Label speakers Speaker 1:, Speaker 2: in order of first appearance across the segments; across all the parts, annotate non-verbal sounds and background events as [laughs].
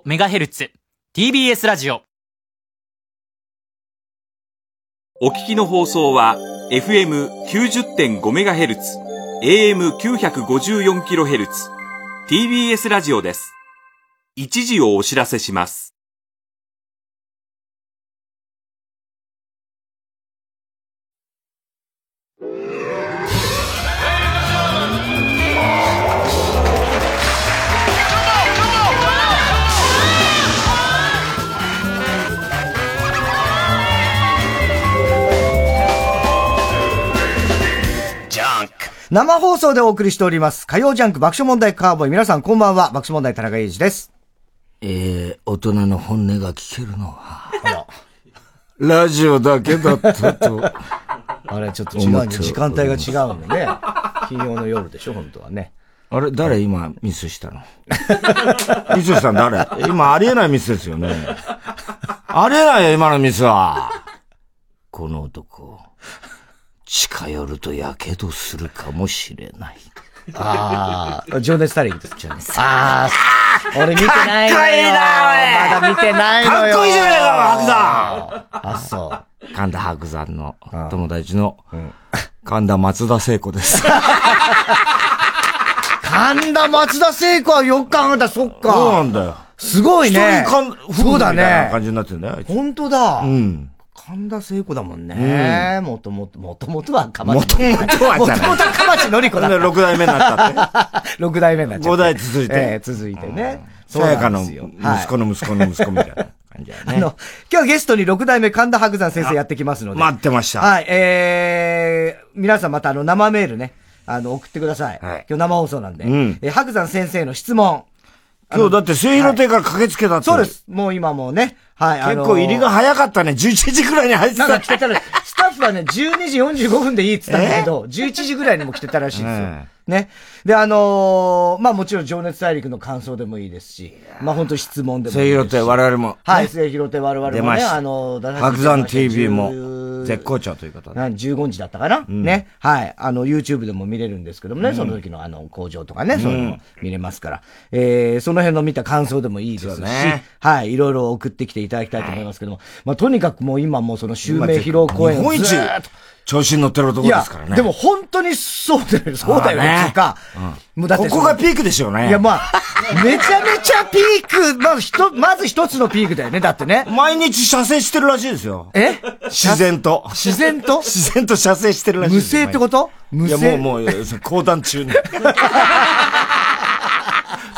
Speaker 1: 106.5MHz TBS ラジオ
Speaker 2: お聞きの放送は FM90.5MHz、AM954kHz、TBS ラジオです。一時をお知らせします。
Speaker 3: 生放送でお送りしております。火曜ジャンク爆笑問題カーボーイ。皆さんこんばんは。爆笑問題田中裕二です。
Speaker 4: えー、大人の本音が聞けるのは、ラジオだけだったと。
Speaker 3: [laughs] あれちょっと
Speaker 4: 違うね時間帯が
Speaker 3: 違うんでね。金曜の夜でしょ、本当はね。
Speaker 4: あれ誰今ミスしたの [laughs] ミスしたの誰今ありえないミスですよね。ありえないよ、今のミスは。この男、近寄ると火傷するかもしれない。
Speaker 3: ああ、情熱大陸です。情熱ああ、俺見てないのよ。まだ見てないのよ。
Speaker 4: かっこいいじゃない
Speaker 3: か、白山あ、そう。
Speaker 4: 神田伯山の友達の、神田松田聖子
Speaker 3: [laughs]
Speaker 4: です。そ
Speaker 3: 神田松田聖子はよく考えたら、そっ
Speaker 4: うな
Speaker 3: か。
Speaker 4: んだよ。
Speaker 3: すごい
Speaker 4: 一
Speaker 3: ね
Speaker 4: 人。神、
Speaker 3: そうだ
Speaker 4: 夫婦みたいな感
Speaker 3: ね。
Speaker 4: じになってるね。あいつ
Speaker 3: 本当だ。
Speaker 4: うん。
Speaker 3: 神田聖子だもんね。もともと、もともとはかま
Speaker 4: もともとは
Speaker 3: も
Speaker 4: じ
Speaker 3: と
Speaker 4: ゃない
Speaker 3: もとはかまちのりこ
Speaker 4: ほん
Speaker 3: だ
Speaker 4: で、。6代目になったって。
Speaker 3: [laughs] 六代目になっちゃって。
Speaker 4: 五代続いて
Speaker 3: ええ続いてね。そう
Speaker 4: さやか
Speaker 3: なん
Speaker 4: の
Speaker 3: です
Speaker 4: 息
Speaker 3: よ
Speaker 4: 子の息子の息子みたいな感じだよ
Speaker 3: はいあ
Speaker 4: ね。
Speaker 3: の、今日ゲストに六代目神田伯山 [laughs] 先生やってきますので。
Speaker 4: 待ってました。
Speaker 3: はい、えー、皆さんまたあの生メールね、あの送ってください。
Speaker 4: はい
Speaker 3: 今日生放送なんで。
Speaker 4: うん
Speaker 3: えー白山先生の質問。
Speaker 4: 今日だって末広亭から駆けつけたって。
Speaker 3: そうで。す。もう今もうね、はい、
Speaker 4: 結構入りが
Speaker 3: あのー
Speaker 4: 早かったね。11時くらいに入って
Speaker 3: なん
Speaker 4: た
Speaker 3: か。来てたら、スタッフはね、12時45分でいいっつったんだけ
Speaker 4: [laughs]
Speaker 3: ど、11時ぐらいにも来てたらしいですよ
Speaker 4: え。
Speaker 3: ね。で、あのーまあもちろん情熱大陸の感想でもいいですし、まあ本当質問でもいい
Speaker 4: 末
Speaker 3: ですし。
Speaker 4: 広亭我々も。
Speaker 3: はい、末広亭我々
Speaker 4: 出
Speaker 3: も
Speaker 4: ま
Speaker 3: ね、
Speaker 4: した
Speaker 3: あの、出させていただ
Speaker 4: 白
Speaker 3: きました
Speaker 4: 山 TV も
Speaker 3: 10
Speaker 4: 絶好調ということで。
Speaker 3: 何15日だったかな、ね。はい。あの、YouTube でも見れるんですけどもね、その時のあの、工場とかね、そういうのも見れますから。えー、その辺の見た感想でもいいですし、
Speaker 4: そうね
Speaker 3: はい。いろいろ送ってきていただきたいと思いますけども、まあ、とにかくもう今もうその襲名披露公演
Speaker 4: 日
Speaker 3: を
Speaker 4: 本一
Speaker 3: ずーっと。
Speaker 4: 調子に乗ってる男で
Speaker 3: いや
Speaker 4: すからね。
Speaker 3: でも、本当にそうだよね、そうだよ
Speaker 4: まあ
Speaker 3: ね、
Speaker 4: ね
Speaker 3: っていうか、もうだって
Speaker 4: こ
Speaker 3: そ
Speaker 4: こ
Speaker 3: の
Speaker 4: がピークでしょうね。
Speaker 3: いや、まあ、めちゃめちゃピーク、まず一、まず一つのピークだよね、だってね。
Speaker 4: 毎日射精してるらしいですよ。
Speaker 3: え
Speaker 4: 自然と。
Speaker 3: 自然と
Speaker 4: 自然と射精してるらしい
Speaker 3: 無
Speaker 4: ですよ
Speaker 3: 声ってこと無
Speaker 4: いや、
Speaker 3: 声。
Speaker 4: もう、もう、講談中
Speaker 3: [laughs]
Speaker 4: に。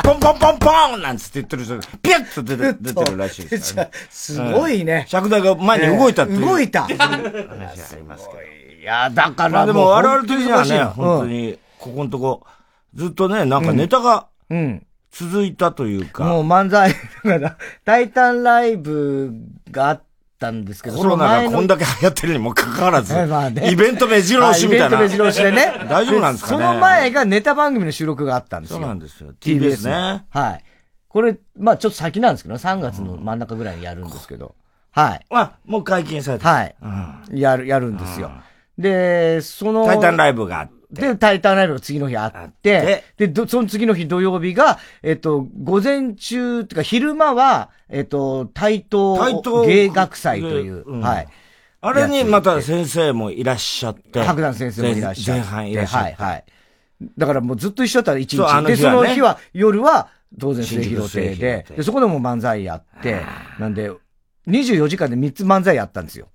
Speaker 4: ポンポンポンポンなんつって言ってる人が、ピュッと出て出てるらしいですからね。
Speaker 3: すごいね。
Speaker 4: 尺台が前に動いたっていう。
Speaker 3: 動いた。
Speaker 4: ありますけど。
Speaker 3: いや、だか
Speaker 4: まあ
Speaker 3: ら
Speaker 4: で
Speaker 3: も
Speaker 4: も
Speaker 3: う
Speaker 4: 我々的にはね、本
Speaker 3: 本当
Speaker 4: 当
Speaker 3: に
Speaker 4: に、ここのとこ、ずっとね、なんかネタが
Speaker 3: うん。うん
Speaker 4: 続いたという
Speaker 3: も
Speaker 4: か、
Speaker 3: う漫才、だから、タイタンライブがあったんですけど、
Speaker 4: コロナがこん
Speaker 3: だ
Speaker 4: だけ流行ってるにもかかわらず
Speaker 3: え [laughs] まあ、ね
Speaker 4: イベント目白押しみたいな。。
Speaker 3: イベント目白押しでね
Speaker 4: 大丈夫なんですかね
Speaker 3: その前がネタ番組の収録があったんです
Speaker 4: そ
Speaker 3: よ。
Speaker 4: うなんですよ。
Speaker 3: TBS
Speaker 4: TBS
Speaker 3: ね
Speaker 4: ね。。
Speaker 3: はい。これ、まあちょっと先なんですけどね、3月の真ん中ぐらいにやるんですけど。はい。
Speaker 4: まあ、もう解禁されて。
Speaker 3: はい。
Speaker 4: うん
Speaker 3: やる、やるんですよ。で、その、
Speaker 4: タイタンライブがあって。
Speaker 3: で、タイタンライブが次の日あ
Speaker 4: あ
Speaker 3: っ
Speaker 4: ってて、
Speaker 3: でど、その次の日土曜日が、えっと、午前中、ってか昼間は、えっと、台
Speaker 4: 台
Speaker 3: 東
Speaker 4: 東
Speaker 3: 芸学祭という、
Speaker 4: うん
Speaker 3: はい。
Speaker 4: あれにまた先生もいらっしゃって。
Speaker 3: 白山先生もいらっしゃっ
Speaker 4: 前
Speaker 3: て。
Speaker 4: 前半いらっしゃって。
Speaker 3: はい、はい。だからもうずっと一緒だったら一日。
Speaker 4: そうあの
Speaker 3: で、
Speaker 4: 日
Speaker 3: そ
Speaker 4: はね
Speaker 3: の日は、夜は、当然末
Speaker 4: 新宿
Speaker 3: 広亭
Speaker 4: 末
Speaker 3: で
Speaker 4: 広、亭
Speaker 3: で、そこでも漫才やって、なんで、24時間で3つ漫才やったんですよ。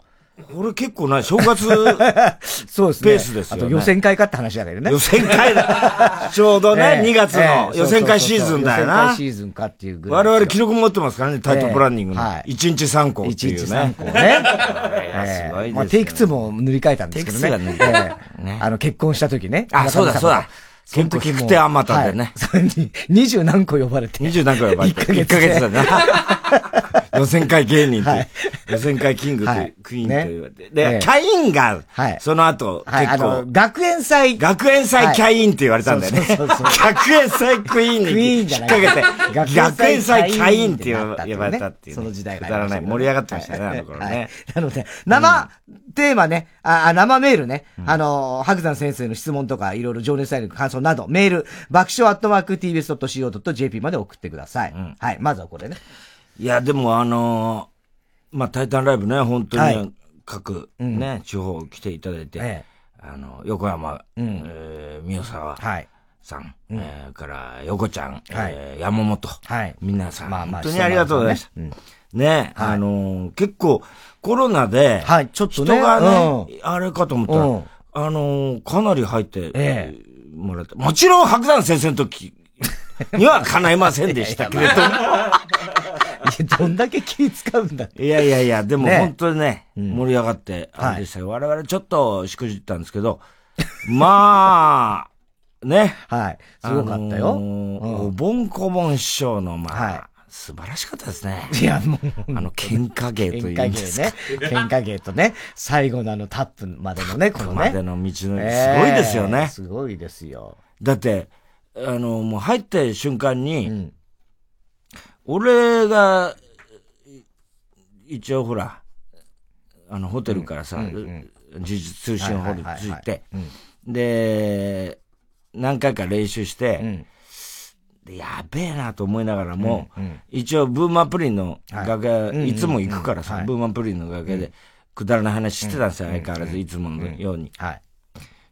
Speaker 4: これ結構な、正
Speaker 3: [laughs]
Speaker 4: 月
Speaker 3: そうですね。
Speaker 4: ペースですよね
Speaker 3: あと予選会かって話だけどね
Speaker 4: 予。選会だ。ちょうどね、2月の予選会シーズンだよ
Speaker 3: 予選会
Speaker 4: な。
Speaker 3: シーズンかっていうぐらいで
Speaker 4: 我
Speaker 3: すよ。
Speaker 4: 々記録持ってますからね、タイトプランニングの。
Speaker 3: ええはい
Speaker 4: 1日3個っ
Speaker 3: [laughs]
Speaker 4: て
Speaker 3: 一
Speaker 4: い
Speaker 3: 日
Speaker 4: う
Speaker 3: 三
Speaker 4: ね
Speaker 3: 個。ね。
Speaker 4: すごいですね
Speaker 3: まあ、テイク2も塗り替えたんですけど
Speaker 4: [laughs]
Speaker 3: ね。
Speaker 4: テイクツーはね
Speaker 3: ええ
Speaker 4: ね
Speaker 3: あの、結婚した時ね。
Speaker 4: あ、そうだそうだ。
Speaker 3: その
Speaker 4: 結構
Speaker 3: 時も。
Speaker 4: 引く手あまた
Speaker 3: [laughs]
Speaker 4: でね。
Speaker 3: はい。それに、二十何個呼ばれて。
Speaker 4: 20何個呼ばれて。
Speaker 3: [laughs] 一ヶ月
Speaker 4: 一
Speaker 3: で
Speaker 4: ヶ月だな。予選会芸人と、
Speaker 3: はい
Speaker 4: 予選会キングと、
Speaker 3: はい
Speaker 4: クイーンと言われて。
Speaker 3: ね
Speaker 4: で、
Speaker 3: ね
Speaker 4: キャインが、
Speaker 3: はい
Speaker 4: その後、
Speaker 3: はい、あ
Speaker 4: 結
Speaker 3: の、
Speaker 4: 構、
Speaker 3: 学園祭、
Speaker 4: 学園祭キャインって言われたんだよね。
Speaker 3: はいそうそうそう
Speaker 4: 学園祭クイーン
Speaker 3: クイ
Speaker 4: に
Speaker 3: ー
Speaker 4: 引
Speaker 3: ンじゃ
Speaker 4: っ
Speaker 3: ない
Speaker 4: 掛けて、学園祭キャインって呼ば
Speaker 3: キャインってなったっていうね
Speaker 4: 呼ばれたっていうね、
Speaker 3: その時代があ
Speaker 4: く
Speaker 3: り
Speaker 4: だ
Speaker 3: ま
Speaker 4: らな
Speaker 3: したけ
Speaker 4: い。
Speaker 3: どね
Speaker 4: 盛り上がってましたよね、あの頃
Speaker 3: はい
Speaker 4: ね。
Speaker 3: なので、生、テーマね、あ、あ生メールね、あの、白山先生の質問とか、いろいろ情熱大陸感想など、メール、爆笑アットマーク tbs.co.jp まで送ってください。はい、まずはこれね。
Speaker 4: いや、でもあのーまあ、タイタンライブね、本当に、
Speaker 3: はい
Speaker 4: 各、ね、地方来ていただいて、
Speaker 3: ええ
Speaker 4: あの、横山、
Speaker 3: ん
Speaker 4: えー、宮沢
Speaker 3: はい。
Speaker 4: さん、えーから、横ちゃん、
Speaker 3: はい
Speaker 4: えー山本、
Speaker 3: はい
Speaker 4: 皆さん、
Speaker 3: まあまあ
Speaker 4: 本当にありがとうございました。ねあのー結構、コロナで、
Speaker 3: はい、ちょっと
Speaker 4: 人
Speaker 3: ね。
Speaker 4: が
Speaker 3: う
Speaker 4: ね、
Speaker 3: ん
Speaker 4: あれかと思ったら、
Speaker 3: うん
Speaker 4: あのーかなり入って、
Speaker 3: え
Speaker 4: もらった。もちろん、白山先生の時には叶いませんでしたけれども、
Speaker 3: いやどんだけ気使うんだ
Speaker 4: いやいやいや、でも
Speaker 3: ね
Speaker 4: 本当にね、盛り上がって、あれでしたよ。我々ちょっとしくじったんですけ
Speaker 3: [laughs]
Speaker 4: ど、まあ、ね。
Speaker 3: はい。すごかったよ。
Speaker 4: あのーおぼんこぼん師匠の、まあ、
Speaker 3: はい
Speaker 4: 素晴らしかったですね。
Speaker 3: いや、もう、
Speaker 4: あの、喧嘩芸と
Speaker 3: 喧
Speaker 4: い
Speaker 3: 嘩
Speaker 4: うんです
Speaker 3: 芸ね。喧嘩芸とね、最後のあのタップまでのね、こ
Speaker 4: か、
Speaker 3: の
Speaker 4: ま
Speaker 3: ね。
Speaker 4: での道のり、すごい
Speaker 3: ええ
Speaker 4: ですよね。
Speaker 3: すごいですよ。
Speaker 4: だって、あの、もう入って瞬間に、俺が、い一応ほら、あの、ホテルからさ、時事通信ホール
Speaker 3: はいはいはい
Speaker 4: 着
Speaker 3: はい
Speaker 4: いて、で、何回か練習して、でやべえなと思いながらも、一応ブーマープリンの楽屋、いつも行くからさ、ブーマープリンの楽屋で、くだらない話してたんですよ、相変わらず、いつものように。
Speaker 3: はい。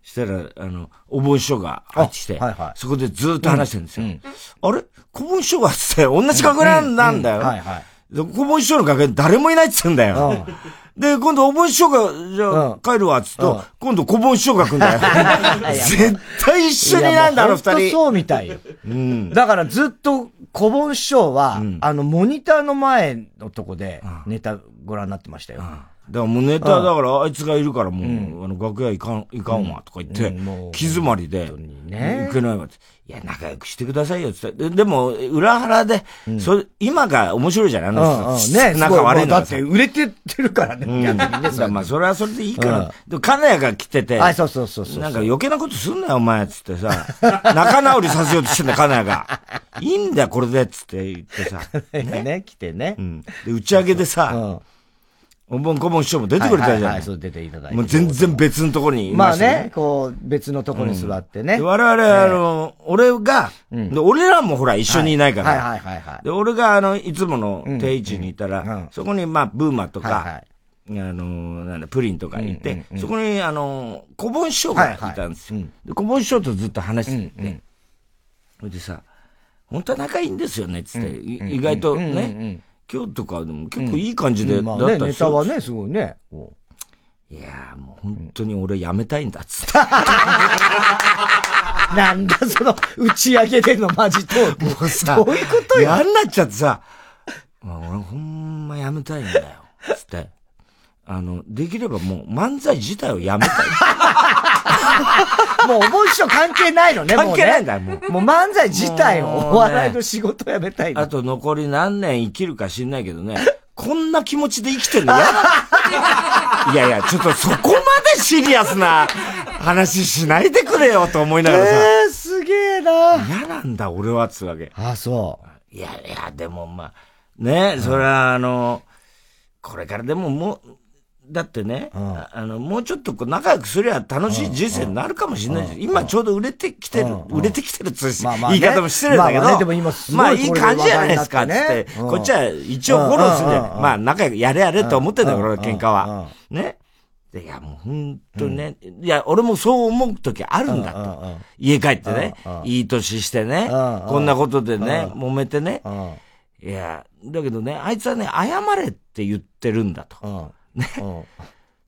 Speaker 4: したら、あの、お盆師匠が入ってきて、
Speaker 3: あはいはい
Speaker 4: そこでずーっと話してるんですよ。あれ小盆師匠がっつって、同じ格屋なんだよ。
Speaker 3: はいはい。
Speaker 4: で小盆師匠の楽屋に誰もいないっつうんだよ。で、今度お盆師匠が、じゃ
Speaker 3: う
Speaker 4: あ
Speaker 3: ん
Speaker 4: 帰るわっつうと、
Speaker 3: うん
Speaker 4: 今度小盆師匠が来んだ
Speaker 3: [laughs]
Speaker 4: よ。 [laughs] 絶対一緒になんだ、あ
Speaker 3: いやも
Speaker 4: の二
Speaker 3: うほんと
Speaker 4: 人。
Speaker 3: そうみたいよ。だからずっと、小盆師匠は、あの、モニターの前のとこで、ネタご覧になってましたよ。
Speaker 4: だからもうネタ、だからあいつがいるからもう、あの、楽屋行かん、行かんわとか言って、
Speaker 3: うんもう
Speaker 4: 気詰まりで、
Speaker 3: ね
Speaker 4: 行けないわって。いや、仲良くしてくださいよって言って。ででも、裏腹で、それ今が面白いじゃないあ
Speaker 3: う
Speaker 4: の
Speaker 3: ん
Speaker 4: 人
Speaker 3: うん。ね
Speaker 4: 仲悪いの
Speaker 3: だ
Speaker 4: が
Speaker 3: っ
Speaker 4: さ
Speaker 3: て、売れてってるからね、逆にね
Speaker 4: だ [laughs] からまあ、それはそれでいいか
Speaker 3: うん
Speaker 4: ら。でも、金谷が来てて、
Speaker 3: あそうそうそうそう
Speaker 4: なんか余計なことすんなよ、お前、つってさ、 [laughs] 仲直りさせようとしてんだよ、金谷が。いいんだよ、これで、つって言ってさ。
Speaker 3: ね、来てね。
Speaker 4: うんで、打ち上げでさ、
Speaker 3: ん。
Speaker 4: おぼんこぼん師匠も出てくれたじゃ
Speaker 3: は
Speaker 4: ない
Speaker 3: はいは
Speaker 4: い
Speaker 3: いそう出ていただいて。
Speaker 4: もう全然別のところにい
Speaker 3: ま
Speaker 4: ま
Speaker 3: あ
Speaker 4: したよ
Speaker 3: ね、。こう、別のとこに座ってね。
Speaker 4: で我々、あの、俺が、で俺らもほら、一緒にいないか
Speaker 3: はいはい
Speaker 4: ら。
Speaker 3: はいはい。
Speaker 4: で、俺が、あの、いつもの定位置にいた
Speaker 3: うんうん
Speaker 4: ら、そこに、まあ、ブーマと
Speaker 3: はいは
Speaker 4: か
Speaker 3: い、
Speaker 4: あの、なんだ、プリンとかいて、そこに、あの、小盆師匠がいたんですよ。で小盆師匠とずっと話してて、それでさ、本当は仲いいんですよね、つって、い意外とね、今日とかでも結構いい感じで、だ
Speaker 3: ま
Speaker 4: っ
Speaker 3: あ
Speaker 4: た
Speaker 3: ね、
Speaker 4: んで
Speaker 3: ネ
Speaker 4: す
Speaker 3: タは
Speaker 4: よ。
Speaker 3: ね、すごいね。こう
Speaker 4: いやーもう本当に俺辞めたいんだ、つって。
Speaker 3: なんだ、その、打ち上げでのマジトーク。
Speaker 4: もうさ、
Speaker 3: どういうことよ。
Speaker 4: 嫌になっちゃってさ、まあ、俺ほんまやめたいんだよ。つって。あの、できればもう漫才自体をやめたい。[laughs]
Speaker 3: [laughs] もう、お盆師匠関係ないのね、も
Speaker 4: 関
Speaker 3: う
Speaker 4: 係ないん
Speaker 3: ね。
Speaker 4: だよ、もう。
Speaker 3: もう漫才自体を、
Speaker 4: もうね
Speaker 3: お笑いの仕事やめたいの
Speaker 4: あと残り何年生きるか知んないけどね、こんな気持ちで生き
Speaker 3: [laughs]
Speaker 4: てるの嫌だ。いやいや、ちょっとそこまでシリアスな話しないでくれよと思いながらさ、
Speaker 3: えー、すげえな。
Speaker 4: 嫌なんだ、俺は、つうわけ。
Speaker 3: あ、そ
Speaker 4: いやいや、でもまあ、ね、それはあの、これからでももう、だってね、ああの、もうちょっとこう仲良くすりゃ楽しい人生になるかもしれないし、今ちょうど売れてきてる、売れてきてるっつうし、
Speaker 3: まあまあ
Speaker 4: 言
Speaker 3: ね
Speaker 4: い方も失礼だけど、
Speaker 3: まあまあねでも今すごい
Speaker 4: まあいい感じじゃないですか、つ
Speaker 3: これで話題にな
Speaker 4: っ
Speaker 3: って
Speaker 4: て、
Speaker 3: ねうん
Speaker 4: こっちは一応フォローするんじゃない、まあ仲良くやれやれと思ってんだよ、
Speaker 3: うん
Speaker 4: 俺は喧嘩は。ね。でいや、もう本当にね、いや、俺もそう思う時あるんだ
Speaker 3: うんうん
Speaker 4: と。家帰ってね、いい年してね
Speaker 3: うんうん、
Speaker 4: こんなことでね、揉めてね
Speaker 3: う。う、ん。うん。
Speaker 4: いや、だけどね、あいつはね、謝れって言ってるんだと。
Speaker 3: ね。うん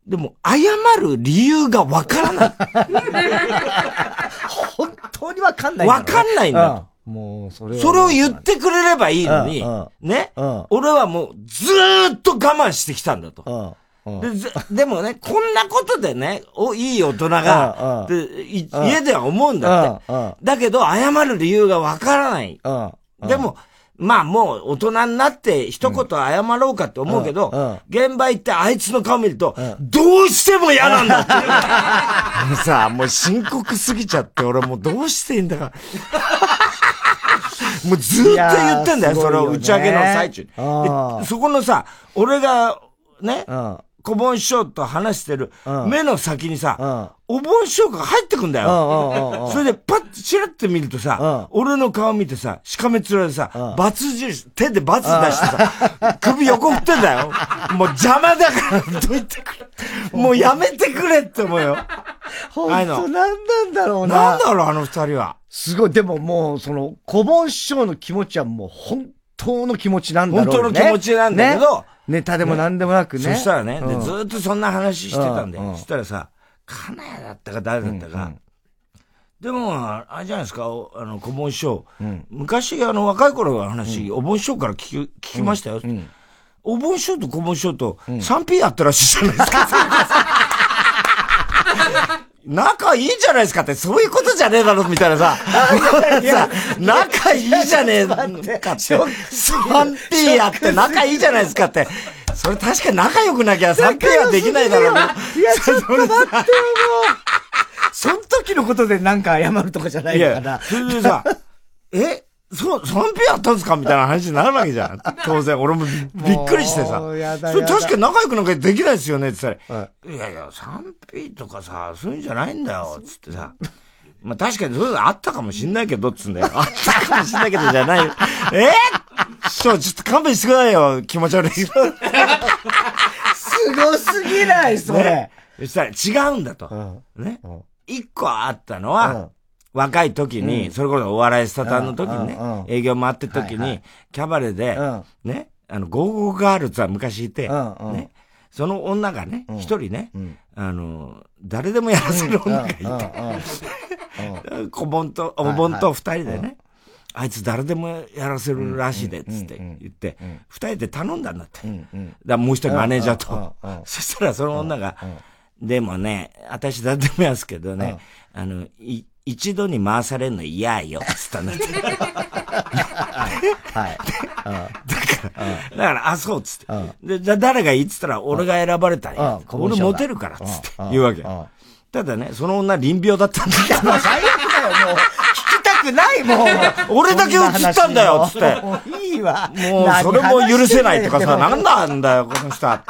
Speaker 4: でも、謝る理由がわからな
Speaker 3: 本当にわかんない
Speaker 4: い。わかんないんだと。
Speaker 3: うんもう、それは
Speaker 4: それを言ってくれればいいのに
Speaker 3: うんうん、
Speaker 4: ね
Speaker 3: うん、
Speaker 4: 俺はもうずーっと我慢してきたんだと
Speaker 3: う。ん。うん
Speaker 4: でずでもね、こんなことでね、おいい大人が、
Speaker 3: う
Speaker 4: でい家では思うんだって。
Speaker 3: うんうん
Speaker 4: だけど、謝る理由がわからない。
Speaker 3: うん。
Speaker 4: でも、まあもう大人になって一言謝ろうかって思うけど、現場行ってあいつの顔見ると、どうしても嫌なんだっていう。さあ、もう深刻すぎちゃって、俺もうどうしていいんだ
Speaker 3: [laughs]
Speaker 4: か。もうずーっと言ってんだよ、
Speaker 3: いやー
Speaker 4: それを打ち上げの最中に。
Speaker 3: すごいよねあ
Speaker 4: でそこのさ、俺が、ね、小盆師匠と話してる目の先にさ、お盆師匠が入ってくんだ
Speaker 3: うんうんうんう
Speaker 4: よ
Speaker 3: ん。
Speaker 4: それでパッとチラって見るとさ、俺の顔見てさ、しかめ面でさ、バツ印、手でバツ出してさ、首横振ってんだよ。もう邪魔だから、どいてくれ。もうやめてくれって思うよ。
Speaker 3: 本
Speaker 4: あ
Speaker 3: 当
Speaker 4: の
Speaker 3: なんなんだろうな。
Speaker 4: なんだろう、あの二人は。
Speaker 3: すごい、でももう、その、小盆師匠の気持ちはもう本当の気持ちなんだろうね。
Speaker 4: 本当の気持ちなんだけど
Speaker 3: ねネタでも何でもなく
Speaker 4: そ
Speaker 3: ね。
Speaker 4: したらね、
Speaker 3: うん
Speaker 4: でずーっとそんな話してたんで、
Speaker 3: うんうん
Speaker 4: そしたらさ、金谷だったか誰だったか、でも、あれじゃないですか、おあの、小盆師匠、昔、あの、若い頃の話、お盆師匠から聞き、聞きましたよ。お盆師匠と小盆師匠と 3P あったらしいじゃないですか。 [laughs] 仲いいじゃないですかって、そういうことじゃねえだろ、みたいな [laughs] さ。さ仲いいじゃねえかって。3P あって仲いいじゃないですかって。それ確かに仲良くなきゃ 3P はできないだろうね。
Speaker 3: いや、ちょっと待ってよ、もう。その時のことでなんか謝るとかじゃない
Speaker 4: い
Speaker 3: のか
Speaker 4: や
Speaker 3: な、。
Speaker 4: それで
Speaker 3: [laughs]
Speaker 4: さ、えそ、そのペアあったんですかみたいな話になるわけじ
Speaker 3: [laughs]
Speaker 4: ゃん。当然、俺もびびっくりしてさ。
Speaker 3: も
Speaker 4: そうれ
Speaker 3: やだやだ
Speaker 4: 確かに仲良くなんかできないですよねって言ったら、い、やいや、3P とかさ、そういうんじゃないんだ
Speaker 3: [laughs]
Speaker 4: よ、つってさ。まあ確かにそういうのあったかもしんないけど、つうんだ [laughs] よ。あったかもしんないけどじゃないよ。えそう、ちょっと勘弁してくださいよ、気持ち悪
Speaker 3: [laughs]
Speaker 4: い。
Speaker 3: すごすぎない、それ。
Speaker 4: ね。そしたら違うんだと。ね。一個あったのは、若い時に、それこそお笑いスタタンの時に
Speaker 3: うんうん
Speaker 4: ね
Speaker 3: う、ん
Speaker 4: 営業回ってる時
Speaker 3: はいは
Speaker 4: に、キャバレーで
Speaker 3: うん、
Speaker 4: ね、あの、ゴーゴーガールズは昔いて、
Speaker 3: うんうん
Speaker 4: ね、その女がね、一人ね、あの、誰でもやらせる女がいて、 [laughs] 小盆と、お盆と二人でね、あいつ誰でもやらせるらしいで、つって言って、二人で頼んだんだって。だからもう一人マネージャーと。そしたらその女が、でもね、私誰でもやすけどね、あの、い一度に回されるの嫌よ、つったんだって。だか
Speaker 3: はい。
Speaker 4: ら、 [laughs] だから、あ、そう、つって。で、じゃあ誰がいいっつったら、俺が選ばれたんや。
Speaker 3: うんうん
Speaker 4: 俺モテるから、つって
Speaker 3: うん。
Speaker 4: 言うわけ
Speaker 3: うん。
Speaker 4: ただね、その女、臨病だったんだ
Speaker 3: [laughs]
Speaker 4: けど。
Speaker 3: 最悪だよ、もう。聞きたくない、も
Speaker 4: [laughs]
Speaker 3: う。
Speaker 4: 俺だけ映ったんだよつって
Speaker 3: もういいわ。
Speaker 4: もう、それも許せないとかさ、
Speaker 3: 何
Speaker 4: なんなんだよ、この人は。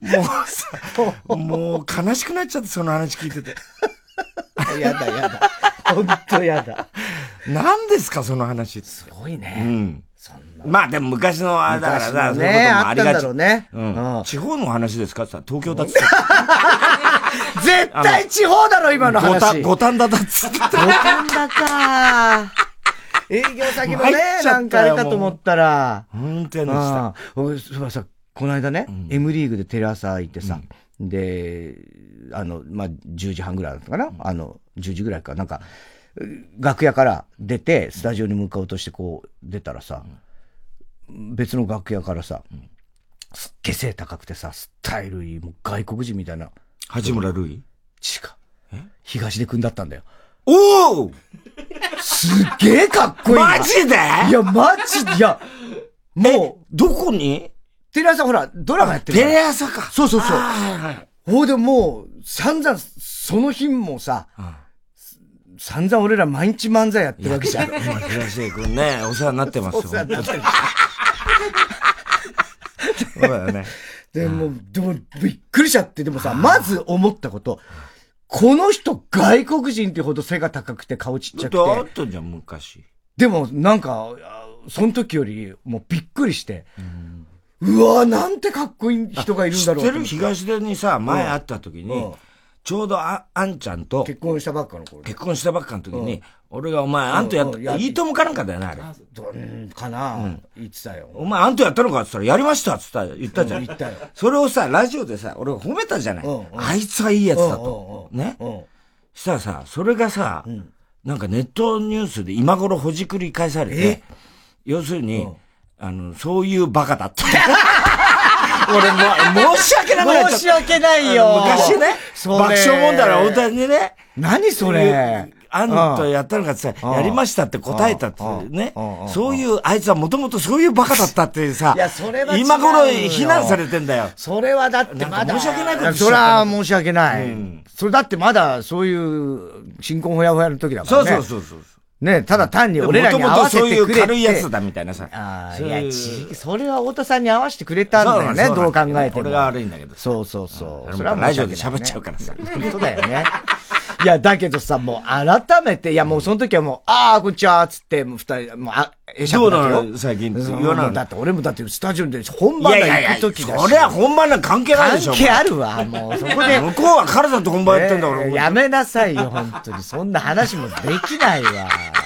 Speaker 4: もうさ、もう悲しくなっちゃって、その話聞いてて。
Speaker 3: 話してんだよやだ、やだ。 [laughs] 本当やだ。
Speaker 4: 何ですか、その話。
Speaker 3: すごいうね。
Speaker 4: ん。
Speaker 3: そんな
Speaker 4: まあでも昔の、あれだからさ、そういうこと
Speaker 3: ね
Speaker 4: も
Speaker 3: あ
Speaker 4: あ
Speaker 3: っ
Speaker 4: り
Speaker 3: たん
Speaker 4: が
Speaker 3: だ
Speaker 4: ち
Speaker 3: ろう。ね。
Speaker 4: う
Speaker 3: うん
Speaker 4: ん。地方の話ですかって言ったら東京だっつって。
Speaker 3: [laughs] 絶対地方だろ、今の
Speaker 4: 五反
Speaker 3: 話。
Speaker 4: 五反田だっつって。
Speaker 3: 反だか。営業先も
Speaker 4: 参
Speaker 3: ね
Speaker 4: っ、ちゃったよ
Speaker 3: なんかあれかと思ったら。
Speaker 4: 運転でした。
Speaker 3: ああ、俺、そういえばさ、この間ね、M リーグでテレ朝行ってさ、で、あの、まあ、10時半ぐらいだったかな、あの、10時ぐらいか、なんか、楽屋から出て、スタジオに向かおうとしてこう出たらさ、別の楽屋からさ、すっげえ背高くてさ、スタイルいい、もう外国人みたいな、
Speaker 4: 八村塁
Speaker 3: 違う。東出くんだったんだよ。
Speaker 4: おお
Speaker 3: すっげえかっこいいな。
Speaker 4: マジで
Speaker 3: いや、マジで、いや、もう、
Speaker 4: どこに
Speaker 3: テレ朝ほら、ドラマやって
Speaker 4: [laughs]
Speaker 3: る
Speaker 4: テ
Speaker 3: から。
Speaker 4: レ朝か。
Speaker 3: そうそうそう。
Speaker 4: はいはい。
Speaker 3: ほいでもう、散々、その日もさ、散々俺ら毎日漫才や [laughs] ってるわけじゃん。
Speaker 4: 今、東出君ね、お世話になってますよ。
Speaker 3: お世話になってる
Speaker 4: そうだよね。
Speaker 3: でも、でも、びっくりしちゃって、でもさ、まず思ったこと、この人外国人ってほど背が高くて顔ちっち
Speaker 4: だ
Speaker 3: ゃ
Speaker 4: ってあっ
Speaker 3: く
Speaker 4: た
Speaker 3: て、
Speaker 4: じゃん、昔。
Speaker 3: でもなんか、あその時よりもうびっくりして、うわぁ、なんてかっこいい人がいるんだろう
Speaker 4: 知
Speaker 3: と
Speaker 4: って
Speaker 3: 思
Speaker 4: る
Speaker 3: って
Speaker 4: 東出にさ、前会った時
Speaker 3: う
Speaker 4: に
Speaker 3: ん、
Speaker 4: ちょうどあ、あんちゃんと、
Speaker 3: 結婚したばっかの頃。
Speaker 4: 結婚したばっかの時に、俺がお前、あんとやっ
Speaker 3: うんうんや
Speaker 4: た、いいともかなんかだよね、あれ。
Speaker 3: どんかな、言ってたよ。
Speaker 4: お前、あんとやったのかって言ったら、やりましたって言った、言ったじゃ
Speaker 3: うん
Speaker 4: ん
Speaker 3: 言ったよ。
Speaker 4: それをさ、ラジオでさ、俺が褒めたじゃない
Speaker 3: うんうん。
Speaker 4: あいつはいいやつだと。
Speaker 3: うんうんうん
Speaker 4: ね
Speaker 3: う。ん。
Speaker 4: したらさ、それがさ、なんかネットニュースで今頃ほじくり返されて、要するに、あの、そういうバカだ
Speaker 3: [laughs]
Speaker 4: って。俺もう、申し訳なくなっちゃった。
Speaker 3: 申し訳ないよ。
Speaker 4: 昔ね、
Speaker 3: それ
Speaker 4: 爆笑問題の大谷にね、
Speaker 3: 何それ。
Speaker 4: あんたやったのかってさ、
Speaker 3: うん
Speaker 4: やりましたって答えたってね
Speaker 3: うんうん。
Speaker 4: そういう、あいつはもともとそういうバカだったってさ、
Speaker 3: いやそれは違うよ
Speaker 4: 今頃非難されてんだよ。
Speaker 3: それはだって
Speaker 4: な
Speaker 3: ま
Speaker 4: んか申
Speaker 3: だ。
Speaker 4: し訳ないことしちゃった
Speaker 3: それは申し訳ない。
Speaker 4: うん
Speaker 3: それだってまだそういう新婚ほやほやの時だからね。
Speaker 4: うそう。
Speaker 3: ね、ただ単に
Speaker 4: も
Speaker 3: 俺ら
Speaker 4: と
Speaker 3: に合
Speaker 4: もと
Speaker 3: わせて
Speaker 4: そう
Speaker 3: くれ
Speaker 4: い
Speaker 3: て
Speaker 4: う軽いやつだみたいなさ。
Speaker 3: ああ、
Speaker 4: そう
Speaker 3: い
Speaker 4: いう
Speaker 3: や、ちそれは太田さんに合わせてくれたんだよね、
Speaker 4: そうな
Speaker 3: ど
Speaker 4: の
Speaker 3: う考えても。
Speaker 4: 俺が悪いんだけど
Speaker 3: そうそうそう。それは
Speaker 4: ラ
Speaker 3: 申し
Speaker 4: ジオで
Speaker 3: 訳ないね
Speaker 4: 喋っちゃうからさ。
Speaker 3: 本当だよね。いや、だけどさ、もう改めて、いや、もうその時はもう、ああ、こんにちは、つって、もう二人、もう、あ、えしゃ
Speaker 4: どう
Speaker 3: くだ
Speaker 4: な
Speaker 3: けよ
Speaker 4: の最近って
Speaker 3: うん
Speaker 4: 言わない
Speaker 3: だ
Speaker 4: の
Speaker 3: って俺もだってスタジオで本
Speaker 4: い
Speaker 3: 番
Speaker 4: や
Speaker 3: だ
Speaker 4: いや
Speaker 3: 行
Speaker 4: い
Speaker 3: く
Speaker 4: や、
Speaker 3: 時だし。
Speaker 4: それは本番なんか関係ないでしょ。
Speaker 3: 関係あるわ、もう。そこ
Speaker 4: お前
Speaker 3: で。
Speaker 4: 向こうは彼だと本番やってんだから
Speaker 3: ねえ
Speaker 4: 俺。
Speaker 3: やめなさいよ、本当に。そんな話もできないわ。
Speaker 4: [laughs]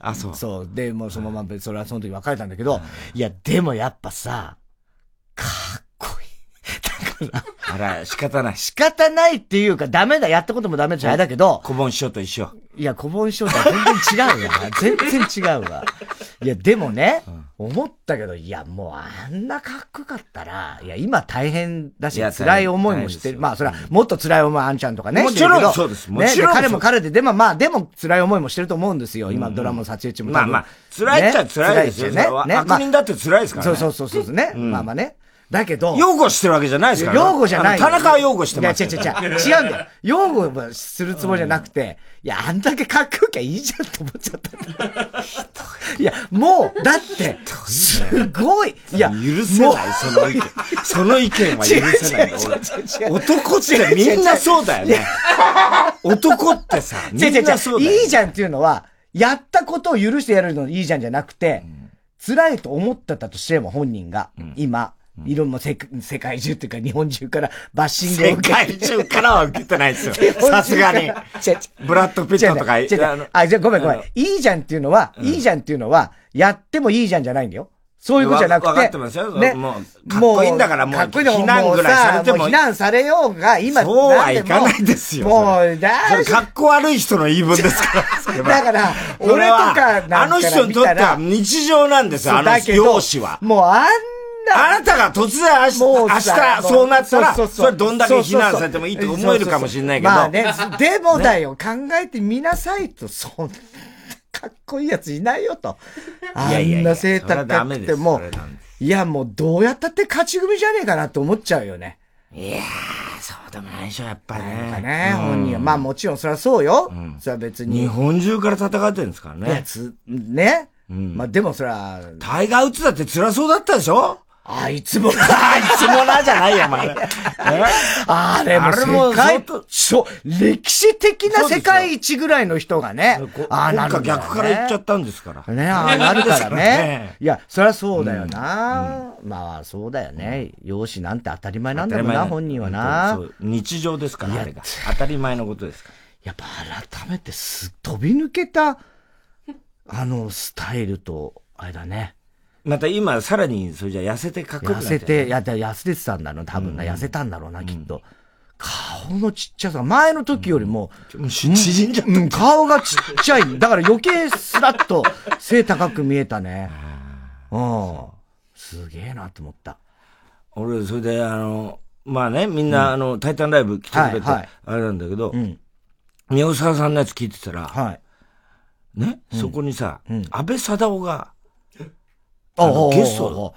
Speaker 4: あ、そう。
Speaker 3: そう。で、もうそのまま、それはその時別れたんだけど、いや、でもやっぱさ、かっこいい。だから、
Speaker 4: あら、仕方ない。
Speaker 3: 仕方ないっていうか、ダメだ、やったこともダメじゃあれだけど、
Speaker 4: 小盆師匠と一緒。
Speaker 3: いや、小盆師匠とは全然
Speaker 4: [laughs]
Speaker 3: 違うわ。全然違うわ。いや、でもね、思ったけど、いや、もうあんなかっこよかったら、いや、今大変だし、
Speaker 4: いや
Speaker 3: 辛い思いもして
Speaker 4: 大変大変です
Speaker 3: る。
Speaker 4: よ
Speaker 3: まあ、それは、もっと辛い思い、あんちゃんとかね。
Speaker 4: もちろん
Speaker 3: してるけど
Speaker 4: そうですも
Speaker 3: ね、
Speaker 4: ちろん
Speaker 3: 彼
Speaker 4: そ
Speaker 3: も
Speaker 4: う
Speaker 3: 彼で、でもまあ、でも辛い思いもしてると思うんですよ。今、ドラマの撮影中も多
Speaker 4: まあ
Speaker 3: 分。
Speaker 4: まあ、辛いっちゃ辛いですよ
Speaker 3: ね
Speaker 4: ね。
Speaker 3: 辛いですよね。ね
Speaker 4: 悪人だって辛いですから
Speaker 3: そう
Speaker 4: ね。
Speaker 3: そうそうそうね。まあまあね。だけど、
Speaker 4: 擁護してるわけじゃないですからね。
Speaker 3: 擁護じゃないよ。
Speaker 4: あの田中は擁護してます。
Speaker 3: いや、違う違う違う。違うんだよ。擁護はするつもりじゃなくて、いや、あんだけかっこよきゃいいじゃんと思っちゃったんだ。いや、もう、だって、すごい。いや、
Speaker 4: 許せない、その意見。 [laughs] その意見は許せないんだ
Speaker 3: 違う違う違う違
Speaker 4: 俺。
Speaker 3: う
Speaker 4: 男ってみんなそうだよね。男ってさ、み
Speaker 3: 違う違
Speaker 4: んなそううだ
Speaker 3: 違
Speaker 4: よ
Speaker 3: う。
Speaker 4: ね。
Speaker 3: いいじゃんっていうのは、やったことを許してやるのいいじゃんじゃなくて、辛いと思ってたとしても本人が、今、いろんな世世界中っていうか日本中からバッシングを
Speaker 4: 世
Speaker 3: 受けて
Speaker 4: 界中からは受けてないですよ。
Speaker 3: [laughs] 本当
Speaker 4: さすがに。
Speaker 3: 違う違う
Speaker 4: ブラッド・ピットとか。
Speaker 3: 違う違う
Speaker 4: あの
Speaker 3: あ、じゃあごめんごめん
Speaker 4: あの。
Speaker 3: いいじゃんっていうのは、いいじゃんっていうのは、やってもいいじゃんじゃないんだよ。そういうことじゃなくて。
Speaker 4: わわかってますよ
Speaker 3: ね。
Speaker 4: もうかっこいいんだからもう
Speaker 3: かっこいいんだから
Speaker 4: 非難ぐらいされても
Speaker 3: うさう避難されようが、今、
Speaker 4: そうは
Speaker 3: ん
Speaker 4: いかないですよ
Speaker 3: もうもう、だ
Speaker 4: それ格好悪い人の言い分ですから。それは
Speaker 3: だから
Speaker 4: それは
Speaker 3: [laughs] 俺とかなんか
Speaker 4: あの人にとっては日常なんですよ、あの
Speaker 3: だけど
Speaker 4: 容姿は。
Speaker 3: もうあん
Speaker 4: あ
Speaker 3: な、
Speaker 4: なたが突然明日、
Speaker 3: も
Speaker 4: 明
Speaker 3: うさ
Speaker 4: 日そうなったら、
Speaker 3: うう
Speaker 4: それどんだけ
Speaker 3: そうそ
Speaker 4: 非
Speaker 3: うそう
Speaker 4: 難されてもいいと思えるかもしれないけど、
Speaker 3: まあね、でもだよ、考えてみなさいと、そんな、かっこいいやついないよと。あ
Speaker 4: やいやいや
Speaker 3: んな背高
Speaker 4: それはダメ
Speaker 3: く
Speaker 4: で
Speaker 3: て
Speaker 4: す
Speaker 3: も
Speaker 4: それはダメで、
Speaker 3: いやもうどうやったって勝ち組じゃねえかなと思っちゃうよね。
Speaker 4: そうでもないでしょ、やっぱ
Speaker 3: なんか
Speaker 4: ね。
Speaker 3: ね、本人は。まあもちろんそりゃそうよ。それは別に。
Speaker 4: 日本中から戦ってるんですから
Speaker 3: や
Speaker 4: ね。
Speaker 3: つ、ね。まあでもそりゃ、
Speaker 4: タイガー・ウッズだって辛そうだったでしょ
Speaker 3: あいつも、
Speaker 4: [laughs]
Speaker 3: あいつもなじゃないよ、お前。あれも
Speaker 4: あれも
Speaker 3: 世界
Speaker 4: 相当、
Speaker 3: そう、歴史的な世界一ぐらいの人がね、ああ、
Speaker 4: な
Speaker 3: なんる
Speaker 4: か
Speaker 3: んだよね
Speaker 4: 逆から言っちゃったんですから。
Speaker 3: ね、ああなるから
Speaker 4: そう [laughs] ですよね
Speaker 3: ね。いや、そりゃそうだよな。まあ、そうだよね。容姿なんて当たり前なんだろうな、本人はな
Speaker 4: そ。う日常ですから、あれが。当たり前のことですから。
Speaker 3: やっぱ改めてす、飛び抜けた、あの、スタイルと、あれだね。
Speaker 4: また今、さらに、それじゃ痩せてかっこよくな
Speaker 3: 痩
Speaker 4: っ
Speaker 3: せ
Speaker 4: ちゃう
Speaker 3: て、いや、だから痩せてたんだろう、多分な。痩せたんだろうな、きっと。顔のちっちゃさ、前の時よりも、
Speaker 4: もうし縮んじゃっ
Speaker 3: うん、顔がちっちゃい。だから余計スラッと背高く見えたね。うん。すげえなと思った。
Speaker 4: た。俺、それで、あの、まあね、みんな、あの、タイタンライブ来てくれて、
Speaker 3: はいはい
Speaker 4: あれなんだけど、
Speaker 3: ん
Speaker 4: 宮沢さんのやつ聞いてたら、
Speaker 3: はい。
Speaker 4: ね、そこにさ、安倍貞夫が、
Speaker 3: あ
Speaker 4: のゲスト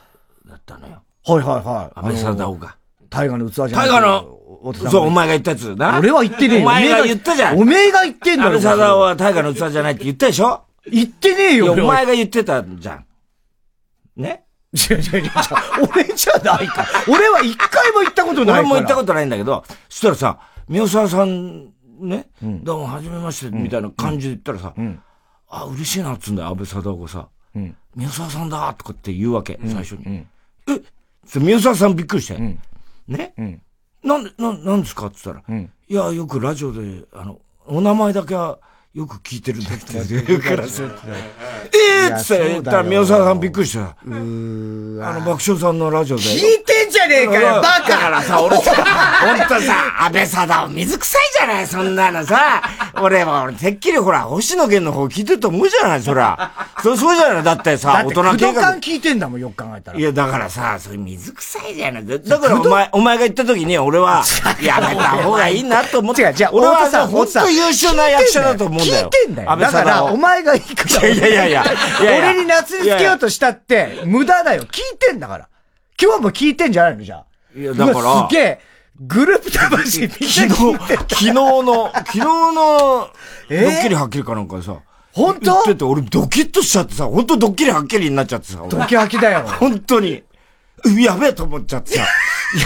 Speaker 4: だったのよ。
Speaker 3: はいはいはい。
Speaker 4: 安倍
Speaker 3: あの
Speaker 4: 貞夫が。
Speaker 3: 大河の器じゃない。
Speaker 4: 大河の
Speaker 3: お父さん
Speaker 4: そう、お前が言ったやつな。
Speaker 3: 俺は言ってねえよ。
Speaker 4: お前が言ったじゃん。
Speaker 3: お
Speaker 4: 安
Speaker 3: めえが言ってんだろ。
Speaker 4: 倍貞夫は大河の器じゃないって言ったでしょ
Speaker 3: 言ってねえ
Speaker 4: いや、
Speaker 3: よ。
Speaker 4: お前が言ってたじゃん。ね
Speaker 3: 違う違う違う違う。俺じゃないから。俺は一回も行ったことないから。
Speaker 4: 俺も行ったことないんだけど、そしたらさ、宮沢さん、ね、どうも、はじめまして、みたいな感じで言ったらさ、あ、嬉しいな、っつうんだよ、安倍貞夫がさ、宮沢さんだ、とかって言うわけ、最初に。えそ宮沢さんびっくりして、ね、なんで、な、なんですかって言ったら、いや、よくラジオで、あの、お名前だけは、よく聞いてるんだって [laughs] 言うからさ、えーっつって言ったら、宮沢さんびっくりしてさ、あの、爆笑さんのラジオで、
Speaker 3: 聞いてんじゃねえかよ、バカ
Speaker 4: だからさ、 [laughs] 俺さ、ほんとさ、安倍貞夫水臭いじゃない、そんなのさ。俺は、俺、てっきりほら、星野源の方聞いてると思うじゃない、そら。そりゃそうじゃないだってさ、大人計画。
Speaker 3: 聞いてんだもん、よく考えたら
Speaker 4: い。や、だからさ、それ水臭いじゃない。だだからお前、お前が言った時に俺 [laughs] は、やめた方がいいなと思って。
Speaker 3: 違う違う
Speaker 4: 俺は
Speaker 3: 太田さ
Speaker 4: さ、
Speaker 3: ん
Speaker 4: 本
Speaker 3: 太田
Speaker 4: 当
Speaker 3: さん
Speaker 4: 優秀な役者だと思うんだよ。
Speaker 3: 聞いてんだよ。
Speaker 4: 安倍
Speaker 3: だ
Speaker 4: さ
Speaker 3: か
Speaker 4: んは
Speaker 3: ら、お前がいいから。
Speaker 4: いやいやいやいやいや
Speaker 3: 俺に夏につけようとしたって、無駄だよ。聞いてんだから。今日も聞いてんじゃないのじゃあ。
Speaker 4: いやだから
Speaker 3: うわすげえ。グループ魂みんな
Speaker 4: 昨日、
Speaker 3: 聞いてんだ
Speaker 4: 昨日の、昨日の、 [laughs] ド
Speaker 3: えー
Speaker 4: ッキリはっきりかなんかさ、
Speaker 3: 本
Speaker 4: 言って
Speaker 3: 当
Speaker 4: て俺ドキッとしちゃってさ、本当ドッキリはっきりになっちゃってさ、俺
Speaker 3: ドキハキだよ。
Speaker 4: [laughs] 本当に、うやべえと思っちゃってさ、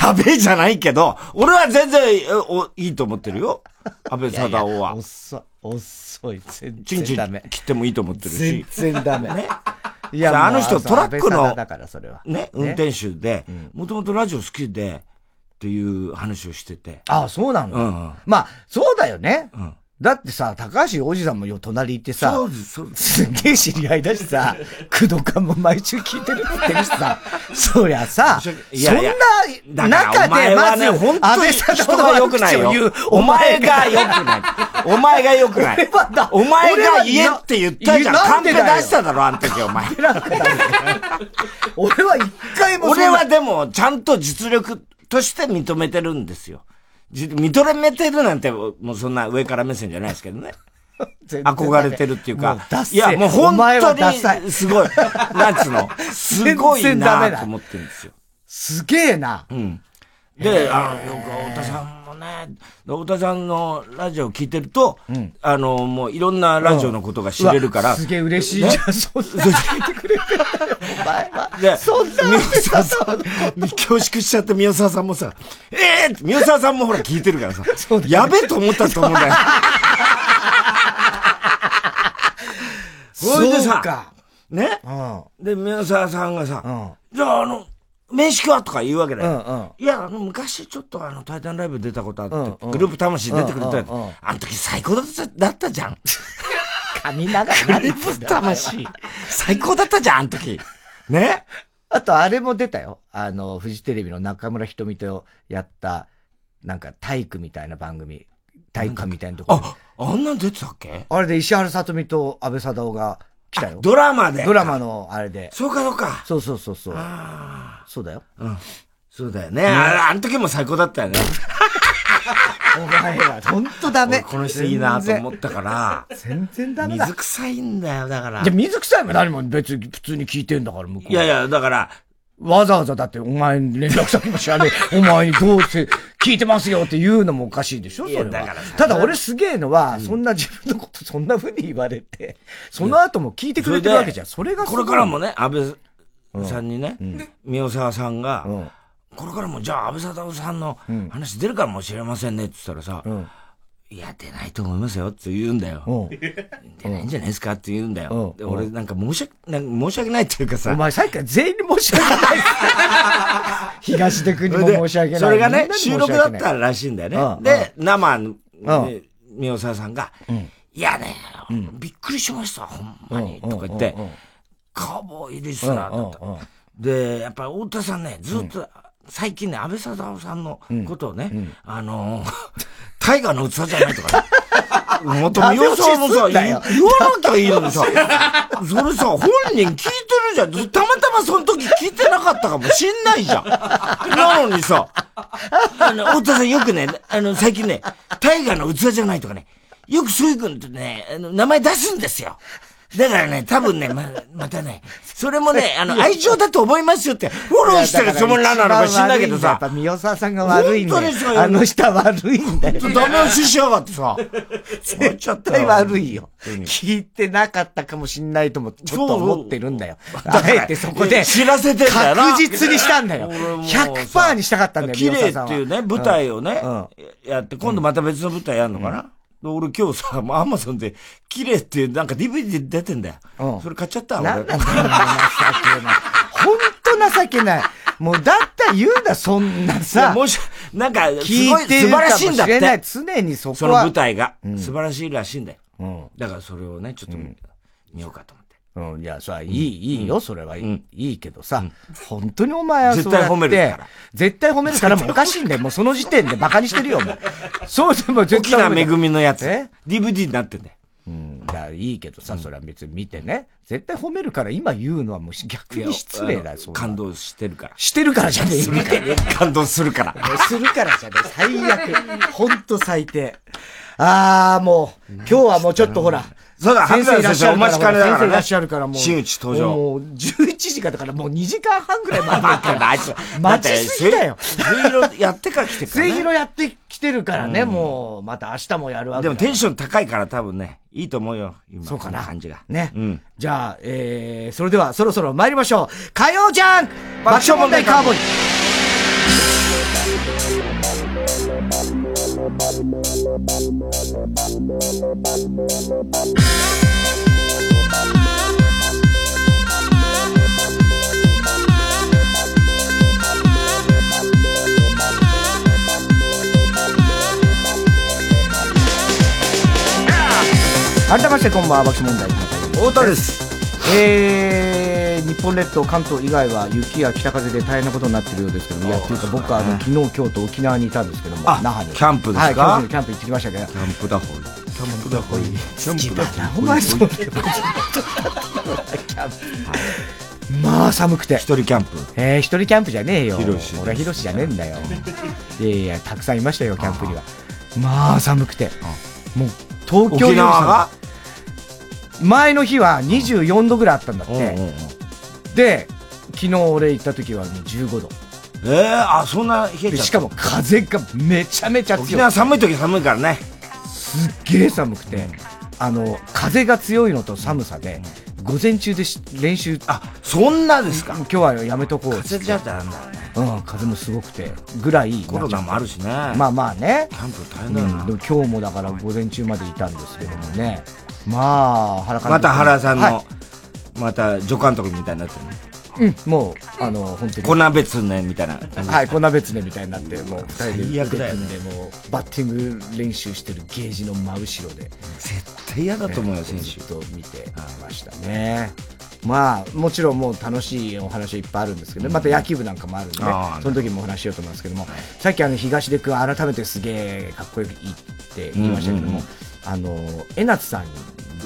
Speaker 4: やべえじゃないけど、俺は全然えおいいと思ってるよ。安倍貞夫は。
Speaker 3: 遅い、遅い、全
Speaker 4: チンチ
Speaker 3: 然ダ
Speaker 4: ン
Speaker 3: メ。
Speaker 4: 切ってもいいと思ってる
Speaker 3: 全
Speaker 4: し。
Speaker 3: 然ダメ。いや
Speaker 4: さああの人
Speaker 3: もう
Speaker 4: トラックの
Speaker 3: 安倍さんだから、それは。
Speaker 4: ね、運転手で、もともとラジオ好きで、っていう話をしてて。
Speaker 3: ああ、そうなの、
Speaker 4: うんうん
Speaker 3: まあ、そうだよね。
Speaker 4: ん
Speaker 3: だってさ、高橋おじさんもよ、隣行ってさ、
Speaker 4: です、そうです。
Speaker 3: すっげえ知り合いだしさ、 [laughs] 工藤官も毎週聞いてるって言ってるしさ、そりゃさ、
Speaker 4: いやいや
Speaker 3: そんな中でまず、
Speaker 4: 本
Speaker 3: 安
Speaker 4: 当に
Speaker 3: 倍さんの
Speaker 4: 人が良くないよ
Speaker 3: 悪口を言う。
Speaker 4: お前が良くない。お前が良くない
Speaker 3: 俺はだ。
Speaker 4: お前が言えって言ったじゃん。
Speaker 3: 俺はな
Speaker 4: カ
Speaker 3: ん
Speaker 4: ン
Speaker 3: で
Speaker 4: ペ
Speaker 3: だ
Speaker 4: 出
Speaker 3: よ
Speaker 4: しただろ、あの時
Speaker 3: [laughs]
Speaker 4: お前。
Speaker 3: 俺は一回もそんな
Speaker 4: 俺はでも、ちゃんと実力として認めてるんですよ。じ認めてるなんて、もうそんな上から目線じゃないですけどね。
Speaker 3: 全然
Speaker 4: 憧れてるっていう
Speaker 3: も
Speaker 4: か。
Speaker 3: ダッセ
Speaker 4: いや、もう
Speaker 3: お
Speaker 4: 本
Speaker 3: 前はダ
Speaker 4: 当
Speaker 3: サい
Speaker 4: に、す
Speaker 3: [laughs]
Speaker 4: ごい。なんつうの、すごい
Speaker 3: 全然ダメ
Speaker 4: な
Speaker 3: だ
Speaker 4: と思ってるんですよ。
Speaker 3: すげえな。
Speaker 4: で、あの、よく太田さんもね、太田さんのラジオを聞いてると、あの、もういろんなラジオのことが知れるか
Speaker 3: うわ
Speaker 4: ら、
Speaker 3: すげえ嬉しいじゃん、そんな聞いてくれてる。お前は、
Speaker 4: で
Speaker 3: そんな安倍さんの
Speaker 4: 恐縮しちゃって宮沢さんもさ、ええー、宮沢さんもほら聞いてるからさ、
Speaker 3: そうだよね
Speaker 4: やべえと思ったと思うんだよ。それで
Speaker 3: そう
Speaker 4: さ、
Speaker 3: か。
Speaker 4: ね、
Speaker 3: うん。
Speaker 4: で、宮沢さんがさ、
Speaker 3: うん
Speaker 4: じゃああの、面識はとか言うわけだよ。
Speaker 3: うんうん
Speaker 4: いや、あの、昔ちょっとあの、タイタンライブ出たことあって、
Speaker 3: うんうん
Speaker 4: グループ魂出てくれたやつ、
Speaker 3: うんうんうん
Speaker 4: あの時最高だっただったじゃん。
Speaker 3: 髪長い。
Speaker 4: グループ魂。最高だったじゃん、あの時。ね
Speaker 3: あと、あれも出たよ。あの、フジテレビの中村ひとみとやった、なんか体育みたいな番組。体育館みたいなところに。
Speaker 4: あ、あんなん出てたっけ
Speaker 3: あれで石原さとみと安倍貞夫が来たよ。
Speaker 4: ドラマで。
Speaker 3: ドラマのあれで。
Speaker 4: そうか、そうか。
Speaker 3: そうそうそうそう。そうだよ。
Speaker 4: そうだよね。ああの時も最高だったよね。
Speaker 3: お前は、ほんとダメ。
Speaker 4: 俺この人いいなと思ったから。
Speaker 3: 全然。全然ダメだ。
Speaker 4: 水臭いんだよ、だから。
Speaker 3: じゃ、水臭いも何も別に普通に聞いてんだから、向こう。
Speaker 4: いやいや、だから、
Speaker 3: わざわざだってお前に連絡先も知らね
Speaker 4: [laughs]
Speaker 3: え。お前にどうせ聞いてますよって言うのもおかしいでしょそれは。
Speaker 4: いやだからさ
Speaker 3: ただ俺すげえのは、そんな自分のことそんな風に言われて、その後も聞いてくれてるわけじゃん。それがす
Speaker 4: こ
Speaker 3: ご
Speaker 4: れ
Speaker 3: い
Speaker 4: から。もね、安倍さんにね、宮沢さんが、
Speaker 3: ん
Speaker 4: これからもじゃあ安倍貞夫さんの話出るかもしれませんねって言ったらさ、
Speaker 3: ん
Speaker 4: いや、出ないと思いますよって言うんだよ。
Speaker 3: うん。
Speaker 4: 出ないんじゃないですかって言うんだよ
Speaker 3: う。ん
Speaker 4: で俺なんか申し訳、なんか申し訳ないっていうかさ、
Speaker 3: お前さっきから全員に申し訳ない。
Speaker 4: [laughs]
Speaker 3: 東出君に
Speaker 4: そ
Speaker 3: も
Speaker 4: れで
Speaker 3: 申し訳ない。
Speaker 4: それが
Speaker 3: み
Speaker 4: ね
Speaker 3: んな、に申し
Speaker 4: 収
Speaker 3: 訳
Speaker 4: 録
Speaker 3: ない
Speaker 4: だったらしいんだよね。
Speaker 3: うん
Speaker 4: で、生の、
Speaker 3: ん
Speaker 4: 宮沢さんが、いやね、びっくりしました、ほんまに、とか言って、カーボーイリスナーだった。で、やっぱり太田さんね、ずっと、最近ね、安倍貞夫さんのことをね、あのー、大河の器じゃないと
Speaker 3: [laughs]
Speaker 4: かね。もっと宮沢もさ、
Speaker 3: ダメ押しす
Speaker 4: 言
Speaker 3: んな
Speaker 4: 言わ
Speaker 3: よ
Speaker 4: なきゃいいのにさ、それさ、本人聞いてるじゃん。たまたまその時聞いてなかったかもしんないじゃん。なのにさ、あの、太田さんよくね、あの、最近ね、大河の器じゃないとかね、よくそういう君とね、あの、名前出すんですよ。だからね、多分ね、ま、またね、それも
Speaker 3: [laughs]
Speaker 4: ね、あの、愛情だと思いますよって、フォローしてるつもりなのか知んないけど
Speaker 3: やっ
Speaker 4: さ、
Speaker 3: ぱ宮沢さんが悪いんだ
Speaker 4: 本当です
Speaker 3: よ。
Speaker 4: よ
Speaker 3: あの人は悪いんだよ。
Speaker 4: ダメ押ししやがってさ、ちょっ
Speaker 3: 絶対悪いよ。聞いてなかったかもしんないとも、ちょっと思ってるんだよ。あえてそこで、
Speaker 4: 知らせてんだよな。
Speaker 3: 確実にしたんだよ。
Speaker 4: 俺も
Speaker 3: 100%にしたかったんだよ、
Speaker 4: 綺麗
Speaker 3: 宮
Speaker 4: っ
Speaker 3: 沢
Speaker 4: て
Speaker 3: さん
Speaker 4: いう
Speaker 3: は。
Speaker 4: ね、舞台をね、
Speaker 3: うんうん
Speaker 4: やって、今度また別の舞台やるのかな、で俺今日さ、アマゾンで、綺麗っていう、なんか DVD 出てんだよ。
Speaker 3: うん
Speaker 4: それ買っちゃった
Speaker 3: な
Speaker 4: 俺
Speaker 3: んだよ、情けない。ほんと情けない。もう、だったら言うな、そんない
Speaker 4: や
Speaker 3: さ。
Speaker 4: もし、なんか、すごい、
Speaker 3: 聞いて
Speaker 4: 素晴
Speaker 3: るかも
Speaker 4: らしいんだ
Speaker 3: し
Speaker 4: っ
Speaker 3: れない。
Speaker 4: て。
Speaker 3: 常にそこ
Speaker 4: その
Speaker 3: は。
Speaker 4: 舞台が、素晴らしいらしいんだよ。
Speaker 3: うん。
Speaker 4: だからそれをね、ちょっと見見ようかと思って。
Speaker 3: うん、いや、それはいい、いいよ、それはいい、
Speaker 4: うん
Speaker 3: いいけどさ、本当にお前はそうやって
Speaker 4: 絶対褒めるから。
Speaker 3: 絶対褒めるからもうおかしいんだよ。もうその時点で馬鹿にしてるよ、もう。そうでも絶
Speaker 4: 沖
Speaker 3: 対
Speaker 4: 縄
Speaker 3: 褒め
Speaker 4: め
Speaker 3: る
Speaker 4: ぐみのやつ
Speaker 3: え。
Speaker 4: DVD になってんだよ。
Speaker 3: からいいけどさ、それは別に見てね。絶対褒めるから今言うのはもう逆に失礼だよ、そんな
Speaker 4: 感動してるから。
Speaker 3: してるからじゃねえよ。
Speaker 4: 感動する [laughs] から。
Speaker 3: するからじゃねえ。最悪。ほんと最低。ああ、もう、今日はもうちょっとほら。
Speaker 4: そうだ
Speaker 3: 先生いらっしゃるから。
Speaker 4: 白山先生お待ちかねだからね
Speaker 3: 先生いらっしゃるからもう。
Speaker 4: 真打ち登場
Speaker 3: もう、11時かだからもう2時間半ぐらい待って
Speaker 4: [laughs]
Speaker 3: るから。
Speaker 4: あいつ
Speaker 3: 待ちすぎだよ。
Speaker 4: いろやってから来てから、
Speaker 3: 末
Speaker 4: ね。
Speaker 3: 広やってきてるからね、もう、また明日もやるわけ
Speaker 4: で
Speaker 3: だ
Speaker 4: も
Speaker 3: から
Speaker 4: テンション高いから多分ね、いいと思うよ。今
Speaker 3: そうかな
Speaker 4: この感じが。
Speaker 3: ね。
Speaker 4: うん。
Speaker 3: じゃあ、えー、それではそろそろ参りましょう。火曜じゃん爆笑問題カーボーイ改めましてこんばんは、爆笑問題カーボーイ
Speaker 4: 太田です。
Speaker 3: えー、日本列島、関東以外は雪や北風で大変なことになってるようですけども、いや、っていうか僕はあの昨日、今日と沖縄にいたんですけども、
Speaker 4: あ
Speaker 3: 那覇に。
Speaker 4: キャンプですか
Speaker 3: はい、キャンプにキャンプ行ってきましたけど。
Speaker 4: キャンプだほい。キャンプだほい。キャンプだほい。
Speaker 3: お前、そうだよ。キャンプ。まあ、寒くて。
Speaker 4: 一人キャンプ。
Speaker 3: えー、一人キャンプじゃねえよ。
Speaker 4: ヒロシです
Speaker 3: 俺はヒロシじゃねえんだよ。いやいや、たくさんいましたよ、キャンプには。まあ、寒くて。もう、東京
Speaker 4: 沖
Speaker 3: より
Speaker 4: 縄
Speaker 3: 寒い
Speaker 4: が
Speaker 3: 前の日は24度ぐらいあったんだっ
Speaker 4: うんうんう。
Speaker 3: て
Speaker 4: ん。
Speaker 3: で、昨日俺行った時はもう15度。
Speaker 4: ええあ、そんな冷えちゃっ
Speaker 3: で
Speaker 4: た。
Speaker 3: しかも風がめちゃめちゃ
Speaker 4: 沖
Speaker 3: 強い
Speaker 4: 縄寒い時寒いからね。
Speaker 3: すっげえ寒くて、あの風が強いのと寒さで、午前中でし練習
Speaker 4: あ、そんなですか。
Speaker 3: 今日はやめとこう
Speaker 4: 忘れちゃったらなんだろうね。
Speaker 3: うん、風もすごくてぐらいになっちゃ
Speaker 4: コロ
Speaker 3: う
Speaker 4: ナもあるしね。
Speaker 3: まあまあね、
Speaker 4: キャンプ大
Speaker 3: う
Speaker 4: 変
Speaker 3: ん、
Speaker 4: だよ
Speaker 3: でも
Speaker 4: な。
Speaker 3: 今日もだから午前中までいたんですけどもねまあ原監督
Speaker 4: また原さんの、
Speaker 3: は
Speaker 4: また助監督みたいになってるね。
Speaker 3: いうん、もうあの本当に
Speaker 4: 粉別ね、みたいな。
Speaker 3: はい、こんな別ねみたいになって、もう二人
Speaker 4: 最
Speaker 3: で
Speaker 4: 悪だよ
Speaker 3: 組んで、もうバッティング練習してるゲージの真後ろで、
Speaker 4: 絶対嫌だと思うよ、選
Speaker 3: ず
Speaker 4: 手
Speaker 3: っ。と見てましたね。まあ、もちろんもう楽しいお話はいっぱいあるんですけどね、また野球部なんかもあるんでね
Speaker 4: ああ、
Speaker 3: その時もお話ししようと思いますけども、さっきあの東出君、改めてすげえかっこよくいいって言いましたけども、あの、江夏さんに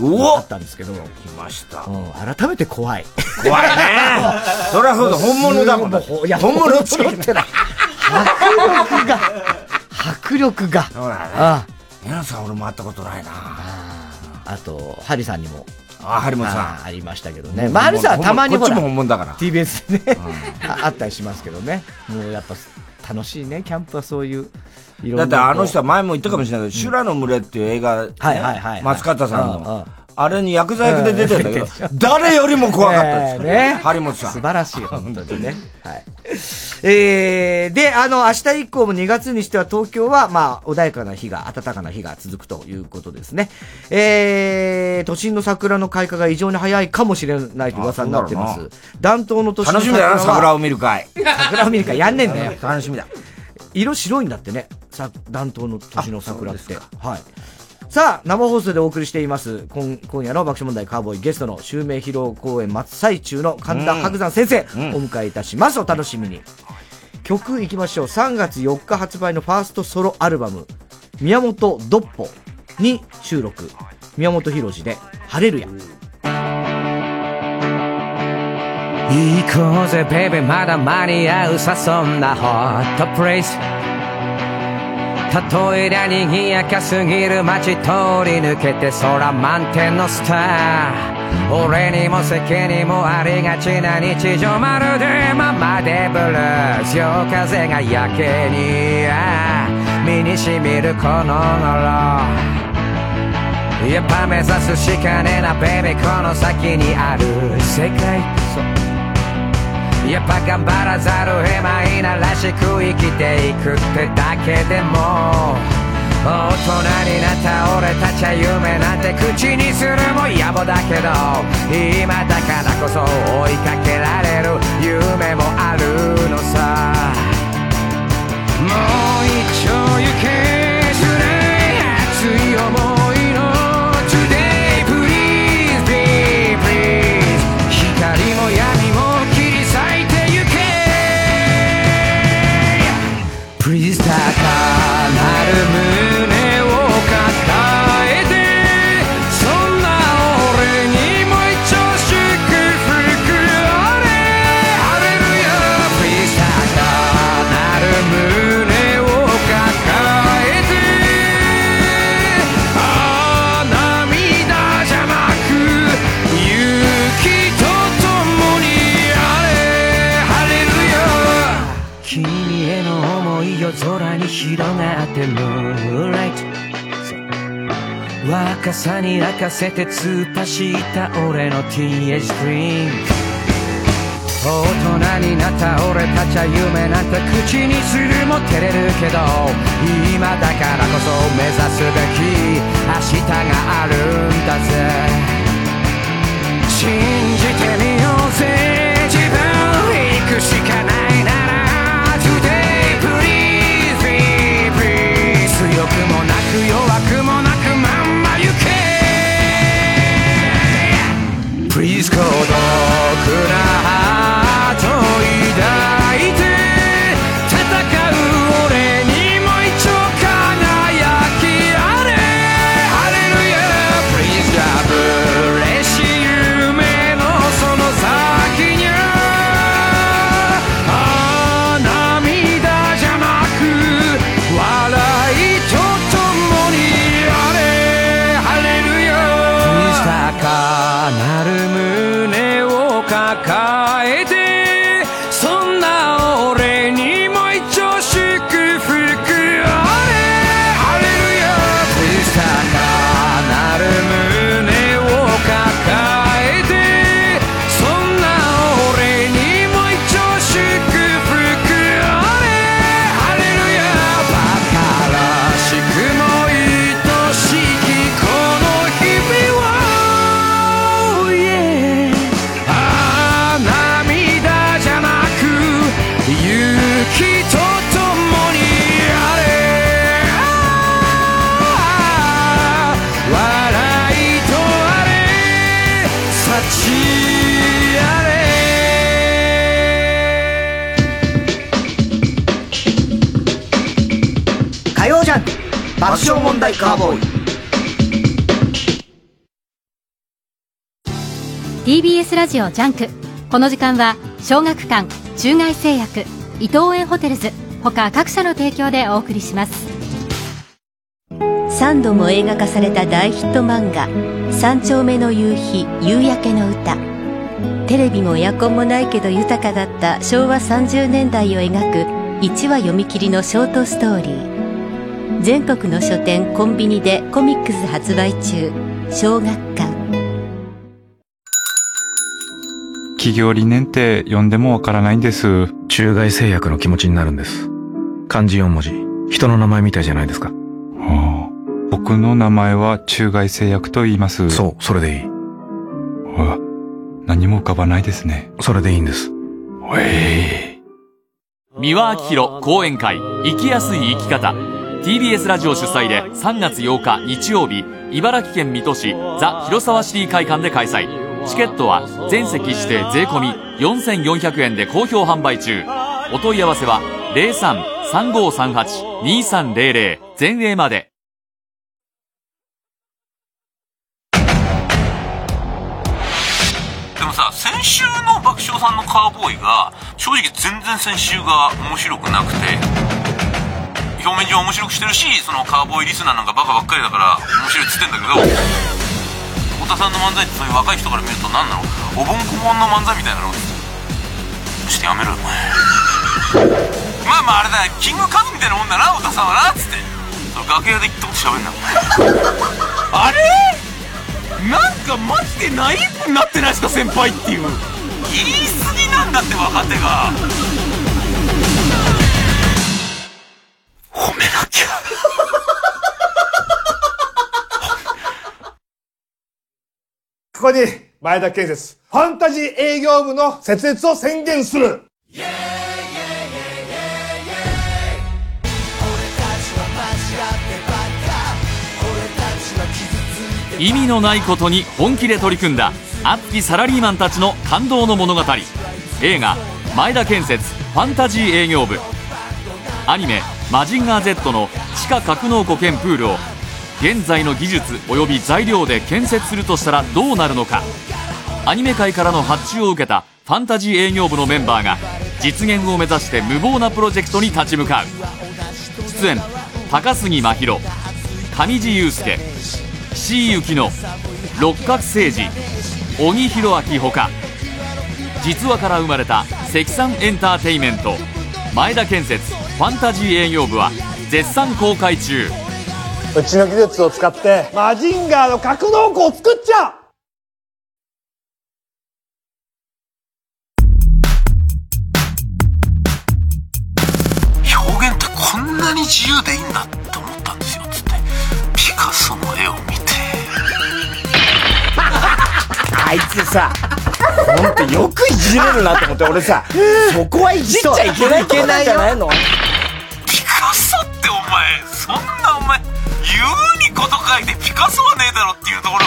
Speaker 4: おお
Speaker 3: 会ったんですけど、う
Speaker 4: 来ました。
Speaker 3: ん、改めて怖い。
Speaker 4: 怖いね。
Speaker 3: [laughs]
Speaker 4: そりゃそうだ、本物だもん。
Speaker 3: すごいもういや
Speaker 4: 本物っちゅう
Speaker 3: 本物ってない迫力が、迫力が。
Speaker 4: そうだね
Speaker 3: あ
Speaker 4: 皆さん、俺も会ったことないな。
Speaker 3: ああと、ハリさんにも
Speaker 4: あ、張本
Speaker 3: あ
Speaker 4: さ
Speaker 3: ありましたけど
Speaker 4: ん。
Speaker 3: ね、まあ、ハリさんはたまに
Speaker 4: こ
Speaker 3: ほ
Speaker 4: っち
Speaker 3: ら
Speaker 4: も、本物だから。
Speaker 3: TBS でね、ああったりしますけどね、もうやっぱ楽しいね、キャンプはそういう、いろん
Speaker 4: だ
Speaker 3: な
Speaker 4: ってあの人
Speaker 3: は、
Speaker 4: は前も言ったかもしれないけど、修羅の群れっていう映画、ね
Speaker 3: はいはいはい
Speaker 4: 松方さん
Speaker 3: うんうん
Speaker 4: の、あれに薬剤役で出
Speaker 3: [laughs]
Speaker 4: てんだけど、誰よりも怖かったです
Speaker 3: ねえね
Speaker 4: 張本さ
Speaker 3: 素
Speaker 4: ん。
Speaker 3: 晴らしい、本当にね。はい。えー、で、あの、明日以降も2月にしては東京は、まあ、穏やかな日が、暖かな日が続くということですね。えー、都心の桜の開花が異常に早いかもしれないと噂になってま
Speaker 4: あそう
Speaker 3: す。暖冬の都市の
Speaker 4: 楽しみだな、
Speaker 3: 桜
Speaker 4: 桜
Speaker 3: を。
Speaker 4: を見る会。
Speaker 3: 桜を見るからやんねえんだよ。
Speaker 4: 楽しみだ。
Speaker 3: 色白いんだってね、さ暖冬の年の桜って。はい。さあ、生放送でお送りしています、今今夜の爆笑問題カーボーイゲストの襲名披露公演真っ最中の神田伯山先生、お迎えいたします。お楽しみに。曲いきましょう。3月4日発売のファーストソロアルバム、宮本ドッポに収録。宮本浩次で、晴れるや。
Speaker 5: 行こうぜベイベーまだ間に合うさそんなホットプレイス例えだ賑やかすぎる街通り抜けて空満点のスター俺にも世間にもありがちな日常まるでままでブルース夜風がやけにああ身にしみるこの頃やっぱ目指すしかねえなベイビーこの先にある世界やっぱ頑張らざるを得まいならしく生きていくってだけでも大人になった俺たちは夢なんて口にするも野暮だけど今だからこそ追いかけられる夢もあるのさもう一丁行けずれ熱い思いの Today please be please 光も闇も切り裂いてゆけ Please 高鳴る胸を抱えてそんな
Speaker 6: 君への思いよ空に広がってムーンライト若さに泣かせて突っ走った俺の TH ドリンク大人になった俺たちは夢なんて口にするも照れるけど今だからこそ目指すべき明日があるんだぜ信じてみようぜ自分行くしかないなら Today please be peace 強くもなく弱くもなくまんま行け Please 孤独なハート抱いて戦う俺にも一応輝きあれ Hallelujah Please 破れし夢のその先にああ涙じゃなく笑いとともにあれハレルヤ高なる胸を抱えてそんな俺にも一応祝福あれハレルヤ高なる胸を抱えてそんな俺にも一応祝福あれハレルヤバカらしくも愛しきこの日々は Yeah ああ涙じゃなく勇気とともにあれああ笑いとあれ幸あれ
Speaker 3: 火曜ジャンク爆笑問題カーボーイ
Speaker 7: TBS ラジオジャンクこの時間は小学館中外製薬伊東園ホテルズ他各社の提供でお送りします
Speaker 8: 3度も映画化された大ヒット漫画「三丁目の夕日夕焼けの歌」テレビもエアコンもないけど豊かだった昭和30年代を描く1話読み切りのショートストーリー全国の書店コンビニでコミックス発売中小学館
Speaker 9: 企業理念って読んでもわからないんです。
Speaker 10: 中外製薬の気持ちになるんです。漢字4文字。人の名前みたいじゃないですか。
Speaker 9: はあ僕の名前は中外製薬と言います。
Speaker 10: そう、それでいい。
Speaker 9: はあ何も浮かばないですね。
Speaker 10: それでいいんです。
Speaker 9: え
Speaker 1: 三輪明宏講演会生きやすい生き方 TBS ラジオ主催で3月8日日曜日茨城県水戸市ザ・広沢シティ会館で開催チケットは全席指定税込み4400円で好評販売中お問い合わせは03-3538-2300全英まで
Speaker 11: でもさ先週の爆笑さんのカーボーイが正直全然先週が面白くなくて表面上面白くしてるしそのカーボーイリスナーなんかバカばっかりだから面白いっつってんだけど太田さんの漫才ってそういう若い人から見ると何なのおぼんこぼんの漫才みたいなのちょっとやめろよお前まあまああれだキングカズみたいなもんだな太田さんはなっつってその楽屋で言ったこと喋んな [laughs] あれなんかマジでナイーブになってないですか先輩っていう言い過ぎなんだって若手が褒めなきゃ
Speaker 12: ここに、前田建設、ファンタジー営業部の設立を宣言する。
Speaker 1: 意味のないことに本気で取り組んだ熱きサラリーマンたちの感動の物語映画「前田建設ファンタジー営業部」アニメ「マジンガー Z」の地下格納庫兼プールを現在の技術及び材料で建設するとしたらどうなるのかアニメ界からの発注を受けたファンタジー営業部のメンバーが実現を目指して無謀なプロジェクトに立ち向かう出演高杉真宙上地雄介岸井ゆきの六角誠治鬼弘明ほか実話から生まれた積算エンターテイメント前田建設ファンタジー営業部は絶賛公開中
Speaker 13: うちの技術を使って、マジンガーの格納庫を作っちゃう
Speaker 14: 表現ってこんなに自由でいいんだって思ったんですよつってピカソの絵を見て
Speaker 10: あいつ
Speaker 4: [laughs]
Speaker 10: さ、ほんとよくいじれるなと思って、
Speaker 3: [laughs]
Speaker 10: 俺さ、そこはいじっちゃいけないとこなんじゃないの
Speaker 14: ピカソってお前そんなお前言うにこと書いてピカソはねえだろっていうところ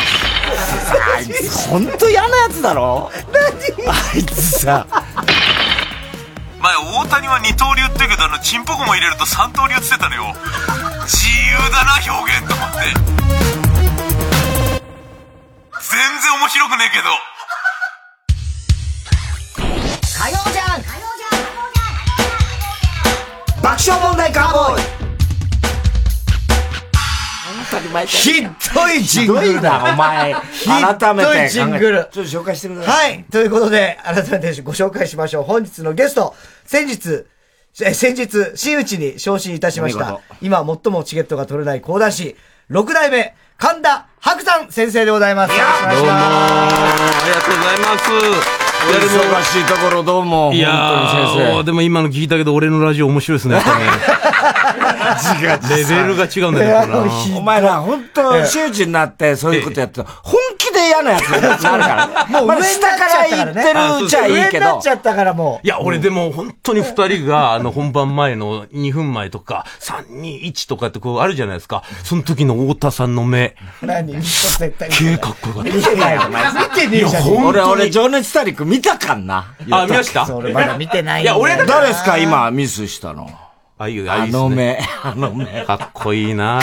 Speaker 10: あいつほんと嫌なやつだろあいつさ、
Speaker 14: 前大谷は二刀流って言うけどあのチンポコも入れると三刀流っつってたのよ自由だな表現と思って全然面白くねえけど
Speaker 6: 火曜じゃん
Speaker 10: 爆笑問題カーボーイひどいジングルだ、お前。改めて。
Speaker 3: ジングル。
Speaker 10: ちょっと紹介してくださ。
Speaker 3: はいい。ということで、改めてご紹介しましょう。本日のゲスト、先日、え先日、真打ちに昇進いたしまし
Speaker 10: お見
Speaker 3: た。今、最もチケットが取れない講談師、六代目、神田白山先生でございます。よろしくお願いします。
Speaker 11: ありがとうございます。
Speaker 4: 忙しいところどうも。
Speaker 11: いや
Speaker 4: 本当に
Speaker 11: ー、
Speaker 4: 先
Speaker 11: でも今の聞いたけど、俺のラジオ面白いですね。やっぱねレベルが違うんだよ、やっぱな
Speaker 4: 生。お前ら、本
Speaker 11: え
Speaker 4: 当
Speaker 11: え
Speaker 4: 周知になって、そういうことやってたら、本気で嫌なやつになるから。
Speaker 3: も
Speaker 4: ま
Speaker 3: う上になっ
Speaker 4: だ
Speaker 3: ちゃ
Speaker 4: 下
Speaker 3: った
Speaker 4: か
Speaker 3: かららね。
Speaker 4: 言ってるうちはいいけ
Speaker 3: 上にな
Speaker 4: ど
Speaker 3: っち。ゃったからもう。
Speaker 11: いや、俺でも本当に二人が、 [laughs] あの、本番前の2分前とか、3、2、1とかってこうあるじゃないですか。その時の太田さんの目、
Speaker 3: 何見と絶対
Speaker 11: すげえかっこよかった。
Speaker 3: 見てないよお前見てねえじゃん
Speaker 11: いや本
Speaker 4: 俺、
Speaker 11: 当に
Speaker 4: 俺、情熱大陸見たかんな。
Speaker 11: あ見ましたそれまだ見てないんだよいや俺だから
Speaker 4: 誰ですか、今、ミスしたの。
Speaker 11: あいう、
Speaker 4: あ
Speaker 11: あ
Speaker 4: の目、
Speaker 11: あの目。かっこいいな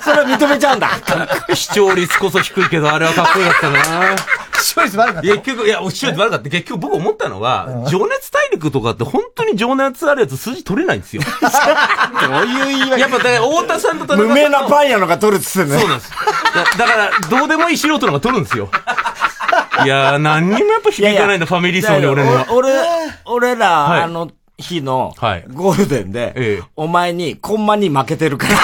Speaker 4: それ認めちゃうんだ。
Speaker 11: [laughs] 視聴率こそ低いけど、あれはかっこよかったな
Speaker 3: 視聴率悪か
Speaker 11: った結局、いや、視聴率悪かった。結局僕思ったのは、情熱大陸とかって本当に情熱あるやつ筋取れないん
Speaker 4: [laughs]
Speaker 11: ですよ。
Speaker 4: どういう言い訳
Speaker 11: やっぱ、だから太田さんと田中さ
Speaker 4: 無
Speaker 11: んの
Speaker 4: 名なパン屋のが取るっつってんね。
Speaker 11: そうなんです。だだから、どうでもいい素人のが取るんですよ。いやー、何にもやっぱ響かないんだ、ファミリー層に俺には。
Speaker 4: 俺、俺
Speaker 11: はい
Speaker 4: ら、あの日の、ゴールデンで、お前に、コンマに負けてるから。
Speaker 3: [laughs]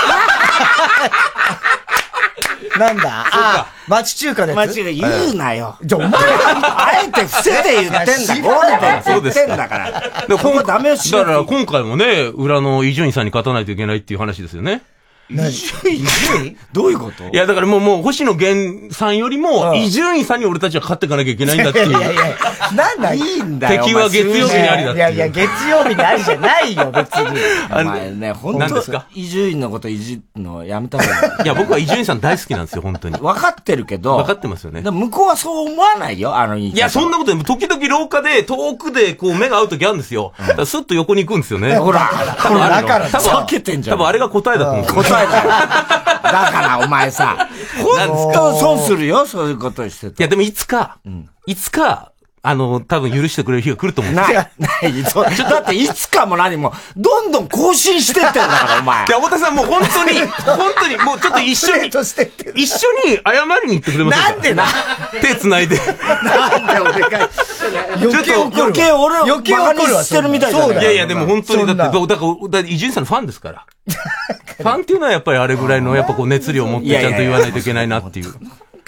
Speaker 3: なんだああ、町中華のやつ。
Speaker 4: 町中華言うなよ。
Speaker 3: じゃあ、お前が、
Speaker 4: あえて伏せで言ってんだ。ゴールデンって言ってんだから。
Speaker 11: でこダメしだから今回もね、裏の伊集院さんに勝たないといけないっていう話ですよね。
Speaker 4: どういうこと
Speaker 11: いや、だからもう、もう、星野源さんよりも、伊集院さんに俺たちは勝っていかなきゃいけないんだっていう。
Speaker 3: いやいやいや、なんだいいん
Speaker 11: だよ敵は月曜日にありだっていう
Speaker 3: いやいや、月曜日にありじゃないよ、別に。
Speaker 4: お前ね、本
Speaker 11: 何
Speaker 4: 当
Speaker 11: ですか
Speaker 4: 伊集院のこといじるのやめた方がいい。
Speaker 11: いや、僕は伊集院さん大好きなんですよ、本当に。
Speaker 4: 分かってるけど。
Speaker 11: 分かってますよね。
Speaker 4: でも向こうはそう思わないよ、あの言い方
Speaker 11: いや、そんなことでも、時々廊下で、遠くで、こう、目が合うときあるんですよ。だからスッと横に行くんですよね。
Speaker 4: ほら
Speaker 11: ほ
Speaker 4: ほらだから
Speaker 11: 多分、
Speaker 4: 避けてんじゃん
Speaker 11: 多分あれが答えだと思う。
Speaker 4: 答えだよ。だから、お前さ、本当損するよ、そういうことしてて。
Speaker 11: いや、でもいつか、いつか、あの、多分許してくれる日が来ると思うんです
Speaker 4: ない
Speaker 11: よ。、
Speaker 4: ない、そうだっていつかも何も、どんどん更新してってんだから、お前。
Speaker 11: いや、太田さんもう本
Speaker 4: [laughs]
Speaker 11: 当に、本当に、もうちょっと一緒に、一緒に謝りに行ってくれませんか
Speaker 4: なんでな
Speaker 11: 手繋いで。
Speaker 4: なんで俺が
Speaker 11: ちょっと
Speaker 4: 余計俺をバカにしてるみたいだね
Speaker 11: いやいや、でも本当に、だって、僕だから、だって伊集院さんのファンですから。ファンっていうのはやっぱりあれぐらいの、やっぱこう熱量を持ってちゃんと言わないといけないなっ
Speaker 4: [laughs]
Speaker 11: ていう。
Speaker 4: な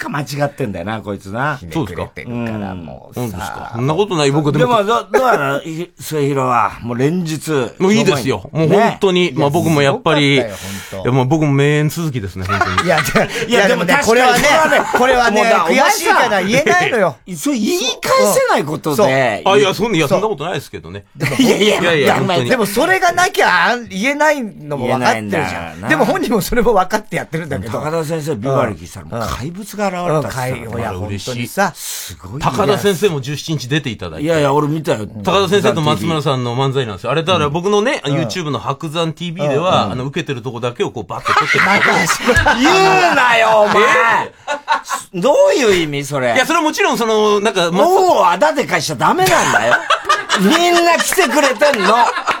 Speaker 4: んか間違ってんだよな、こいつな。
Speaker 11: そうですか
Speaker 4: も
Speaker 11: うんですかそんなことない、僕で
Speaker 4: でも、
Speaker 11: も。
Speaker 4: だ、だから、い末広は、もう連日。
Speaker 11: もういいですよ。もう本当に。まあ僕もやっぱり、いやもう僕も名演続きですね、本当に。
Speaker 3: いや、じゃあいやでもね、こ
Speaker 4: 確
Speaker 3: れは
Speaker 4: か
Speaker 3: ね
Speaker 4: に、
Speaker 3: これはね
Speaker 4: もう、だ
Speaker 3: 悔しいから言えないのよ。
Speaker 4: そう、言い返せないこと
Speaker 3: そう
Speaker 4: で。
Speaker 11: あ、いや、そんな、いや、そんなことないですけどね。
Speaker 3: [laughs]
Speaker 4: いやいや
Speaker 11: いやいや本当に
Speaker 3: でもそれがなきゃあ言えないのも分かってるじ
Speaker 4: 言えない
Speaker 3: ゃ
Speaker 4: んだよ
Speaker 3: ん。
Speaker 4: な
Speaker 3: でも本人もそれも分かってやってるんだけど。
Speaker 4: 高田先生、ビバリキさん、もう怪物が現れた
Speaker 3: うん怪物いや
Speaker 11: 嬉しい。
Speaker 4: すごい。
Speaker 11: 高田先生も17日出ていただいて。いやい
Speaker 4: や、俺見たよ。
Speaker 11: 高田先生と松村さんの漫才なんですよ。あれ、だから僕のね、YouTube の白山 TV では、あの、受けてるとこだけをこう、バッと撮ってる。
Speaker 4: 言うなよ、お前。どういう意味、それ。
Speaker 11: いや、それはもちろん、その、なんか、 [laughs]
Speaker 4: もう、あだでかしちゃダメなんだよ。みんな来てくれてんの。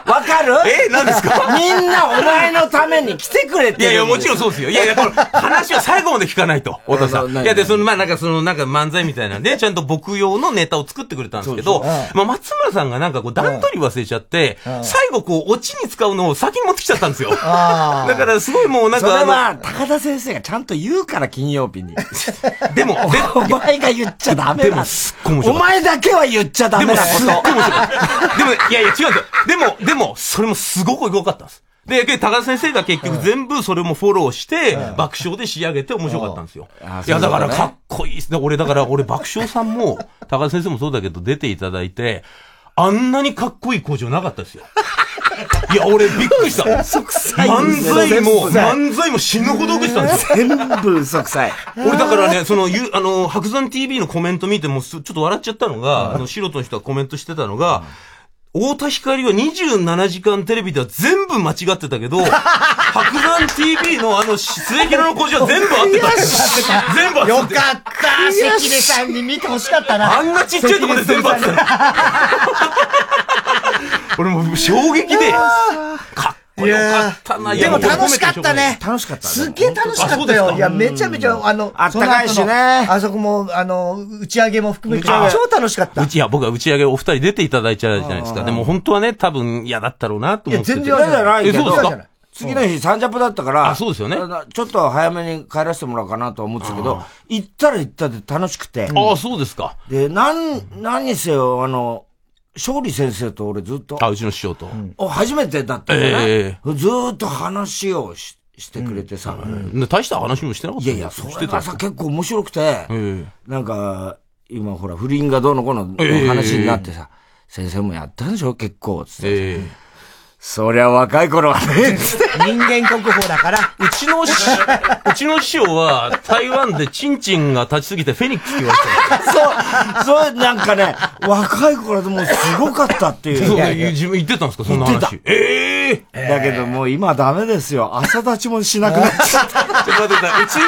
Speaker 4: わかる
Speaker 11: え何ですか
Speaker 4: [laughs] みんなお前のために来てくれてる
Speaker 11: いやいや、もちろんそうですよ。いやいや、この話は最後まで聞か [laughs] ないと、太田さん。いや、で、その、まあ、なんか、その、なんか漫才みたい [laughs] なんで、ちゃんと僕用のネタを作ってくれたんですけど、まあ、松村さんがなんかこう、段取り忘れちゃって、最後こう、オチに使うのを先に持ってきちゃったんですよ。だ
Speaker 4: あー
Speaker 11: から、すごいもう、なん
Speaker 4: それ
Speaker 11: か、
Speaker 4: は、
Speaker 11: あ
Speaker 4: 高田先生がちゃんと言うから、金曜日に。
Speaker 11: でも、
Speaker 4: お前が言っちゃダメだ。
Speaker 11: でもすっごい面白
Speaker 4: お
Speaker 11: かった
Speaker 4: 前だけは言っちゃダ
Speaker 11: の、
Speaker 4: メ
Speaker 11: でも、
Speaker 4: だ。
Speaker 11: すっごい面白かった。でも、いやいや、違うんですよ。でも、でも、それもすごく良かったんです。で、けど高田先生が結局全部それもフォローして、爆笑で仕上げて面白かったんですよ。いや、だからかっこいいですね。俺、だから、俺、爆笑さんも、 [laughs] 高田先生もそうだけど、出ていただいて、あんなにかっこいい工場なかったですよ。いや、俺、びっくりした。
Speaker 4: 嘘くさい
Speaker 11: 漫才
Speaker 4: 嘘
Speaker 11: も、
Speaker 4: くさい
Speaker 11: 漫才も死ぬほど受けてたんですよ。
Speaker 4: 全部嘘くさい。
Speaker 11: 俺だからね、その、ゆあの、白山 TV のコメント見ても、すちょっと笑っちゃったのが、あの、素人の人がコメントしてたのが、太田光は27時間テレビでは全部間違ってたけど、白山 TV のあの、末広の工事は全部合ってたって。全部合ってた。
Speaker 10: よかった関根さんに見てほしかったな
Speaker 11: あんなちっちゃいとこで全部合って
Speaker 3: [laughs]
Speaker 11: たの。俺もう衝撃で、
Speaker 3: いやーでも楽しかったね。
Speaker 4: 楽しかった。
Speaker 3: すっげえ楽しか
Speaker 4: あそ
Speaker 3: っ
Speaker 4: うで
Speaker 3: た
Speaker 4: す
Speaker 3: よ。
Speaker 4: か
Speaker 3: いや、めちゃめちゃ、あの、
Speaker 4: あったかいしね
Speaker 3: その後のあそこも、あの、打ち上げも含めて、
Speaker 11: 打ち上げ
Speaker 3: 超楽しかった。
Speaker 11: うち、いや、僕は打ち上げお二人出ていただいちゃうじゃないですか。でも本当はね、多分嫌だったろうなと思ってて。
Speaker 4: 嫌じゃないけど
Speaker 11: えそうですか。
Speaker 4: 次の日、サンジャポだったから、
Speaker 11: あそうですよね
Speaker 4: あのちょっと早めに帰らせてもらおうかなとは思ってたけど、行ったら行ったで楽しくて。
Speaker 11: ああ、そうですか。
Speaker 4: で、なん、何にせよ、あの、勝利先生と俺ずっと、
Speaker 11: あ、うちの師匠と。
Speaker 4: お初めてだったよ
Speaker 11: え
Speaker 4: ね。ずーっと話をししてくれてさ、
Speaker 11: ね大した話もしてなかった
Speaker 4: いやいや、それがさ、結構面白くて、
Speaker 11: え
Speaker 4: なんか、今ほら、不倫がどうのこうの
Speaker 11: ええ
Speaker 4: 話になってさ、先生もやったんでしょ結構、つって。
Speaker 11: え
Speaker 4: そりゃ若い頃はね、 [laughs]
Speaker 3: 人間国宝だから。
Speaker 11: うちの師うちの師匠は、台湾でチンチンが立ちすぎてフェニックスって言われて
Speaker 4: そう、そう、なんかね、若い頃でもうすごかったってい
Speaker 11: た。
Speaker 4: う。
Speaker 11: そうね、自分言ってたんですか、そんな
Speaker 4: 言っ
Speaker 11: 話。ええ
Speaker 4: だけどもう今ダメですよ。朝立ちもしなくなっ
Speaker 11: [laughs]
Speaker 4: ちゃった。
Speaker 11: ちょっと待ってください。うちの、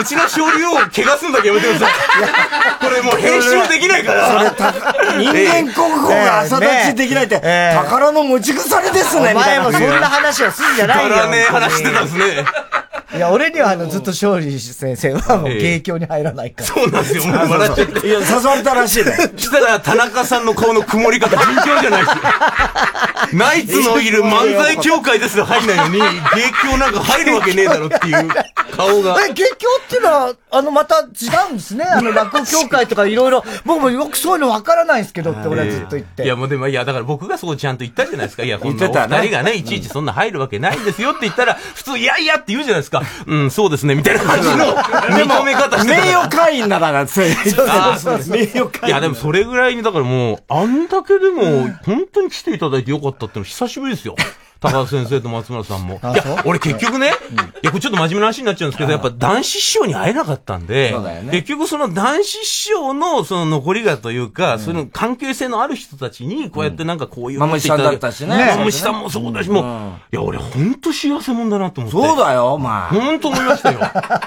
Speaker 11: うちの勝利を怪我すんだけやめてください。これもう編集できないから。
Speaker 4: それた人間国宝が朝立ちできないって、宝の持ち腐れですね、
Speaker 3: お前もそんな
Speaker 4: み
Speaker 3: 話をするんじゃ
Speaker 4: た
Speaker 3: ないい
Speaker 4: な
Speaker 3: よ。
Speaker 11: してたんですね。
Speaker 3: いや、俺には、あの、ずっと勝利先生は、もう、芸協に入らないから。
Speaker 11: そうなんですよ、もう笑っちゃって。
Speaker 4: いや、誘われたらしいね。
Speaker 11: したら、田中さんの顔の曇り方、尋常じゃないですよ。ナイツのいる漫才協会ですら入んないのに、芸協なんか入るわけねえだろっていう顔が。
Speaker 3: え、結局っていうのは、あの、また違うんですね。あの、落語協会とかいろいろ、僕もよくそういうのわからないんですけどって、俺はずっと言って。
Speaker 11: いや、もうでも、いや、だから僕がそうちゃんと言ったじゃないですか。いや、こんな
Speaker 4: 言
Speaker 11: お
Speaker 4: ってたね
Speaker 11: 二人がね、いちいちそんな入るわけないですよって言ったら、普通、いやいやって言うじゃないですか。うん、そうですね、みたいな感じの認め方してたから
Speaker 4: 名誉会員だから、つい
Speaker 11: あーそうです
Speaker 4: 名誉会員。
Speaker 11: いや、でもそれぐらいに、だからもう、あんだけでも、本当に来ていただいてよかったっての久しぶり
Speaker 4: [laughs]
Speaker 11: ですよ。高田先生と松村さんも。い
Speaker 4: あそう
Speaker 11: や、俺結局ね、いや、これちょっと真面目な話になっちゃうんですけど、やっぱ男子師匠に会えなかったんで
Speaker 4: そうだよ、ね
Speaker 11: 結局その男子師匠のその残りがというか、その関係性のある人たちに、こうやってなんかこういうのを
Speaker 4: マムシさんだったしね
Speaker 11: マムシさんもそうだし、もう、いや、俺本当幸せ者だなと思って。
Speaker 4: そうだよ、お前。
Speaker 11: 本当思いましたよ。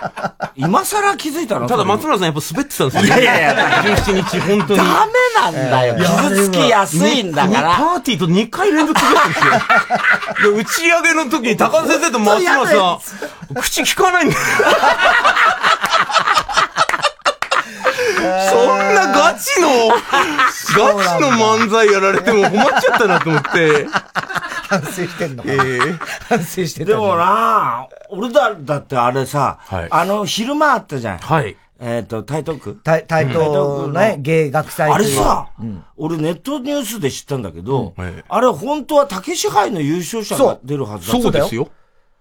Speaker 4: [laughs] 今更気づいたの
Speaker 11: ただ松
Speaker 4: そ
Speaker 11: 村さんやっぱ滑ってたんですよ。
Speaker 4: いやいやいや
Speaker 11: [laughs] 17日本当
Speaker 4: れ
Speaker 11: に。
Speaker 4: ダメなんだよ。傷つきやすいんだか
Speaker 11: パ
Speaker 4: ら。
Speaker 11: ーティーと2回連続続くんですよ。で打ち上げの時に高田先生と松村さん、口聞かないんだよ。そんなガチの、ガチの漫才やられても困っちゃったなと思って。
Speaker 3: 反省してんのかな。反省してた
Speaker 4: でもな俺だ、だってあれさ、あの、昼間あったじゃん。
Speaker 11: はい。
Speaker 4: えっと、台東区
Speaker 3: 台台東
Speaker 4: 区
Speaker 3: のね、芸学祭
Speaker 4: あ
Speaker 3: と
Speaker 4: れ
Speaker 3: いう
Speaker 4: さ、俺ネットニュースで知ったんだけど、あれ本当は竹支配の優勝者が出るはずだった。
Speaker 11: よ。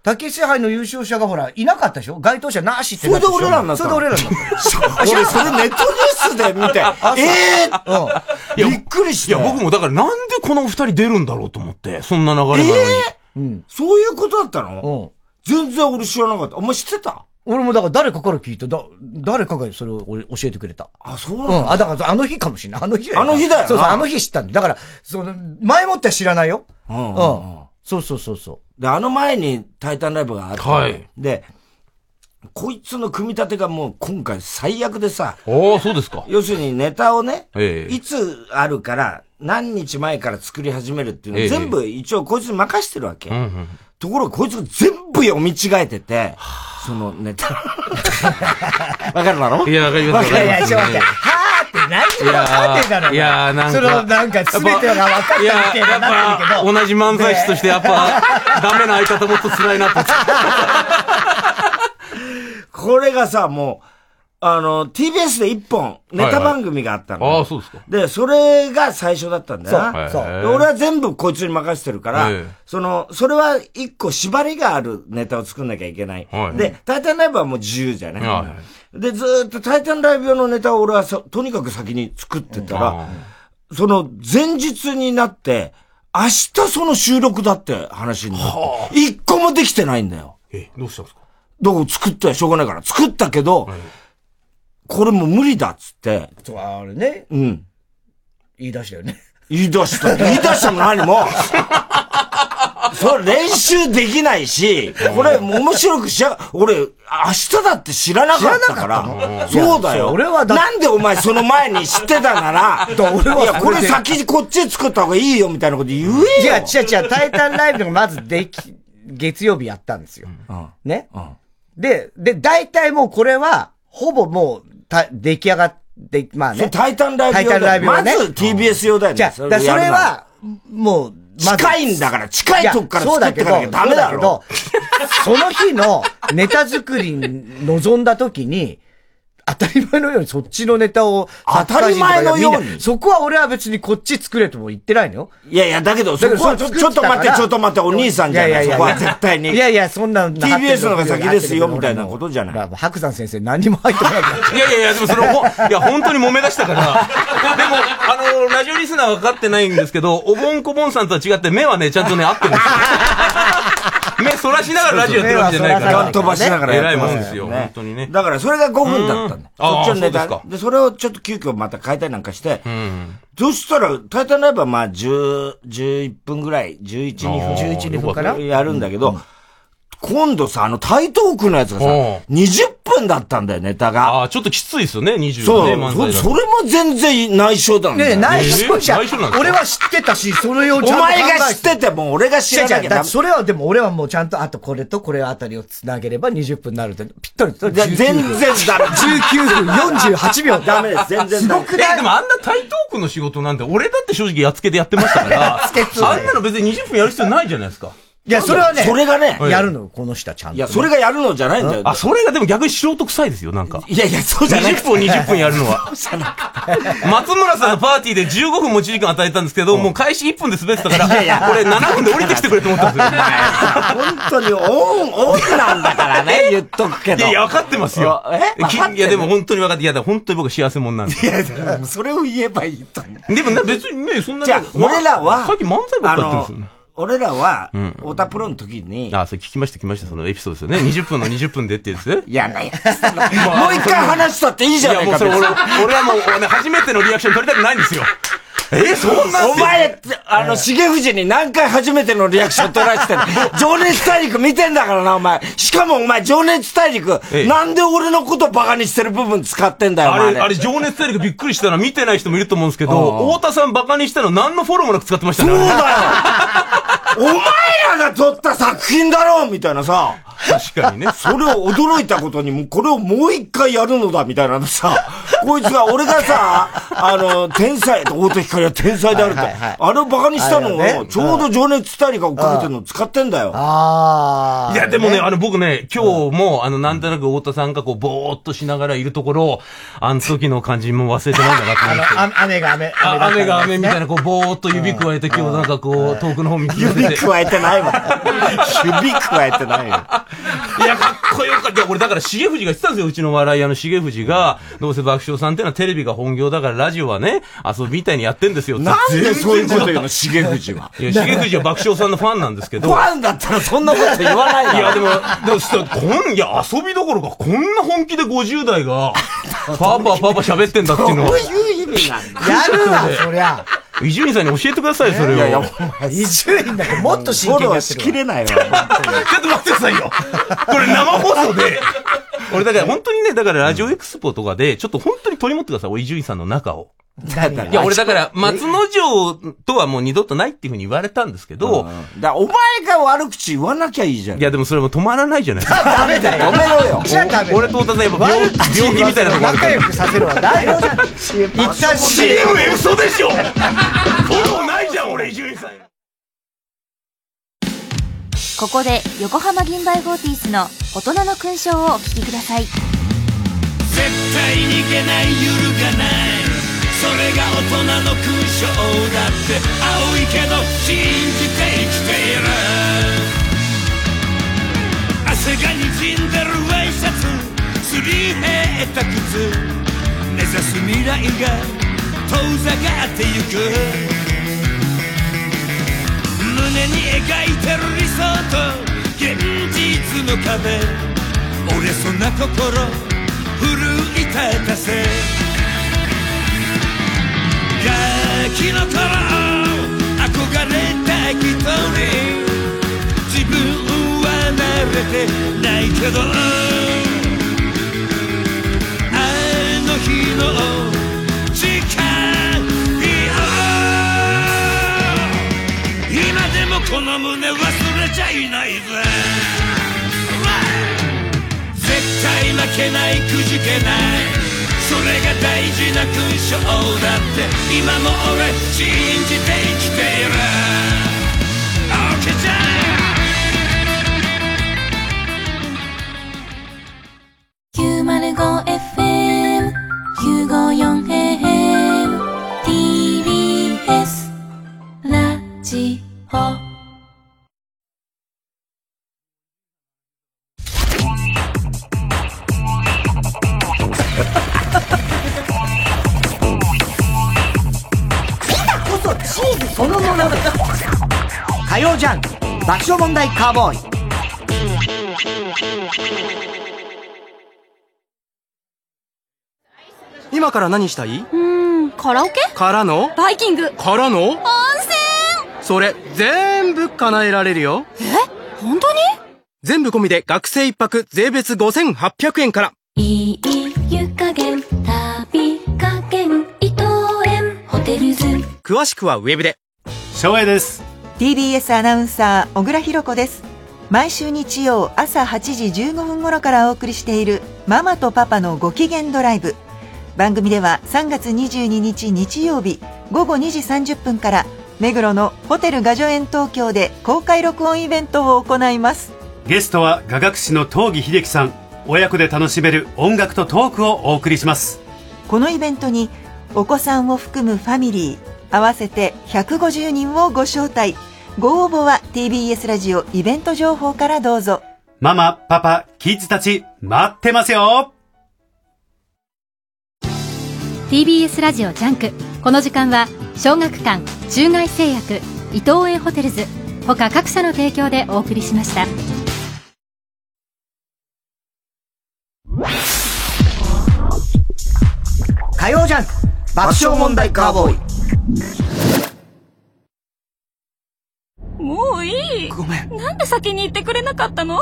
Speaker 3: 竹支配の優勝者がほら、いなかったでしょ該当者なしってなったしょ
Speaker 4: それで俺らになったの
Speaker 3: それで俺らになっ
Speaker 4: 俺それネットニュースで見て、ええ
Speaker 11: いや、びっ
Speaker 4: くりして
Speaker 11: いや、僕もだからなんでこのお二人出るんだろうと思って、そんな流れなのに。
Speaker 4: そういうことだったの全然俺知らなかった。お前知ってた
Speaker 3: 俺もだから誰かから聞いた。だ、誰かがそれを俺教えてくれた。
Speaker 4: あ、そう
Speaker 3: う
Speaker 4: なん
Speaker 3: ん。
Speaker 4: だ。
Speaker 3: あ、だからあの日かもしれない。あの日
Speaker 4: あの日だよな
Speaker 3: そうそう、あの日知ったんだ。だから、その、前もっては知らないよ。うん。そうそうそうそう。
Speaker 4: で、あの前にタイタンライブがあって、
Speaker 11: はい
Speaker 4: で、こいつの組み立てがもう今回最悪でさ。
Speaker 11: ああ、そうですか。
Speaker 4: 要するにネタをね、
Speaker 11: ええ
Speaker 4: いつあるから、何日前から作り始めるっていうの
Speaker 11: ええ
Speaker 4: を全部一応こいつに任してるわけ。
Speaker 11: うんうん
Speaker 4: ところがこいつが全部読み違えてて、そのネタ。 [laughs] わかるだろ
Speaker 11: いや、わかります
Speaker 4: わかるいやちょっと待って
Speaker 6: はーって何が分かってんだろう
Speaker 11: いやーなんか
Speaker 6: そのなんか全てが分かったみたいになってるけど。
Speaker 11: 同じ漫才師としてやっ
Speaker 4: [laughs]
Speaker 11: ぱ、ダメな相方もっと辛いなと。
Speaker 4: これがさ、もう、あの、TBS で一本、ネタ番組があったの。
Speaker 11: はいはいああそうですか
Speaker 4: で、それが最初だったんだよな。
Speaker 11: そうはい
Speaker 4: で俺は全部こいつに任せてるから、
Speaker 11: ええ
Speaker 4: その、それは一個縛りがあるネタを作んなきゃいけない。
Speaker 11: はい
Speaker 4: で、タイタンライブはもう自由じゃね。
Speaker 11: は
Speaker 4: で、ずーっとタイタンライブ用のネタを俺はさとにかく先に作ってたら、その前日になって、明日その収録だって話になって、一個もできてないんだよ。
Speaker 11: え、どうしたんですか
Speaker 4: だから作ったらしょうがないから。作ったけど、これもう無理だっつって。
Speaker 3: そう、あれね、
Speaker 4: うん。
Speaker 3: 言い出したよね。
Speaker 4: 言い出した。言い出したも何も。 [laughs] それ練習できないし、これ面白くしや、俺、明日だって知らなかったから。
Speaker 3: 知らなかったの
Speaker 4: そうだ
Speaker 3: いや
Speaker 4: よ。
Speaker 3: そう俺はだ
Speaker 4: なんでお前その前に知ってたなら、
Speaker 3: だから俺はい
Speaker 4: や、これ
Speaker 3: それで
Speaker 4: 先にこっちで作った方がいいよみたいなこと言えよ。
Speaker 3: いや、違う違う、タイタンライブでもまずでき、月曜日やったんですよ。ね。で、で、大体もうこれは、ほぼもう、た、出来上がって、まあ
Speaker 4: そ
Speaker 3: ね。
Speaker 4: うタイタンライブ
Speaker 3: タ
Speaker 4: 用
Speaker 3: イ
Speaker 4: だよ
Speaker 3: タンライブはね。
Speaker 4: まず TBS 用だよね
Speaker 3: じゃあ、だから
Speaker 4: そ
Speaker 3: そ
Speaker 4: れをや
Speaker 3: れ
Speaker 4: るなら
Speaker 3: は、もう、
Speaker 4: 近いんだから近いとこから
Speaker 3: やそうだけど
Speaker 4: 作ってかなきゃダメだろ
Speaker 3: そうだけどその日のネタ作りに臨んだ時に、当たり前のようにそっちのネタを、
Speaker 4: 当たり前のように
Speaker 3: みんなそこは俺は別にこっち作れとも言ってないのよ。
Speaker 4: いやいや、だけど、そこはちょ
Speaker 3: だけどそれ
Speaker 4: ちょっと待って、ち
Speaker 3: 作
Speaker 4: ょ
Speaker 3: っ
Speaker 4: ってと
Speaker 3: たから
Speaker 4: 待って、お兄さんじゃない
Speaker 3: いや
Speaker 4: そ
Speaker 3: いやいや
Speaker 4: こは絶対に。
Speaker 3: いやいや、そんな。
Speaker 4: TBS の方が先ですよ、みたいなことじゃない。
Speaker 3: ない。白山先生何にも入ってこなかった。
Speaker 11: いやいやいや、でもそれほ、いや、本当に揉め出したから。でも、あの、ラジオリスナーは分かってないんですけど、おぼんこぼんさんとは違って目はね、ちゃんとね、合ってるんですよ。目そらしながらラジオやってるわけじゃないから。
Speaker 4: ガン飛ばしながら
Speaker 11: 偉い
Speaker 4: ま
Speaker 11: も
Speaker 4: す
Speaker 11: ん
Speaker 4: よ
Speaker 11: ですよ、
Speaker 4: ね
Speaker 11: 本当にね。
Speaker 4: だから、それが5分だったんだ。
Speaker 11: うん
Speaker 4: そっちのネタ
Speaker 11: あーそうですか
Speaker 4: で、それをちょっと急遽また変えたりなんかして、そしたら、タイタンライブはまあ、10、11分ぐらい、11、
Speaker 3: あ
Speaker 4: 2分。
Speaker 3: ー11分かな
Speaker 4: やるんだけど、今度さ、あの、台東区のやつがさ、20分だったんだよ、ネタが。
Speaker 11: ああ、ちょっときついですよね、20
Speaker 4: そう、
Speaker 11: ね、漫才
Speaker 4: そ
Speaker 11: だと
Speaker 4: それも全然内緒だんだ
Speaker 3: ねえ内緒じゃん
Speaker 11: えー内緒なんですか
Speaker 3: 俺は知ってたし、それを
Speaker 4: お
Speaker 3: ちゃんと考え
Speaker 4: 前が知ってても、俺が知らなき
Speaker 3: 違
Speaker 4: ゃ
Speaker 3: う違うだ
Speaker 4: ダ
Speaker 3: っ
Speaker 4: メ
Speaker 3: て。それはでも俺はもうちゃんとあとこれとこれあたりをつなげれば20分になるって、ぴったりと。
Speaker 4: 全然ダメ。
Speaker 3: 19分48秒。
Speaker 4: ダメです、全然
Speaker 11: す
Speaker 4: ダ
Speaker 11: ご
Speaker 4: メ。
Speaker 11: くないでもあんな台東区の仕事なんて、俺だって正直やっつけでやってましたか
Speaker 3: や
Speaker 11: ら、
Speaker 3: っつけつ
Speaker 11: あんなの別に20分やる必要ないじゃないですか。
Speaker 3: いや、それはね。
Speaker 11: それがね
Speaker 3: やるのよ、この人はちゃんとね。
Speaker 11: いやそれが
Speaker 4: やるのじゃないんだよ
Speaker 11: あ、それがでも逆に素人臭いですよ、なんか。
Speaker 4: いやいや、そう
Speaker 11: じゃない。20分を20分やるの
Speaker 10: [laughs]
Speaker 11: は。
Speaker 4: そうじゃな
Speaker 11: 松村さんのパーティーで15分持ち時間与えたんですけど、もう開始1分で滑ってたから、
Speaker 4: いやいや
Speaker 11: これ7分で降りてきてくれと思ったんですよ。
Speaker 4: 本当にオン、オフなんだからね、言っとくけ
Speaker 11: い
Speaker 4: ど。
Speaker 11: やいや、分かってますよ。
Speaker 4: え分かってる
Speaker 11: いや、でも本当に分かって、いや、でも本当に僕は幸せ者なんで。
Speaker 4: もうそれを言えばいいと。
Speaker 11: でもな別にね、そんな
Speaker 4: じゃあ、俺らは、
Speaker 11: さっき漫才ばっかやってるんですよね。
Speaker 4: 俺らは
Speaker 11: うん、
Speaker 4: 太田プロの時に、
Speaker 11: あ、それ聞きました、聞きました、そのエピソードですよね。20分の20分でってやつね。
Speaker 4: いや、ない。もう一回話したっていいじゃないか
Speaker 11: やもうそれ
Speaker 4: 別
Speaker 11: 俺
Speaker 4: に
Speaker 11: 俺はもう、ね、初めてのリアクション取りたくないん
Speaker 4: [laughs]
Speaker 11: ですよ。え、そんなん
Speaker 4: お前、あの、重藤に何回初めてのリアクション取らせてる情熱大陸見てんだからな、お前。しかもお前、情熱大陸
Speaker 11: ええ、
Speaker 4: なんで俺のことバカにしてる部分使
Speaker 10: [laughs]
Speaker 4: ってんだよ、お
Speaker 11: あ
Speaker 4: 前。
Speaker 11: れ、あれ、情熱大陸びっくりしたな、見てない人もいると思うんですけ
Speaker 4: う
Speaker 11: ど、太田さんバカにしたの何のフォローもなく使ってましたね。そう
Speaker 4: お前らが撮った作品だろうみたいなさ。
Speaker 11: 確かにね。
Speaker 4: それを驚いたことに、もうこれをもう一回やるのだみたいなのさ。こいつが、俺がさ、あの、天才、大手光は天才であるって。
Speaker 3: はいはいはい
Speaker 4: あれをバカにしたの
Speaker 3: あれは
Speaker 4: を、
Speaker 3: ね
Speaker 4: ちょうど情熱大陸が追っかけてるのを使ってんだよ。
Speaker 3: あ
Speaker 11: いや、でもね、あの、僕ね、今日も、あの、なんとなく太田さんがこう、ぼーっとしながらいるところ、あの時の感じも忘れてないんだなと思って。
Speaker 6: あの、雨が雨。
Speaker 11: あ雨が雨みたい
Speaker 6: な。
Speaker 11: な、こう、ぼーっと指くわえて、今日なんかこう、遠くの方見てて。
Speaker 4: 指くわえてないわ。指くわえてないよ。
Speaker 11: いや、かっこよかった。いや俺、だから、重藤が言ってたんですよ。うちの笑い屋の重藤が、どうせ爆笑さんってのはテレビが本業だから、ラジオはね、遊びみたいにやってんですよって。
Speaker 4: なんで
Speaker 11: 全然
Speaker 4: そういうこと言うの
Speaker 11: 違った
Speaker 4: 重藤は。
Speaker 11: いや、重藤は爆笑さんのファンなんですけど。
Speaker 4: ファンだったらそんなこと言わないだろ
Speaker 11: いや、でも、でも、そうこん、いや、遊びどころか、こんな本気で50代が、パーパーパーパー喋ってんだっていうのは。
Speaker 4: いう意味なんだ
Speaker 3: やる
Speaker 11: [laughs]
Speaker 3: わ、そりゃ。
Speaker 11: 伊集院さんに教えてください、それを。
Speaker 4: いやいやお
Speaker 3: 伊集院だけも
Speaker 11: [laughs]
Speaker 3: っと真剣にやってるわ。
Speaker 4: れないわ。
Speaker 11: ちょっと待ってくださいよ。これ生放送で、 [laughs] 俺だから本当にね、だからラジオエクスポとかで、ちょっと本当に取り持ってください、お伊集院さんの中を。
Speaker 3: 何が
Speaker 11: いや、俺だから、松之丞とはもう二度とないっていうふうに言われたんですけど、
Speaker 4: だお前が悪口言わなきゃいいじゃん。
Speaker 11: いや、でもそれも止まらないじゃないですか。
Speaker 3: ダメだ
Speaker 11: [laughs]
Speaker 3: よ。やめろよ。
Speaker 11: じゃあダメだよ俺と太田さんやっぱ病病気みたいなとこあるか
Speaker 3: 仲
Speaker 11: ら
Speaker 3: 良くさせるわ。大丈夫だ。一旦
Speaker 11: CM 嘘でしょ
Speaker 3: フ
Speaker 11: ォローないじゃん、俺、伊集院さん。
Speaker 15: ここで横浜銀杯ゴーティースの大人の勲章をお聞きください
Speaker 10: 絶対にいけない揺るがないそれが大人の勲章だって青いけど信じて生きている汗がにじんでるワイシャツすり減った靴目指す未来が遠ざかってゆく胸に描いてる理想と現実の壁折れそうな心奮い立たせガキの頃憧れた人に自分は慣れてないけどあの日の時間を今でもこの胸忘れちゃいないぜ絶対負けないくじけないそれが大事な勲章だって今も俺信じて生きている OK じゃ
Speaker 16: 905 FM 954 AM TBS ラジオ
Speaker 3: こそチーズそのものだ。火曜ジャンク爆笑問題カーボーイ。
Speaker 6: 今から何したいう
Speaker 15: ーんカラオケ
Speaker 6: からの
Speaker 15: バイキング温
Speaker 6: からの
Speaker 15: 泉
Speaker 6: それ、全部叶えられるよ。
Speaker 15: え本当に
Speaker 6: 全部込みで学生一泊税別5800円から。
Speaker 16: いい湯加減旅加減伊藤園ホテルズ
Speaker 6: 詳しくはウェブで。
Speaker 9: 翔平です。
Speaker 17: TBS アナウンサー小倉弘子です毎週日曜朝8時15分頃からお送りしている「ママとパパのご機嫌ドライブ」番組では3月22日日曜日午後2時30分から目黒のホテル雅叙園東京で公開録音イベントを行います
Speaker 9: ゲストは雅楽師の東儀秀樹さん。親子で楽しめる音楽とトークをお送りします。
Speaker 17: このイベントにお子さんを含むファミリー合わせて150人をご招待ご応募は TBS ラジオイベント情報からどうぞ
Speaker 9: ママ、パパ、キッズたち、待ってますよ
Speaker 8: TBS ラジオジャンクこの時間は小学館中外製薬伊東園ホテルズ他各社の提供でお送りしました
Speaker 3: 火曜ジャンク爆笑問題カーボーイ。
Speaker 18: もういいごめんなんで先に言ってくれなかったの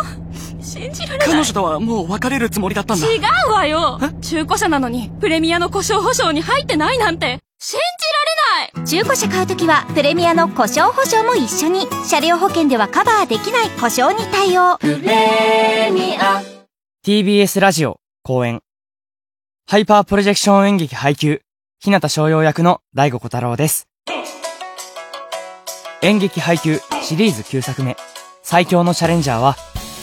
Speaker 18: 信じられない
Speaker 19: 彼女とはもう別れるつもりだったんだ。
Speaker 20: [laughs]
Speaker 18: 違うわよ中古車なのにプレミアの故障保証に入ってないなんて信じられない
Speaker 15: 中古車買うときはプレミアの故障保証も一緒に車両保険ではカバーできない故障に対応プレミア
Speaker 21: TBS ラジオ公演ハイパープロジェクション演劇配給日向翔陽役の大悟小太郎です演劇配給シリーズ9作目最強のチャレンジャーは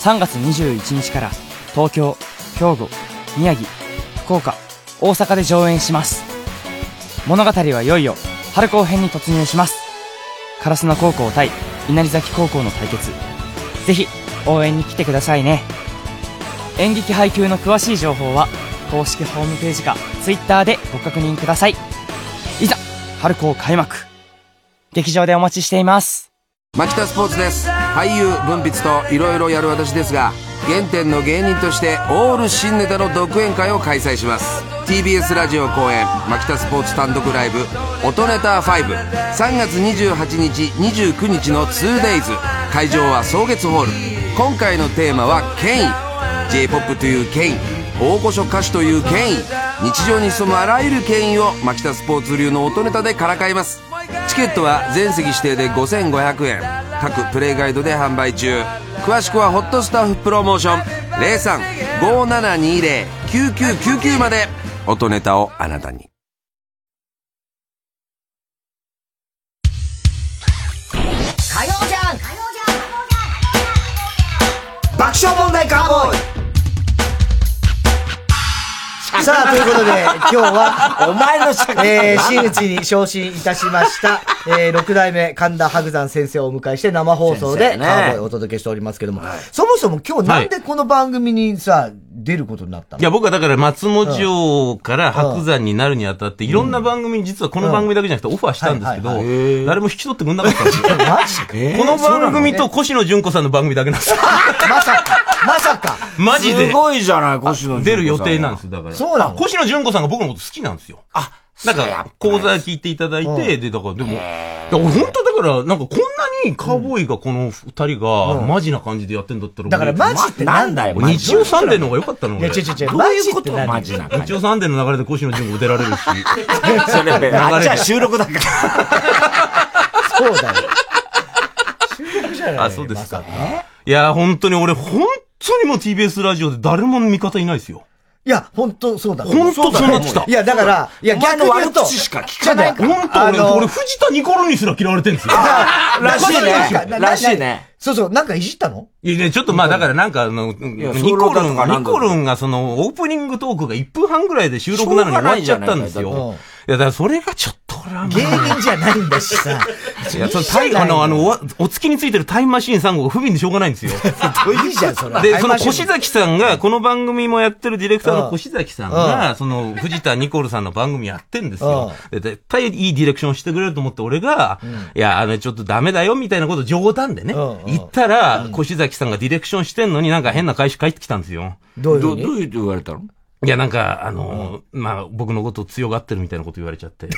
Speaker 21: 3月21日から東京兵庫宮城福岡大阪で上演します物語はいよいよ春高編に突入します烏野高校対稲荷崎高校の対決ぜひ応援に来てくださいね演劇配給の詳しい情報は公式ホームページか Twitter でご確認くださいいざ春高開幕劇場でお待ちしています
Speaker 22: マキタスポーツです俳優文筆といろいろやる私ですが原点の芸人としてオール新ネタの独演会を開催します TBS ラジオ公演「マキタスポーツ単独ライブ音ネタ5」3月28日29日の 2days 会場は草月ホール今回のテーマは「権威 j p o p という権威大御所歌手という権威日常に潜むあらゆる権威を牧田スポーツ流の音ネタでからかいますチケットは全席指定で5500円各プレイガイドで販売中詳しくはホットスタッフプロモーション0357209999まで音ネタをあなたに
Speaker 2: 火曜じゃん爆笑問題カーボーイ
Speaker 3: さあ、ということで、 [laughs] 今日は、
Speaker 10: お前の尺
Speaker 3: えー、真打ちに昇進いたしました、えー、六代目神田伯山先生をお迎えして生放送で、
Speaker 10: 先生ね
Speaker 3: カーボーイをお届けしておりますけども、そもそも今日なんでこの番組にさ、出ることになったの
Speaker 11: いや、僕はだから松本城から白山になるにあたって、いろんな番組に、実はこの番組だけじゃなくてオファーしたんですけど、誰も引き取ってくんなかったんですよ。 [laughs] この番組と越野純子さんの番組だけなんですよ。
Speaker 3: まさか、まさか。
Speaker 11: マジで。
Speaker 3: す
Speaker 11: ごいじゃない、越野出る予定なんですよ、だから。
Speaker 3: そうなの
Speaker 11: 越野純子さんが僕のこと好きなんですよ。あ、なんか、講座聞いていただいて、で、だから、でも、だから本当だから、なんかこんなにカウボーイがこの二人が、マジな感じでやってんだったら、
Speaker 3: だからマジってなんだよマジ
Speaker 11: 日曜サンデーの方が良かったの
Speaker 3: いや、
Speaker 11: 俺
Speaker 3: 違う違う違う。
Speaker 11: どういう
Speaker 3: ことマジな
Speaker 11: 日曜サンデーの流れで越野純子も出られるし。
Speaker 3: それ
Speaker 11: 流れ
Speaker 10: あっちは収録だから
Speaker 3: そうだよ。収録じゃない
Speaker 11: あ、そうですか。いや、本当に俺、本当にもう TBS ラジオで誰も味方いないですよ。
Speaker 3: いや、本当そうだ。
Speaker 11: 本当そうなってきた。
Speaker 3: いや、だから、いや、逆に言うと、
Speaker 11: 本当俺、俺、藤田ニコルにすら嫌われてるんですよ。
Speaker 3: らしいね
Speaker 11: マジですよ
Speaker 3: らしいね。そうそう、なんかいじったの
Speaker 11: いやね、ちょっとまあだからなんかあの、
Speaker 3: や
Speaker 11: ニコルン、
Speaker 3: ソロだとかなんだとか
Speaker 11: ニコルンがその、オープニングトークが1分半ぐらいで収録なのに終わっちゃったんです
Speaker 3: しょうがないじゃない
Speaker 11: よ。いや、だからそれがちょっと俺は
Speaker 3: 芸人じゃないんだしさ。
Speaker 11: いや、その、タイ、あの、あの、おお月についてるタイムマシーン3号が不憫でしょうがないんですよ。
Speaker 3: いいじゃん、それ。
Speaker 11: で、その、越崎さんが、この番組もやってるディレクター
Speaker 3: う
Speaker 11: の
Speaker 3: ん
Speaker 11: 越崎さん
Speaker 3: う
Speaker 11: が、その、藤田ニコルさんの番組やってんですよ。で、絶対いいディレクションしてくれると思って、俺が、いや、あの、ちょっとダメだよ、みたいなこと冗談でね、言ったら、越崎さんがディレクションしてんのになんか変な返し返ってきたんですよ。
Speaker 3: どういう
Speaker 11: どう言われたのいや、なんか、あの、まあ、僕のこと強がってるみたいなこと言われちゃって。い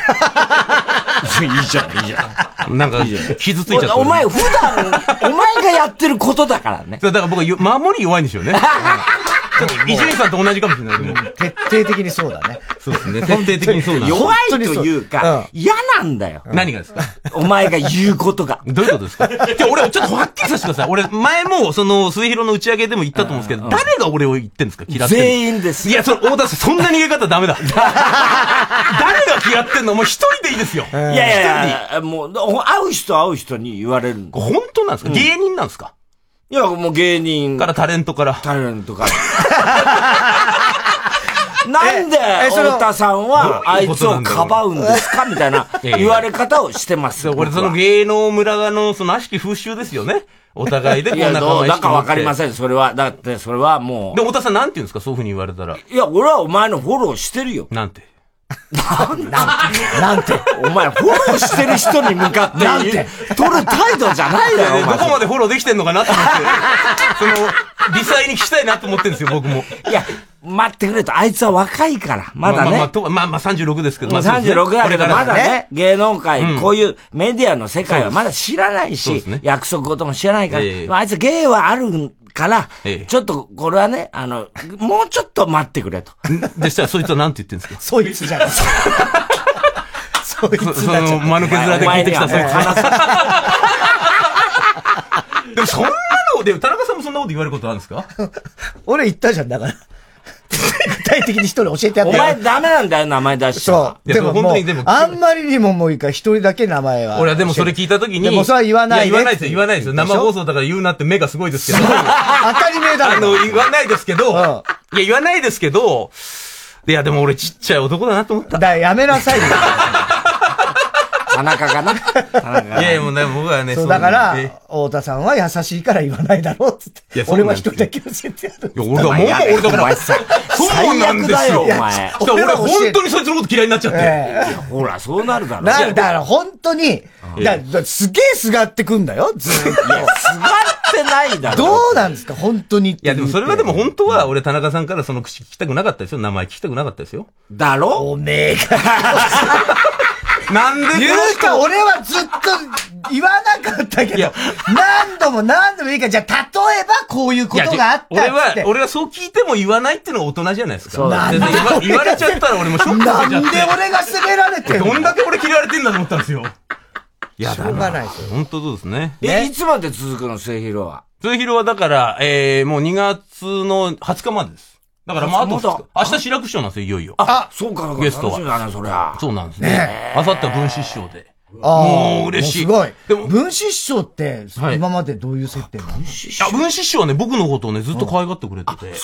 Speaker 11: いじゃん、いいじゃん。なんか、傷ついちゃった。
Speaker 10: お前普段、お前がやってることだからね。
Speaker 11: そうだから僕はよ守り弱いんですよね。ちょっと伊集院さんと同じかもしれないけど。
Speaker 3: 徹底的にそうだね。
Speaker 11: そうですね。徹底的にそうなんです
Speaker 10: 弱いというか、嫌なんだよ。
Speaker 11: 何がですか
Speaker 10: お前が言うことが。
Speaker 11: どういうことですかじゃあ俺、ちょっとはっきりさせてください。俺、前も、その、末広の打ち上げでも言ったと思うんですけど、誰が俺を言ってんですか嫌ってんの。
Speaker 10: 全員です。
Speaker 11: いや、それ、大田さん、そんな逃げ
Speaker 10: [laughs]
Speaker 11: 方ダメだ。誰が嫌ってんのもう一人でいいですよ。い
Speaker 10: いやいや、もう、会う人会う人に言われるの。
Speaker 11: 本当なんですか芸人なんですか
Speaker 10: いや、もう芸人。
Speaker 11: からタレントから。
Speaker 10: タレント
Speaker 11: [laughs]
Speaker 10: から。なんで、太田さんは、あいつをかばうんですかみたいな言われ方をしてます。
Speaker 11: 俺、その芸能村の、その、悪しき風習ですよね。お互いでこん
Speaker 10: いや、
Speaker 11: な可
Speaker 10: どう
Speaker 11: 愛い
Speaker 10: だかわかりま
Speaker 11: ん。
Speaker 10: せん、それは。だって、それはも
Speaker 11: で、太田さん、なんて言うんですかそういうふうに言われたら。
Speaker 10: う。いや、俺はお前のフォローしてるよ。
Speaker 11: なんて。
Speaker 10: なんて。お前、フォローしてる人に向かって、
Speaker 11: なんて
Speaker 10: 取る態度じゃないだ
Speaker 11: い
Speaker 10: ろ、
Speaker 11: や
Speaker 10: お
Speaker 11: ど
Speaker 10: 前。
Speaker 11: こまでフォローできてんのかなと思って。その、微細に聞きたいなと思ってるんですよ、僕も。
Speaker 10: [laughs] いや、待ってくれと、あいつは若いから、まだ
Speaker 11: まあまあ
Speaker 10: ね。
Speaker 11: とまあまあ36ですけど。まあそうですね
Speaker 10: 36だけど、
Speaker 11: これか
Speaker 10: ま
Speaker 11: ら
Speaker 10: だね、芸能
Speaker 11: う
Speaker 10: 界、
Speaker 11: ん
Speaker 10: こういうメディアの世界はまだ知らない
Speaker 11: そうで
Speaker 10: し
Speaker 11: すね、
Speaker 10: 約束事も知らないから
Speaker 11: ええ、
Speaker 10: まああいつ芸はあるから
Speaker 11: ええ、
Speaker 10: ちょっと、これはね、あの、もうちょっと待ってくれと。
Speaker 11: でしたら、そいつはなんて言ってんですか
Speaker 3: [laughs] そいつじゃない。そい
Speaker 11: そその、間抜け面で聞いてきた、
Speaker 10: お
Speaker 11: そい
Speaker 10: 前にはもう
Speaker 11: つ。でも、そんなの、でも、田中さんもそんなこと言われることあるんですか
Speaker 3: 俺言ったじゃん、だから。具体的に一人教えてやっ
Speaker 10: お
Speaker 3: てよ
Speaker 10: 前ダメなんだよ、名前出しちゃ。
Speaker 3: でももう、あんまりにももういいから、一人だけ名前は。
Speaker 11: 俺はでもそれ聞いたときに。
Speaker 3: でもそれは言わないで。
Speaker 11: や言わないですよ、言わないですよ。生放送だから言うなって目がすごいですけど。
Speaker 3: [laughs] 当たり前だ
Speaker 11: あの、言わないですけど、いや、言わないですけど、いや、でも俺ちっちゃい男だなと思った。
Speaker 3: だ、やめなさ
Speaker 11: [laughs]
Speaker 3: いよ。
Speaker 10: 田中がな。
Speaker 11: いやいや、もうね、僕はね、
Speaker 3: そう、
Speaker 11: の
Speaker 3: だから
Speaker 11: え、
Speaker 3: 太田さんは優しいから言わないだろうっつっ
Speaker 11: い
Speaker 3: て
Speaker 11: や。そう
Speaker 3: 俺
Speaker 11: な
Speaker 3: は
Speaker 11: んです
Speaker 3: 一人
Speaker 11: よ
Speaker 3: だけ教えてやる。
Speaker 11: いや、俺だ、もう、俺だから、そうなんです
Speaker 3: 最悪だよ
Speaker 11: よ、
Speaker 3: お
Speaker 11: お
Speaker 3: 前
Speaker 11: 前。
Speaker 3: 俺
Speaker 11: 俺
Speaker 3: ら
Speaker 11: は
Speaker 3: 教え
Speaker 11: 本当にそいつのこと嫌いになっちゃって。
Speaker 10: ほら、そうなるだろ。
Speaker 3: なる、だから本当に、
Speaker 10: うん
Speaker 3: だだすげえすがってくんだよ、ずーっと。
Speaker 10: すがってないだろ。
Speaker 3: どうなんですか、本当に。い
Speaker 11: いや、でもそれはでも本当は、俺田中さんからその口聞きたくなかったですよ。名前聞きたくなかったですよ。
Speaker 10: だろ
Speaker 3: おめえが。
Speaker 11: [laughs] なんで
Speaker 3: ゆうか、俺はずっと言わなかったけど、何度も何度もいいから、じゃあ、例えばこういうことがあったっつって
Speaker 11: 俺は、俺はそう聞いても言わないっていうのが大人じゃないです
Speaker 3: そうだ
Speaker 11: か。全然言わ言われちゃったら俺もショック受けちゃって。
Speaker 3: なんで俺が責められてんの
Speaker 11: どんだけ俺嫌われてんだと思ったんですよ。いや、しょ
Speaker 3: うがない
Speaker 11: ですよ。本当そうですね。
Speaker 4: え、いつまで続くの、末広は。
Speaker 11: 末広はだから、えー、もう2月の20日までです。だからまあ、あと2日、明日白く師匠なんですよ、いよいよ。
Speaker 4: あ、そうか、
Speaker 11: ゲストは。
Speaker 4: 楽しみだなそりゃ。
Speaker 11: そうなんですね。あさっては分子師匠で。
Speaker 3: あー
Speaker 11: もう嬉しい。
Speaker 3: もうすごい。分子師匠って、今までどういう設定なの、
Speaker 11: いや、分子師匠はね、僕のことをね、ずっと可愛がってくれてて。
Speaker 3: 結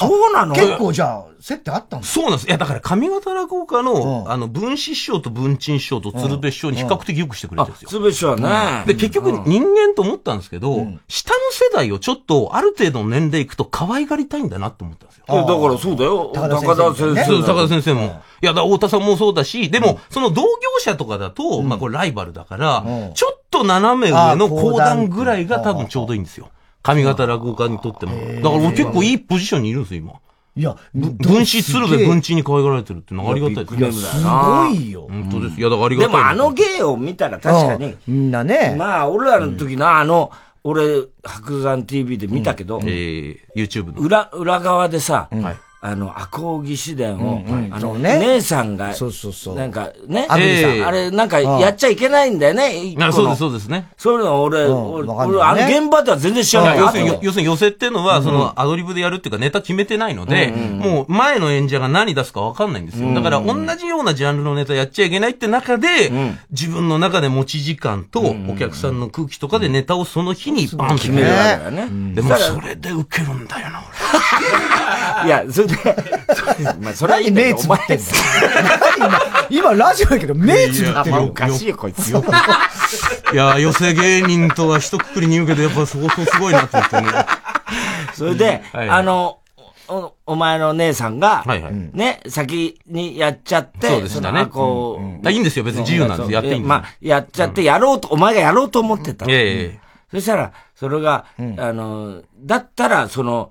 Speaker 3: 構じゃあ、接点あったんだ。
Speaker 11: そうなんです。いや、だから、上方落語家の、あの、文子師匠と文鎮師匠と鶴瓶師匠に比較的よくしてくれてるんですよ。
Speaker 4: 鶴瓶師匠はね
Speaker 11: で、結局、人間と思ったんですけど、下の世代をちょっと、ある程度の年齢いくと可愛がりたいんだなって思ったんですよ。
Speaker 4: えだからそうだよ。高田先生。
Speaker 11: そう高田先生も。いや、だから太田さんもそうだし、でも、その同業者とかだと、まあ、これライバルだから、ちょっと斜め上の講談ぐらいが多分ちょうどいいんですよ。上方落語家にとっても。だから、俺結構いいポジションにいるんですよ、今。
Speaker 3: いや、
Speaker 11: 分子鶴瓶文鎮に可愛がられてるっていうのはありがたいです
Speaker 4: いや
Speaker 11: ね。
Speaker 4: ビッグネームだよなすごい
Speaker 11: よ。本当です。いや、だからあり
Speaker 4: で
Speaker 11: がたいな
Speaker 4: もあの芸を見たら確かに。
Speaker 3: みんなね。
Speaker 4: まあ、俺らの時な、あの、俺、白山 TV で見たけど、
Speaker 11: えー、YouTube の。
Speaker 4: 裏、裏側でさ、あの、赤荻義伝を、
Speaker 11: うんうん
Speaker 4: あ
Speaker 11: そ
Speaker 4: の、
Speaker 11: うね
Speaker 4: 姉さんが、なんかね、
Speaker 11: 安住さん
Speaker 4: ええあれ、なんか、やっちゃいけないんだよね、一個
Speaker 11: あ
Speaker 4: の
Speaker 11: そうです、そうですね。
Speaker 4: そういうの俺、俺、俺あの現場では全然知らない。
Speaker 11: 要するに
Speaker 4: あ、と
Speaker 11: 要するに寄せっていうのは、その、アドリブでやるっていうか、ネタ決めてないので、もう、前の演者が何出すか分かんないんです
Speaker 4: うん
Speaker 11: よ。だから、同じようなジャンルのネタやっちゃいけないって中で、自分の中で持ち時間と、お客さんの空気とかでネタをその日にバンって
Speaker 4: 決めるわけだよね。
Speaker 11: でも、
Speaker 4: だから
Speaker 11: それで受けるんだよな、
Speaker 4: いや、それで、まあ、それはいいんだけど、お前さ
Speaker 3: 今、ラジオだけど、目つぶってる
Speaker 11: いやまあ
Speaker 3: よ。
Speaker 11: おかしいよこ [laughs] いつ
Speaker 3: そう
Speaker 11: 俺。いや、寄せ芸人とは一括りに言うけど、やっぱ相当すごいなと思ってね。
Speaker 4: それで、
Speaker 11: はい
Speaker 4: あの、お、お前の姉さんが、ね、先にやっちゃって、
Speaker 11: そうでしたね
Speaker 4: のこう、
Speaker 11: うんうんあいいんですよ別に自由なんです
Speaker 4: そう
Speaker 11: やっていいんです
Speaker 4: まあ、やっちゃって、やろうと、お前がやろうと思ってた。
Speaker 11: ええ
Speaker 4: そしたら、それが、あの、だったら、その、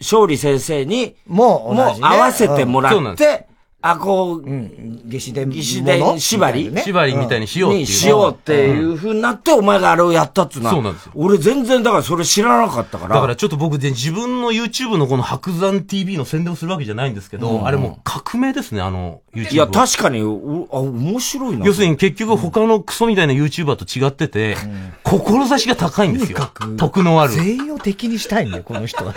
Speaker 4: 勝利先生に、
Speaker 3: も
Speaker 11: 同じね
Speaker 4: 合わせてもら
Speaker 11: うんそうな
Speaker 4: っ
Speaker 11: んで
Speaker 4: て、あ、こう、
Speaker 3: 下死伝。
Speaker 4: 義士伝縛り
Speaker 11: 縛りみたいにしようっていう
Speaker 4: にしようっていう風になって、お前があれをやったっつ
Speaker 11: そうなんですよ。
Speaker 4: 俺全然、だからそれ知らなかったから。
Speaker 11: だからちょっと僕で自分の YouTube のこの白山 TV の宣伝をするわけじゃないんですけど、
Speaker 4: うん
Speaker 11: あれもう革命ですね、あの YouTube は。
Speaker 4: いや、確かに、おあ、面白いな。
Speaker 11: 要するに結局他のクソみたいな YouTuber と違ってて、志が高いんですよ。徳のある。
Speaker 3: 全員を敵にしたいんだよ、この
Speaker 4: [laughs]
Speaker 3: 人は。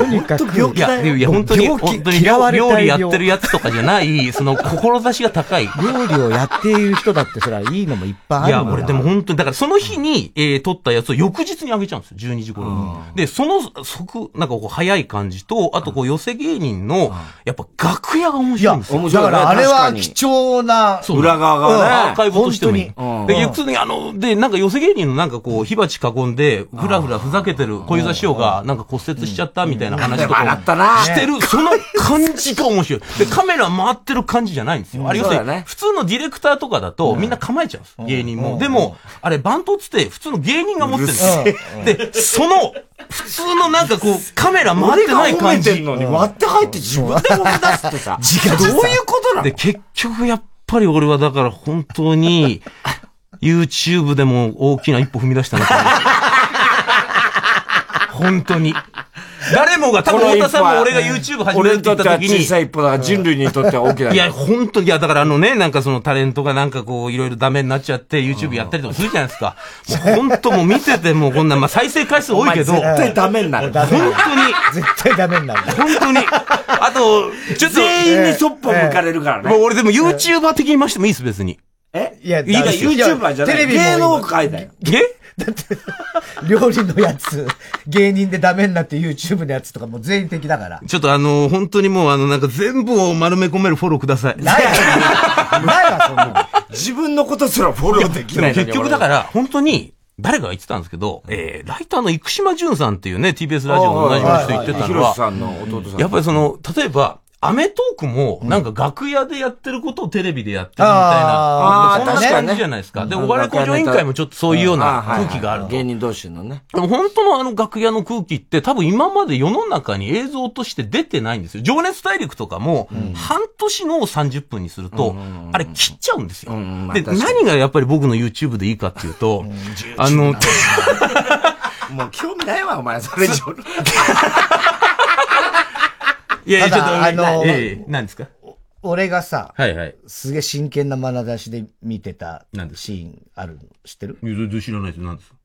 Speaker 3: とにかく。
Speaker 11: いや、いや本当に、
Speaker 3: 病気
Speaker 11: 本当に
Speaker 3: 嫌わ
Speaker 11: 料
Speaker 3: れたい
Speaker 11: 料理や
Speaker 3: 病
Speaker 11: ってるやつとかじゃない、その、志が高い。
Speaker 3: 料理をやっている人だって、それはいいのもいっぱいあ
Speaker 11: い
Speaker 3: る
Speaker 11: や、
Speaker 3: んだ
Speaker 11: 俺でも本当に、だからその日に、えー撮ったやつを翌日にあげちゃうんですよ、12時頃に。で、その、即、なんかこう、早い感じと、あとこう、寄せ芸人の、やっぱ楽屋が面白いんですよ。
Speaker 3: だから、あれは貴重な、
Speaker 11: そうアーカイブとしてもいい。で、普通にあの、で、なんか寄せ芸人のなんかこう、火鉢囲んで、ふらふらふざけてる小遊三師匠が、なんか骨折しちゃったみたいな話
Speaker 4: う
Speaker 11: と
Speaker 4: ん笑
Speaker 11: か
Speaker 4: ったな
Speaker 11: をしてる、その感じが面白い。で、カメラ回ってる感じじゃないんです
Speaker 4: う
Speaker 11: よ。
Speaker 4: ん
Speaker 11: あれ要す
Speaker 4: そ
Speaker 11: る
Speaker 4: うだ
Speaker 11: に
Speaker 4: ね、
Speaker 11: 普通のディレクターとかだと、みんな構えちゃうんです。芸人
Speaker 4: う
Speaker 11: も。
Speaker 4: ん
Speaker 11: でも、あれ、バントつって、普通の芸人が持ってるんです
Speaker 4: うるせえ
Speaker 11: よ。で、その、普通のなんかこう、カメラ回ってない感じ。
Speaker 4: 俺が褒めてんのに割って入って自分で褒め出すって
Speaker 3: [laughs]
Speaker 4: さどういうことなの
Speaker 11: で、結局やっぱり俺はだから本当 [laughs] に、YouTube でも大きな一歩踏み出したなと [laughs] 思って。本当に。誰もが、多分太田さんも俺が YouTube 始めるって言った時に。
Speaker 4: 俺にとっては小さい一歩だが人類にとっては大きな一歩
Speaker 11: いや、本当に、いや、だからあのね、なんかそのタレントがなんかこう、いろいろダメになっちゃって、YouTube やったりとかするじゃないですか。もう本当もう見ててもうこんな、まあ再生回数多いけど。
Speaker 3: お前絶対
Speaker 4: ダメになる。
Speaker 11: 本当に。
Speaker 3: 絶対ダメになる。
Speaker 11: 本当に。あと、ちょっと。
Speaker 4: 全員にそっぽ向かれるからね。
Speaker 11: もう俺でも YouTuber 的に言いましてもいいです、別に。
Speaker 4: え
Speaker 3: いや、
Speaker 11: いいですよ
Speaker 4: いや YouTuber じゃない
Speaker 3: テレビも
Speaker 4: 芸能界だよ。
Speaker 11: え
Speaker 3: 料理のやつ、芸人でダメになって YouTube のやつとかもう全員敵だから。
Speaker 11: ちょっとあの、本当にもうあの、なんか全部を丸め込めるフォローください。ない
Speaker 4: 自分のことすらフォローできないのに
Speaker 11: 結局だから、本当に、誰かが言ってたんですけど、えー、ライターの生島淳さんっていうね、TBS ラジオの同じの人言ってたの
Speaker 4: あーはいはいはい広瀬さんの
Speaker 11: は、
Speaker 4: 弟さん
Speaker 11: やっぱりその、例えば、アメトークも、なんか楽屋でやってることをテレビでやってるみたいな、
Speaker 4: あー
Speaker 11: そんな
Speaker 4: 確かに
Speaker 11: 感
Speaker 4: ね
Speaker 11: じじゃないですか。で、
Speaker 4: うん
Speaker 11: お笑い向上委員会もちょっとそういうような空気があると。
Speaker 4: 芸人同士のね。
Speaker 11: でも本当のあの楽屋の空気って多分今まで世の中に映像として出てないんですよ。情熱大陸とかも半年のを30分にすると、あれ切っちゃうんですよ。で、
Speaker 4: 確かに
Speaker 11: 何がやっぱり僕の YouTube でいいかっていうと、あの、
Speaker 4: もう興味ないわ、お前、そ [laughs] れ以上に。
Speaker 11: いやいや、ち
Speaker 3: た
Speaker 11: ょっと、
Speaker 3: だあの
Speaker 11: いやいやいや何ですか
Speaker 3: 俺がさ、
Speaker 11: はいはい。
Speaker 3: すげえ真剣な眼差しで見てたシーンあるの知ってる
Speaker 11: いや、全然知らないです。何ですか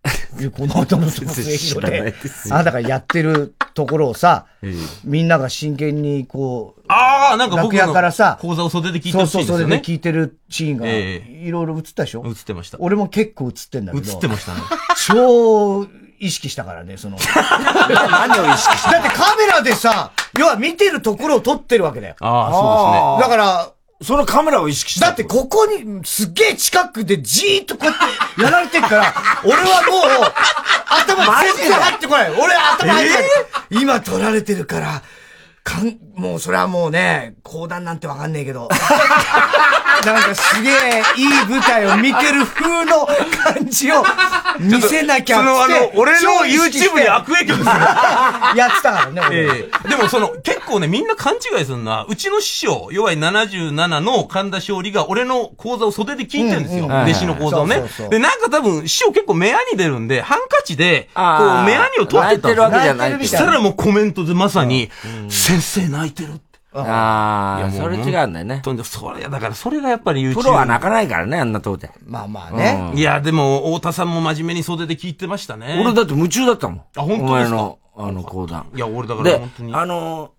Speaker 3: いやこの後の撮影所で、あなたがやってるところをさ、
Speaker 11: ええ
Speaker 3: みんなが真剣にこう、
Speaker 11: ああ、なんか僕
Speaker 3: 楽屋から
Speaker 11: の
Speaker 3: さ、
Speaker 11: 講座を袖で聞いてほしい
Speaker 3: そ
Speaker 11: ですよ
Speaker 3: うそう、それ
Speaker 11: ね
Speaker 3: で。聞いてるシーンが、
Speaker 11: え
Speaker 3: いろいろ映ったでしょ映
Speaker 11: ってました。
Speaker 3: 俺も結構映ってんだけど。
Speaker 11: 映ってましたね。
Speaker 3: 超意識したからね、その。
Speaker 4: 何を意識した
Speaker 3: だってカメラでさ、要は見てるところを撮ってるわけだよ。
Speaker 4: ああそうですね
Speaker 3: だから、
Speaker 4: そのカメラを意識した
Speaker 3: だってここに、すっげえ近くでじーっとこうやってやられてるから、俺はもう、頭全然入ってこない。俺頭入ってこない。今撮られてるから、かん、もうそれはもうね、講談なんてわかんねえけど。なんかすげえいい舞台を見てる風の感じを見せなきゃっ
Speaker 11: そのあ
Speaker 3: て。
Speaker 11: の、俺の
Speaker 3: 超意識して
Speaker 11: YouTube に悪影響ですよ。
Speaker 3: [laughs] やってたからね、俺。
Speaker 11: ええでもその、結構ね、みんな勘違いするのは、うちの師匠、弱い77の神田勝利が、俺の講座を袖で聞いてるんですよ。
Speaker 14: うんうん
Speaker 11: 弟子の講座をね。
Speaker 14: そうそうそう
Speaker 11: で、なんか多分、師匠結構目アニ出るんで、ハンカチで、こう
Speaker 14: あー、
Speaker 11: 目アニを取ってた
Speaker 14: 泣いて
Speaker 11: んです
Speaker 14: るわけじゃない
Speaker 11: そしたらもうコメントでまさに、先生泣いてるって。
Speaker 4: ああ、
Speaker 11: いや
Speaker 4: そう
Speaker 11: も
Speaker 4: れ違うんだよね。
Speaker 11: とんでそれ、だからそれがやっぱり YouTube
Speaker 4: プロは泣かないからね、あんなとこで。
Speaker 3: まあまあ
Speaker 11: ね。いや、でも、太田さんも真面目に袖で聞いてましたね。
Speaker 4: 俺だって夢中だったもん。
Speaker 11: あ本当です
Speaker 4: お
Speaker 11: か
Speaker 4: 前の、あの、講談。
Speaker 11: いや、俺だから
Speaker 4: で
Speaker 11: 本当、に
Speaker 4: あの、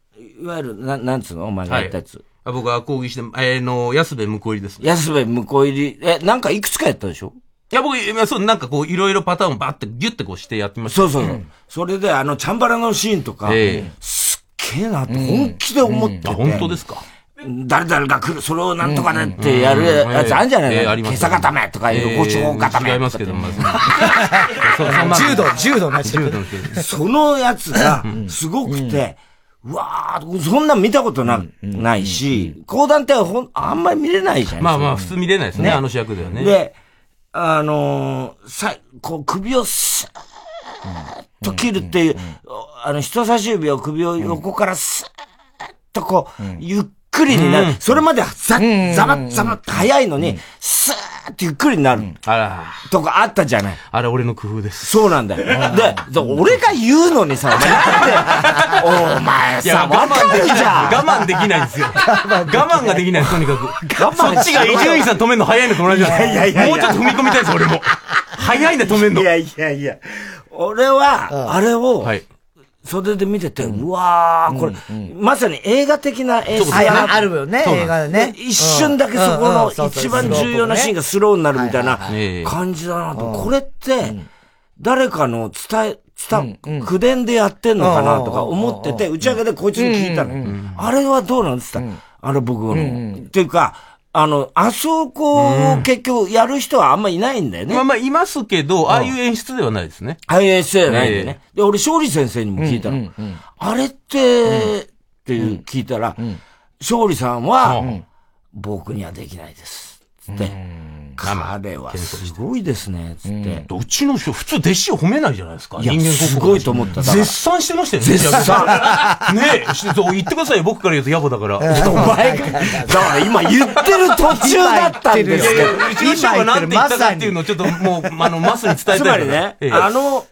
Speaker 4: いわゆる、ななんつうのお前がやったやつ。
Speaker 11: あ僕は講義して、えーの、安部向こう入りですね。
Speaker 4: 安部向こう入り、え、なんかいくつかやったでしょ
Speaker 11: いや、僕、今そう、なんかこう、いろいろパターンをバーってギュッてこうしてやってました。
Speaker 4: そうそうそう。それで、あの、チャンバラのシーンとか、
Speaker 11: ええ
Speaker 4: すっげえなって本気で思ってて。
Speaker 11: うんあ本当ですか
Speaker 4: 誰々が来る、それをなんとかねってやるやつあるんじゃない
Speaker 11: ええ
Speaker 4: の
Speaker 11: あります
Speaker 4: 今
Speaker 11: ね
Speaker 4: 朝固めとかいう、
Speaker 11: ええ
Speaker 4: ご長固め。
Speaker 11: 違いますけど、まず。
Speaker 4: 柔道
Speaker 3: 柔道な
Speaker 4: し。そのやつが、すごくて、うわー、そんなん見たことな、ないし、講談ってほん、あんまり見れないじゃん。
Speaker 11: まあまあ、
Speaker 4: そ
Speaker 11: 普
Speaker 4: ん
Speaker 11: 通見れないですね、
Speaker 4: ね
Speaker 11: あの主役ではね。
Speaker 4: で、あのーさ、こう、首をスーッと切るっていう、あの、人差し指を首を横からスーッとこう、ゆっくりになる。
Speaker 11: うん
Speaker 4: それまでざ、
Speaker 11: ん
Speaker 4: ざばっざばって早いのに、スーッとゆっくりになる。
Speaker 11: あら。
Speaker 4: とかあったじゃない。
Speaker 11: あれ、俺の工夫です。
Speaker 4: そうなんだよ。で、で俺が言うのにさ、お前なんで、お前
Speaker 11: いや
Speaker 4: さ、わかるじゃん。
Speaker 11: 我慢できないんですよ。我慢ができないです、とにかく。
Speaker 4: 我慢しろよ
Speaker 11: そっちが伊集院さん止めるの早いのと同じなんです
Speaker 4: いやいやいやいや
Speaker 11: もうちょっと踏み込みたいです、俺も。早いね、止めるの。
Speaker 4: いやいやいや。俺は、あれを、袖で見てて、うわー、これ、まさに映画的な演出
Speaker 3: そうですね
Speaker 4: だな
Speaker 3: あるよね
Speaker 4: そうなん
Speaker 3: 映画ね
Speaker 4: で一瞬だけそこ
Speaker 3: うんうんうん
Speaker 4: の
Speaker 3: そうそう
Speaker 4: 一番重要なシーンがスローになるみたいな
Speaker 3: はいはいはい
Speaker 4: 感じだなと。
Speaker 3: うん
Speaker 4: これって、誰かの伝え、伝え、口伝でやってんのかなとか思ってて、打ち上げでこいつに聞いたの。あれはどうなんですかあれ僕の。っていうか、あの、あそこを結局やる人はあんまいないんだよね。
Speaker 11: まあまあ、いますけど、ああいう演出ではないですね。
Speaker 4: ISA じゃないんでね。で、俺、勝利先生にも聞いたの。あれって、っていう聞いたら、勝利さんは、僕にはできないです。つって、彼はすごいですね、つって。
Speaker 11: うちの人、普通弟子を褒めないじゃないですか。
Speaker 4: いや
Speaker 11: 人間国宝
Speaker 4: すごいと思っただから
Speaker 11: 絶賛してましたよね。
Speaker 4: 絶賛
Speaker 11: ねえ、してそう言ってくださいよ、僕から言うと野暮だから。
Speaker 4: お前が、だから今言ってる途中だったんですけ
Speaker 11: い
Speaker 4: ど
Speaker 11: やいやうちの師匠が何て言ったかっていうのをちょっともう、あの、マスに伝えた
Speaker 4: つ
Speaker 11: いか
Speaker 4: ま
Speaker 11: ら
Speaker 4: りね
Speaker 11: ええ、
Speaker 4: あの、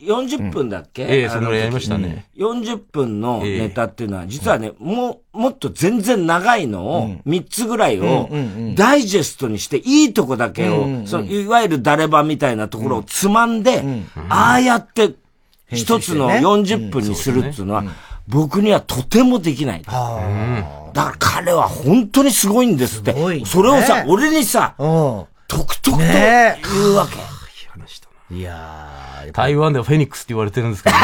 Speaker 4: 40分だっけ
Speaker 11: ええそのぐらいやりましたね。
Speaker 4: あの時40分のネタっていうのは、実はね、もう、もっと全然長いのを、3つぐらいを
Speaker 3: うんうんう、ん
Speaker 4: ダイジェストにして、いいとこだけ
Speaker 3: うんうん
Speaker 4: を、
Speaker 3: うん
Speaker 4: そのいわゆる誰ばみたいなところをつまんで、ああやって、一つの
Speaker 3: 編集してね
Speaker 4: 40分にするっていうのは、僕にはとてもできない。だから彼は本当にすごいんですって。それをさ、俺にさ、
Speaker 3: と
Speaker 4: くとくと言うわけ。
Speaker 3: いや
Speaker 11: 台湾ではフェニックスって言われてるんですけど、ね。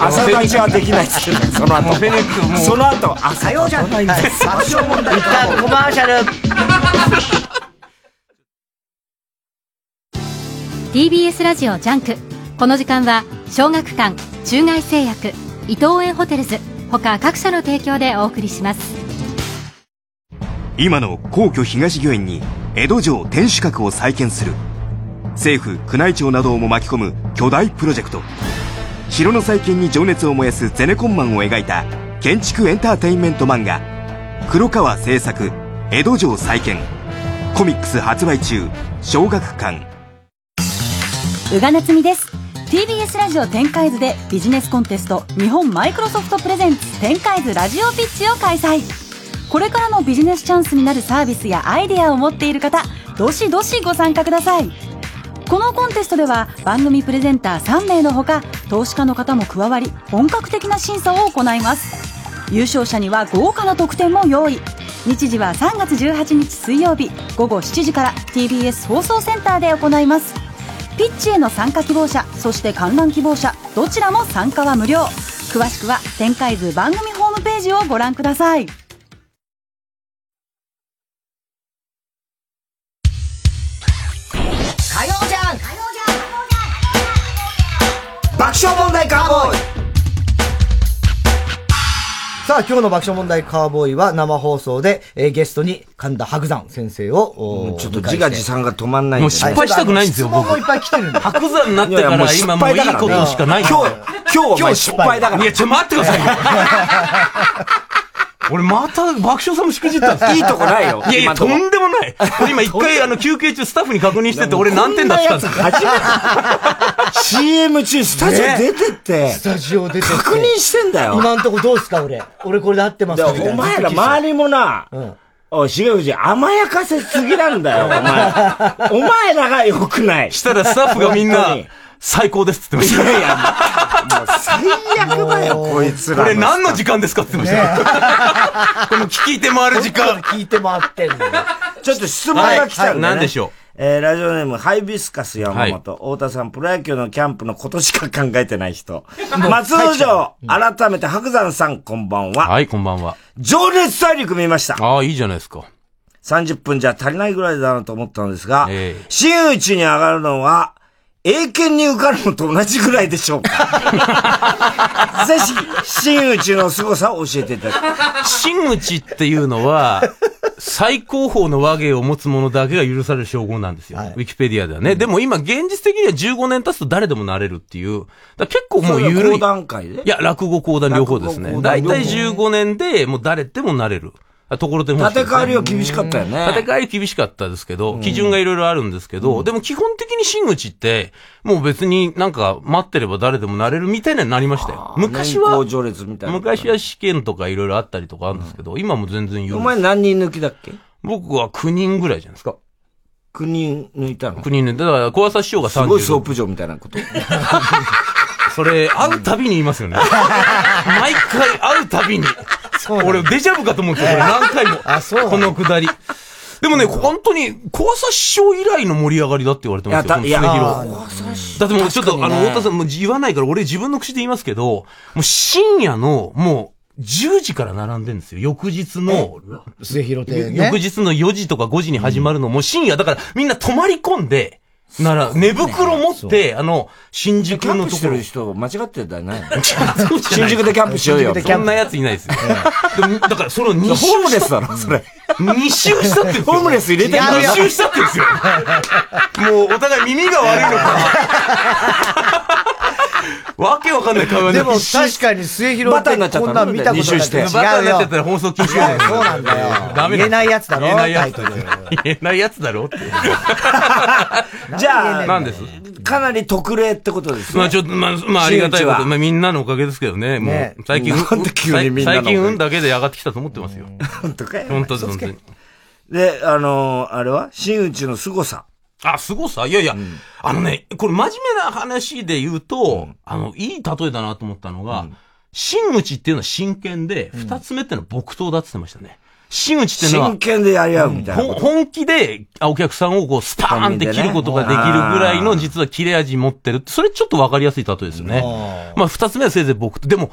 Speaker 4: 朝立ちはできないですけど、その後。
Speaker 11: フェニックスもう
Speaker 4: その後、朝
Speaker 3: 火曜じゃん
Speaker 4: ないんです。
Speaker 3: 爆笑問題カーボーイ一旦コマーシャル
Speaker 8: TBS ラジオジャンクこの時間は小学館中外製薬伊藤園ホテルズ他各社の提供でお送りします
Speaker 10: 今の皇居東御苑に江戸城天守閣を再建する政府宮内庁などをも巻き込む巨大プロジェクト城の再建に情熱を燃やすゼネコンマンを描いた建築エンターテインメント漫画黒川制作江戸城再建コミックス発売中小学館
Speaker 23: 宇賀なつみです TBS ラジオ展開図でビジネスコンテスト日本マイクロソフトプレゼンツ展開図ラジオピッチを開催これからのビジネスチャンスになるサービスやアイデアを持っている方どしどしご参加くださいこのコンテストでは番組プレゼンター3名のほか投資家の方も加わり本格的な審査を行います優勝者には豪華な特典も用意日時は3月18日水曜日午後7時から TBS 放送センターで行いますピッチへの参加希望者そして観覧希望者どちらも参加は無料詳しくは展開図番組ホームページをご覧ください
Speaker 17: 火曜じゃん爆笑問題カーボーイ
Speaker 3: さあ、今日の爆笑問題カーボーイは生放送で、えーゲストに神田伯山先生を、
Speaker 4: ちょっと自画自賛が止まんないんで
Speaker 3: もう失敗したくないんですよ僕いっぱい来てるんで。
Speaker 11: 白山になって
Speaker 4: い
Speaker 11: か
Speaker 4: やもう
Speaker 11: ら
Speaker 4: 失
Speaker 11: 今もうい
Speaker 4: 敗
Speaker 11: い
Speaker 4: だからね
Speaker 11: ことしかない
Speaker 4: 今日今日お前失敗 [laughs] だから
Speaker 11: いや、ちょ、待ってくださいよ。俺また爆笑さんもしくじったんです
Speaker 4: いいとこないよ
Speaker 11: いやい
Speaker 4: 今
Speaker 11: や、
Speaker 4: のと
Speaker 11: と
Speaker 4: こ
Speaker 11: んでもない。今一回あの休憩中スタッフに確認してて、俺何点だったんですか
Speaker 4: 初めて CM 中スタジオ出てって、
Speaker 3: スタジオ出てって
Speaker 4: 確認してんだよ
Speaker 3: 今んとこどうすか俺。俺これで合ってますかみたいな
Speaker 4: お前ら周りもな、おい、重藤、甘やかせすぎなんだよ、お前。お前らが良くない。
Speaker 11: したらスタッフがみん
Speaker 4: 本当
Speaker 11: な
Speaker 4: に、
Speaker 11: 最高ですって言ってました。いやいや、
Speaker 4: 最悪だよ、こいつら。
Speaker 11: これ何の時間ですかって言ってました。この聞いて回る時間。
Speaker 3: 聞いて回ってんの。
Speaker 4: ちょっと質問が来たんで、ね。
Speaker 11: はいはい何でしょう
Speaker 4: えー、ラジオネーム、ハイビスカス山本、太田さん、プロ野球のキャンプのことしか考えてない人。松尾城、改めて白山さん、こんばんは。
Speaker 11: はい、こんばんは。
Speaker 4: 情熱大陸見ました。
Speaker 11: ああ、いいじゃないですか。
Speaker 4: 30分じゃ足りないぐらいだなと思ったんですが、
Speaker 11: ええ
Speaker 4: 真打ちに上がるのは、英検に受かるのと同じぐらいでしょうか。
Speaker 11: [laughs]
Speaker 4: ぜひ、真打ちの凄さを教えていただきたい
Speaker 11: 真打ちっていうのは、最高峰の和芸を持つ者だけが許される称号なんですよ。ウィキペディアではね。でも今、現実的には15年経つと誰でもなれるっていう。だから結構もう緩い。
Speaker 4: それは講談会で
Speaker 11: いや、落語講談両方ですね
Speaker 4: 落語。講談
Speaker 11: 大
Speaker 4: 両方
Speaker 11: 体15年でもう誰でもなれる。あところてん方式で
Speaker 4: 建
Speaker 11: す
Speaker 4: て替わりは厳しかったよね
Speaker 11: 建て替わり厳しかったですけど、
Speaker 4: ん
Speaker 11: 基準がいろいろあるんですけど、でも基本的に真打ちって、もう別になんか待ってれば誰でもなれるみたいにはなりましたよ。昔
Speaker 4: 年
Speaker 11: は、
Speaker 4: 功序列みたいな
Speaker 11: 昔は試験とかいろいろあったりとかあるんですけど、今も全然言う。
Speaker 4: お前何人抜きだっけ
Speaker 11: 僕は9人ぐらいじゃないですか。
Speaker 4: 9人抜いたの
Speaker 11: ?9 人ね。だから、小朝師匠が
Speaker 4: す
Speaker 11: 30。
Speaker 4: ごいソープ場みたいなこと。
Speaker 11: [laughs] それ、会うたびに言い
Speaker 4: [laughs]
Speaker 11: ますよね。毎回会うたびに。俺、デジャブかと思うんですよ、これ何回も。このくだり。でもね、本当に、小朝師匠以来の盛り上がりだって言われてますよ、この
Speaker 4: いや
Speaker 11: 常
Speaker 4: たいや
Speaker 11: 広。だってもうちょっと、
Speaker 4: 確か
Speaker 11: あ
Speaker 4: に
Speaker 11: の、
Speaker 4: ね
Speaker 11: 太田さん、もう言わないから、俺自分の口で言いますけど、もう深夜の、もう、10時から並んでるんですよ。翌日の、
Speaker 3: 末広亭ね
Speaker 11: 翌日の4時とか5時に始まるの、もう深夜、だからみんな泊まり込んで、なら、寝袋持って、あの、新宿のところ。
Speaker 4: 人、間違ってたよね。 [laughs]
Speaker 11: 新
Speaker 4: 宿でキャンプしようよ
Speaker 11: そんなやついないですよ。でもだから、それを2
Speaker 4: ホ
Speaker 11: 周した。
Speaker 4: ームレスだろ、それ。
Speaker 11: 2周したって言うんですよ。
Speaker 4: ホームレス入れて
Speaker 11: 2
Speaker 4: くれよ
Speaker 11: 周したって言うんですよ。 [laughs] もうお互い耳が悪いのか。わけわかんない会話
Speaker 3: でも確かに末広
Speaker 11: バタになっちゃ
Speaker 3: 亭
Speaker 11: った
Speaker 3: こん
Speaker 11: の
Speaker 3: なん見たことないけど
Speaker 11: 二周してバタになっちゃ
Speaker 3: 違
Speaker 11: った
Speaker 3: う
Speaker 11: ら
Speaker 3: よ。
Speaker 11: 放送禁止だよ
Speaker 3: そうなんだよ。
Speaker 11: ダメ
Speaker 3: 言えないやつだろ
Speaker 11: 言えないやつ
Speaker 3: タイトル
Speaker 11: 言えないやつだろって。
Speaker 4: じゃあ、
Speaker 11: なんです
Speaker 4: かなり特例ってことですね。
Speaker 11: まあちょっと、まあ、まあありがたい
Speaker 4: 真打
Speaker 11: こ
Speaker 4: ち
Speaker 11: と。
Speaker 4: は
Speaker 11: まあみんなのおかげですけどね。も
Speaker 4: ね
Speaker 11: う、最近、
Speaker 4: なんで急にみんなのおかげ
Speaker 11: 最近運だけで上がってきたと思ってますよ。
Speaker 4: 本当かよ
Speaker 11: 本当です、本当に。
Speaker 4: で、あのーあれは真打ちの凄さ。
Speaker 11: あ、凄さいやいや、あのね、これ真面目な話で言うと、あの、いい例えだなと思ったのが、真打ちっていうのは真剣で、二つ目ってのは木刀だって言ってましたね。真打ちっていうのは、
Speaker 4: 真剣でやり合うみたいな
Speaker 11: ほん本気で、あお客さんをこう、スパーンって切ることができるぐらいの、実は切れ味持ってるって。それちょっとわかりやすい例えですよね。まあ、二つ目はせいぜい僕と。でも、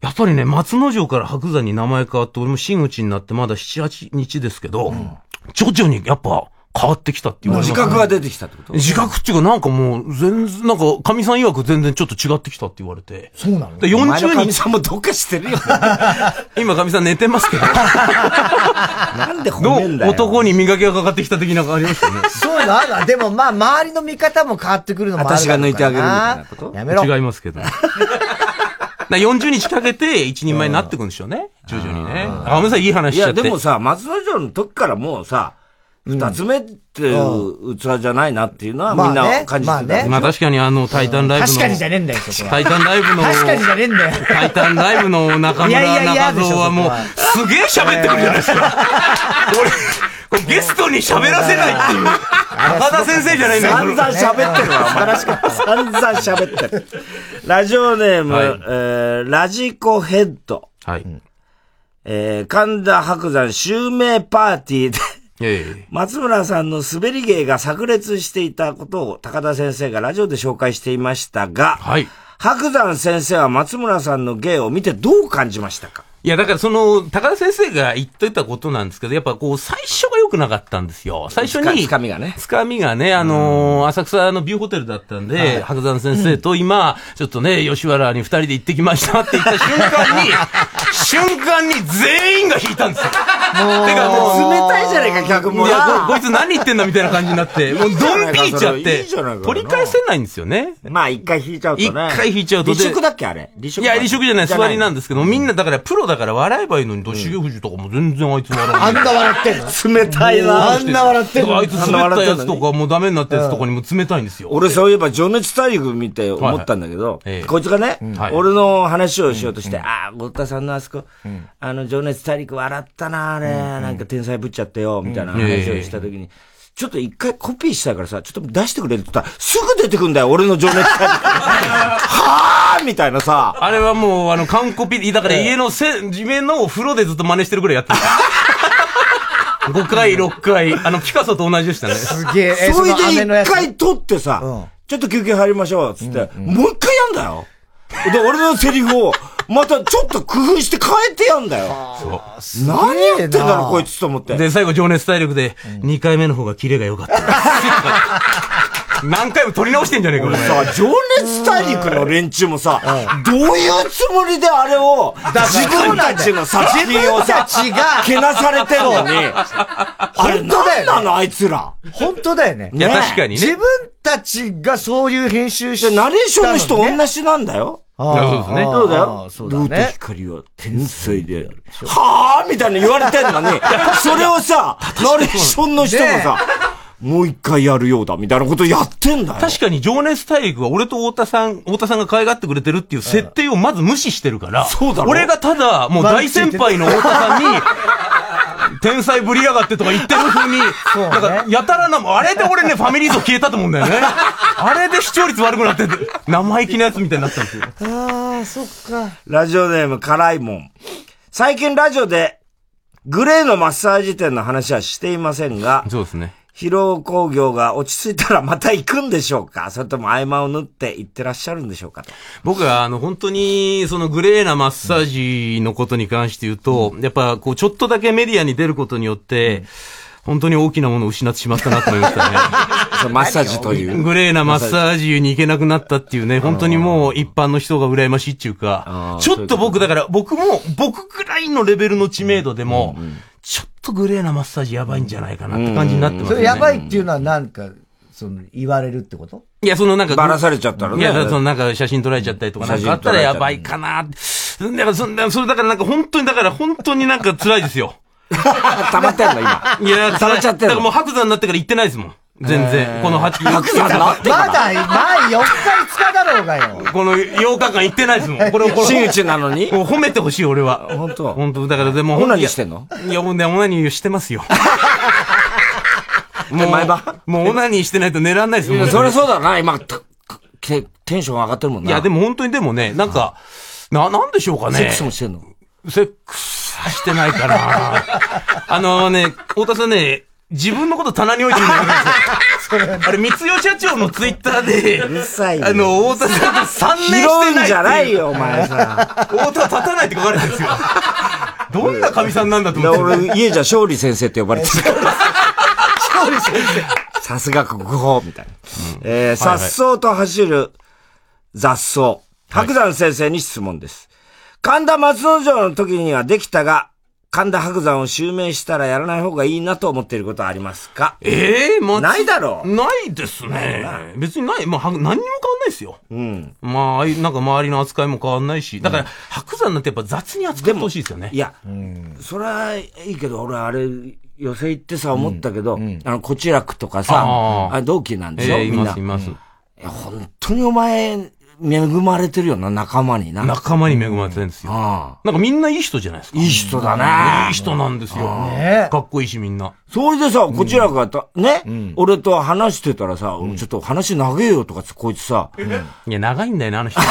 Speaker 11: やっぱりね、松之丞から白山に名前変わって、俺も真打ちになってまだ7、8日ですけど、徐々にやっぱ、変わってきたっていう
Speaker 22: 自覚が出てきたってこと
Speaker 11: 自覚っていうか、なんかもう、全然、なんか、かみさん曰く全然ちょっと違ってきたって言われて。
Speaker 3: そうなの
Speaker 11: で
Speaker 22: お前の
Speaker 11: 40
Speaker 22: 神
Speaker 11: 人。
Speaker 22: さんもどっかしてるよ。
Speaker 11: [laughs] 今、かみさん寝てますけど。
Speaker 22: なんで
Speaker 11: 褒めんだ男に磨きがかかってきた的なのがありましたよね。
Speaker 3: そういうのあるわ。でもまあ、周りの見方も変わってくるのもあるだろうから
Speaker 11: と
Speaker 3: やめろ。
Speaker 11: 違いますけど。だから40日かけて一人前になってくんでしょうね。徐々にね。あ、ごめんなさい、いい話しちゃって。
Speaker 4: や、でもさ、松田城の時からもうさ、二つ目っていう器じゃないなっていうのはみん
Speaker 11: まあね
Speaker 4: な感じてたでしょ。
Speaker 11: まあ確かにあの、タイタンライブの。
Speaker 3: 確かにじゃねえんだよ、そこは。
Speaker 11: タイタンライブの
Speaker 3: 確かにじゃねえんだよ。
Speaker 11: タイタンライブの中
Speaker 3: い
Speaker 11: 村
Speaker 3: やいやいや
Speaker 11: 中蔵はもう
Speaker 3: でしょ、
Speaker 11: すげえ喋ってくるじゃないですか。俺、これゲストに喋らせないっていう。高田先生じゃないんだよ。
Speaker 4: 散々喋ってるわ、お前。
Speaker 11: しかった。
Speaker 4: 散々喋ってる。ラジオネーム、
Speaker 11: はい
Speaker 4: えーラジコヘッド。
Speaker 11: はい。
Speaker 4: えー神田伯山襲名パーティーで、松村さんの滑り芸が炸裂していたことを高田先生がラジオで紹介していましたが、白山先生は松村さんの芸を見てどう感じましたか
Speaker 11: いや、だからその、高田先生が言ってたことなんですけど、やっぱこう、最初が良くなかったんですよ。最初に。つかみがね。つかみがね、あのー浅草のビューホテルだったんで、
Speaker 4: はい
Speaker 11: 白山先生と今、ちょっとね、吉原に二人で行ってきましたって言った瞬間に、瞬間に全員が引いたんですよ。てか [laughs] もう、
Speaker 4: 冷たいじゃないか、客も。
Speaker 11: いやここいつ何言ってんだみたいな感じになって、もうドンピーちゃって、取り返せないんですよね。
Speaker 4: まあ一回引いちゃうとね。
Speaker 11: 一回引いちゃうとで
Speaker 4: 離職だっけあれ。離職。
Speaker 11: いや、離職じゃない、座りなんですすけど、みんなだからプロだから笑えばいいのに、ドシゲフジとかも全然あいつ笑わない。
Speaker 3: あんな笑ってんの
Speaker 4: 冷たいな
Speaker 3: あんな笑ってんの
Speaker 11: あいつ滑ったやつとか、もうダメになったやつとかにも冷たいんですよ。
Speaker 4: 俺そういえば情熱大陸見て思ったんだけど、こいつがね、俺の話をしようとして、ああ、ゴッタさんのあそこ、あの情熱大陸笑ったな、あれ、なんか天才ぶっちゃってよ、みたいな話をした時に、ちょっと一回コピーしたいからさ、ちょっと出してくれるって言ったら、すぐ出てくんだよ、俺の情熱大陸。はあみたいなさ。
Speaker 11: あれはもう、あの、完コピ、だから家のせ、地面のお風呂でずっと真似してるぐらいやってた。5回、6回、あの、ピカソと同じでしたね。す
Speaker 3: げえ
Speaker 4: それで一回撮ってさ、ちょっと休憩入りましょう、つって、もう一回やんだよ。で、俺のセリフを、またちょっと工夫して変えてやんだよ。何やってんだろ、こいつと思って。
Speaker 11: で、最後、情熱大陸で、2回目の方がキレが良かった。何回も撮り直してんじゃねえか、俺。
Speaker 4: さ、情熱大陸の連中もさ、どういうつもりであれを、自分たちの作品をさ、
Speaker 3: 自分たちが
Speaker 4: けなされてるのに、あれ
Speaker 3: 本当だ
Speaker 4: 何
Speaker 3: よ
Speaker 4: なの、あいつら。
Speaker 3: 本当だよね。
Speaker 4: いや確かにね
Speaker 3: 自分たちがそういう編集して、
Speaker 4: ナレーションの人同じなんだよ。そうだよ。
Speaker 3: そうだね
Speaker 4: ルート光は天才である。はぁみたいな言われてんのに、 [laughs] それをさ、ナレーションの人もさ、もう一回やるようだみたいなことやってんだよ。
Speaker 11: 確かに情熱大陸は俺と太田さん、太田さんが可愛がってくれてるっていう設定をまず無視してるから、
Speaker 4: そうだろ
Speaker 11: 俺がただ、もう大先輩の太田さんに、天才ぶりやがってとか言ってる風に、なんか、やたらな、あれで俺ね、ファミリー像消えたと思うんだよね。あれで視聴率悪くなってて、生意気なやつみたいになったんですよ。
Speaker 3: ああ、そっか。
Speaker 4: ラジオネーム、辛いもん。最近ラジオで、グレーのマッサージ店の話はしていませんが、
Speaker 11: そうですね。
Speaker 4: 疲労工業が落ち着いたらまた行くんでしょうかそれとも合間を縫って行ってらっしゃるんでしょうかと。。
Speaker 11: 僕はあの本当にそのグレーなマッサージのことに関して言うと、やっぱこうちょっとだけメディアに出ることによって、本当に大きなものを失ってしまったなと思いましたね
Speaker 4: マッサージという
Speaker 11: グレーなマッサージに行けなくなったっていうね、本当にもう一般の人が羨ましいっていうか、ちょっと僕だから僕も僕くらいのレベルの知名度でも、ちょっとグレーなマッサージやばいんじゃないかなって感じになってます
Speaker 3: そ
Speaker 11: ね。
Speaker 3: れやばいっていうのはなんか、その、言われるってこと
Speaker 11: いや、そのなんか。
Speaker 3: バラされちゃったらね
Speaker 11: いや、だからそのなんか写真撮られちゃったりとか、な
Speaker 3: 写
Speaker 11: ん
Speaker 3: 真
Speaker 11: かあったらやばいかなって。だから、そんな、それだからなんか本当に、だから本当になんか辛いで
Speaker 4: [laughs]
Speaker 11: すよ。
Speaker 4: 溜まってんの今。
Speaker 11: いや、
Speaker 4: 溜まっちゃってん
Speaker 11: だからも
Speaker 4: の
Speaker 11: う白山になってから行ってないですもん。全
Speaker 4: へー
Speaker 11: 然。この8日
Speaker 4: 白山になってからまだ
Speaker 3: まあ、4日5日だろうがよ。
Speaker 11: この8日間行ってないですもん。これをこれ
Speaker 4: [laughs] 真打ちなのに
Speaker 11: もう褒めてほしい、俺は。本当本当だからでも。
Speaker 4: オナニーしてんの
Speaker 11: いや、オナニーしてます
Speaker 4: [laughs]
Speaker 11: よ。もう、もうオナニーしてないと寝らんないです
Speaker 4: い
Speaker 11: も
Speaker 4: や
Speaker 11: ん。
Speaker 4: そりゃそうだな、今、たけテンション上がってるもん
Speaker 11: い
Speaker 4: な。
Speaker 11: や、でも本当にでもね、なんか、な、なんでしょうかね。
Speaker 4: セックスもしてんの
Speaker 11: セックスはしてないかな [laughs] あのね、太田さんね、自分のこと棚に置いてるんだよ。
Speaker 4: [laughs]
Speaker 11: あれ、三代社長のツイッターで、
Speaker 4: うるさいよ
Speaker 11: あの、太田さん3年してないって
Speaker 4: 拾う
Speaker 11: うん
Speaker 4: じゃないよお前さ。
Speaker 11: 太田は立たないって書かれ
Speaker 4: [laughs]
Speaker 11: てるんですよ。どんな神さんなんだと
Speaker 4: だ
Speaker 11: 思
Speaker 4: か
Speaker 11: っ
Speaker 4: ら
Speaker 11: て
Speaker 4: 俺、家じゃ勝利先生って呼ばれてる。料理先生。さすが国宝、みたいな。えー、
Speaker 10: はいはい
Speaker 4: 颯爽と走る雑草。白山先生に質問です。神田松之丞の時にはできたが、神田白山を襲名したらやらない方がいいなと思っていることはありますか
Speaker 11: ええま
Speaker 4: ないだろう
Speaker 11: ないですね。別にない。まあ、は何にも変わんないですよ。
Speaker 4: うん。
Speaker 11: まあああいう、なんか周りの扱いも変わんないし。だから、白山なんてやっぱ雑に扱ってほしいですよね。
Speaker 4: いや、それはいいけど、俺あれ、寄せ行ってさ、思ったけど、あの、こちらくとかさ、
Speaker 11: あー
Speaker 4: あ同期なんでしょ、
Speaker 11: ええい
Speaker 4: みん
Speaker 11: ま
Speaker 4: な。
Speaker 11: す、います。
Speaker 4: 本当にお前、恵まれてるよな、仲間にな。
Speaker 11: 仲間に恵まれてるんですよ。なんかみんないい人じゃないですか。いい
Speaker 4: 人だね
Speaker 11: いい人なんですよ。かっこいいし、みんな。
Speaker 4: それでさ、こちらがた、ね、俺と話してたらさ、ちょっと話長えよとかつ、こいつさ、
Speaker 11: いや、長いんだよな、あの人。 [laughs]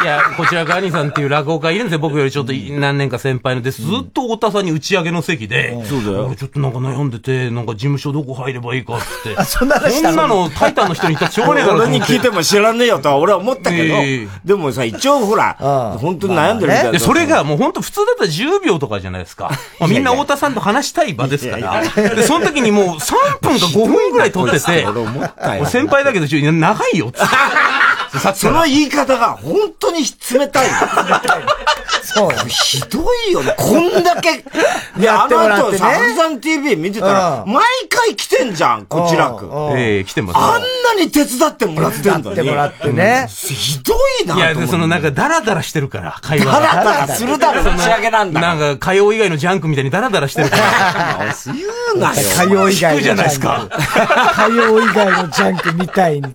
Speaker 11: いや、こちらが兄さんっていう落語家いるんですよ。僕よりちょっと何年か先輩ので、ずっと太田さんに打ち上げの席で、そうだよ。ちょっとなんか悩んでて、なんか事務所どこ入ればいいかって。
Speaker 4: あそんな話したの
Speaker 11: のタイタンの人に言ったらしょうがねえだろと
Speaker 4: 俺
Speaker 11: 思って。
Speaker 4: に聞いても知らねえよとは俺は思ったけど、
Speaker 11: ええ
Speaker 4: でもさ、一応ほら、本当に悩んでるみたいな、
Speaker 11: でそれがもう本当普通だったら10秒とかじゃない
Speaker 4: [laughs]
Speaker 11: ですか。まあみんな太田さんと話したい場ですから。で、その時にもう3分か5分ぐらい撮ってて、
Speaker 4: 俺思ったよ
Speaker 11: 俺先輩だけど、ちょいや長いよっつって。
Speaker 4: その言い方が本当に冷たい。そうひどいよね。こんだけ。いや、
Speaker 10: やってもらっ
Speaker 4: あの後、
Speaker 10: てね
Speaker 4: サブザン TV 見てたら、
Speaker 10: うん
Speaker 4: 毎回来てんじゃん、こちらく。
Speaker 11: ええ、来てます。
Speaker 4: あんなに手伝ってもらってんだに。
Speaker 11: 手伝ってもらってね
Speaker 4: うんひどいなと
Speaker 11: い
Speaker 4: 思って
Speaker 11: や、で、そのなんか、ダラダラしてるから、会話が。
Speaker 4: ダラダラするだろ
Speaker 11: その
Speaker 4: 打ち上げなんだ
Speaker 11: なんか、火曜以外のジャンクみたいにダラダラしてるから。言
Speaker 4: うなよ
Speaker 11: 火曜以外。聞くじゃないですか。
Speaker 1: 火曜以外のジャンクみたいに。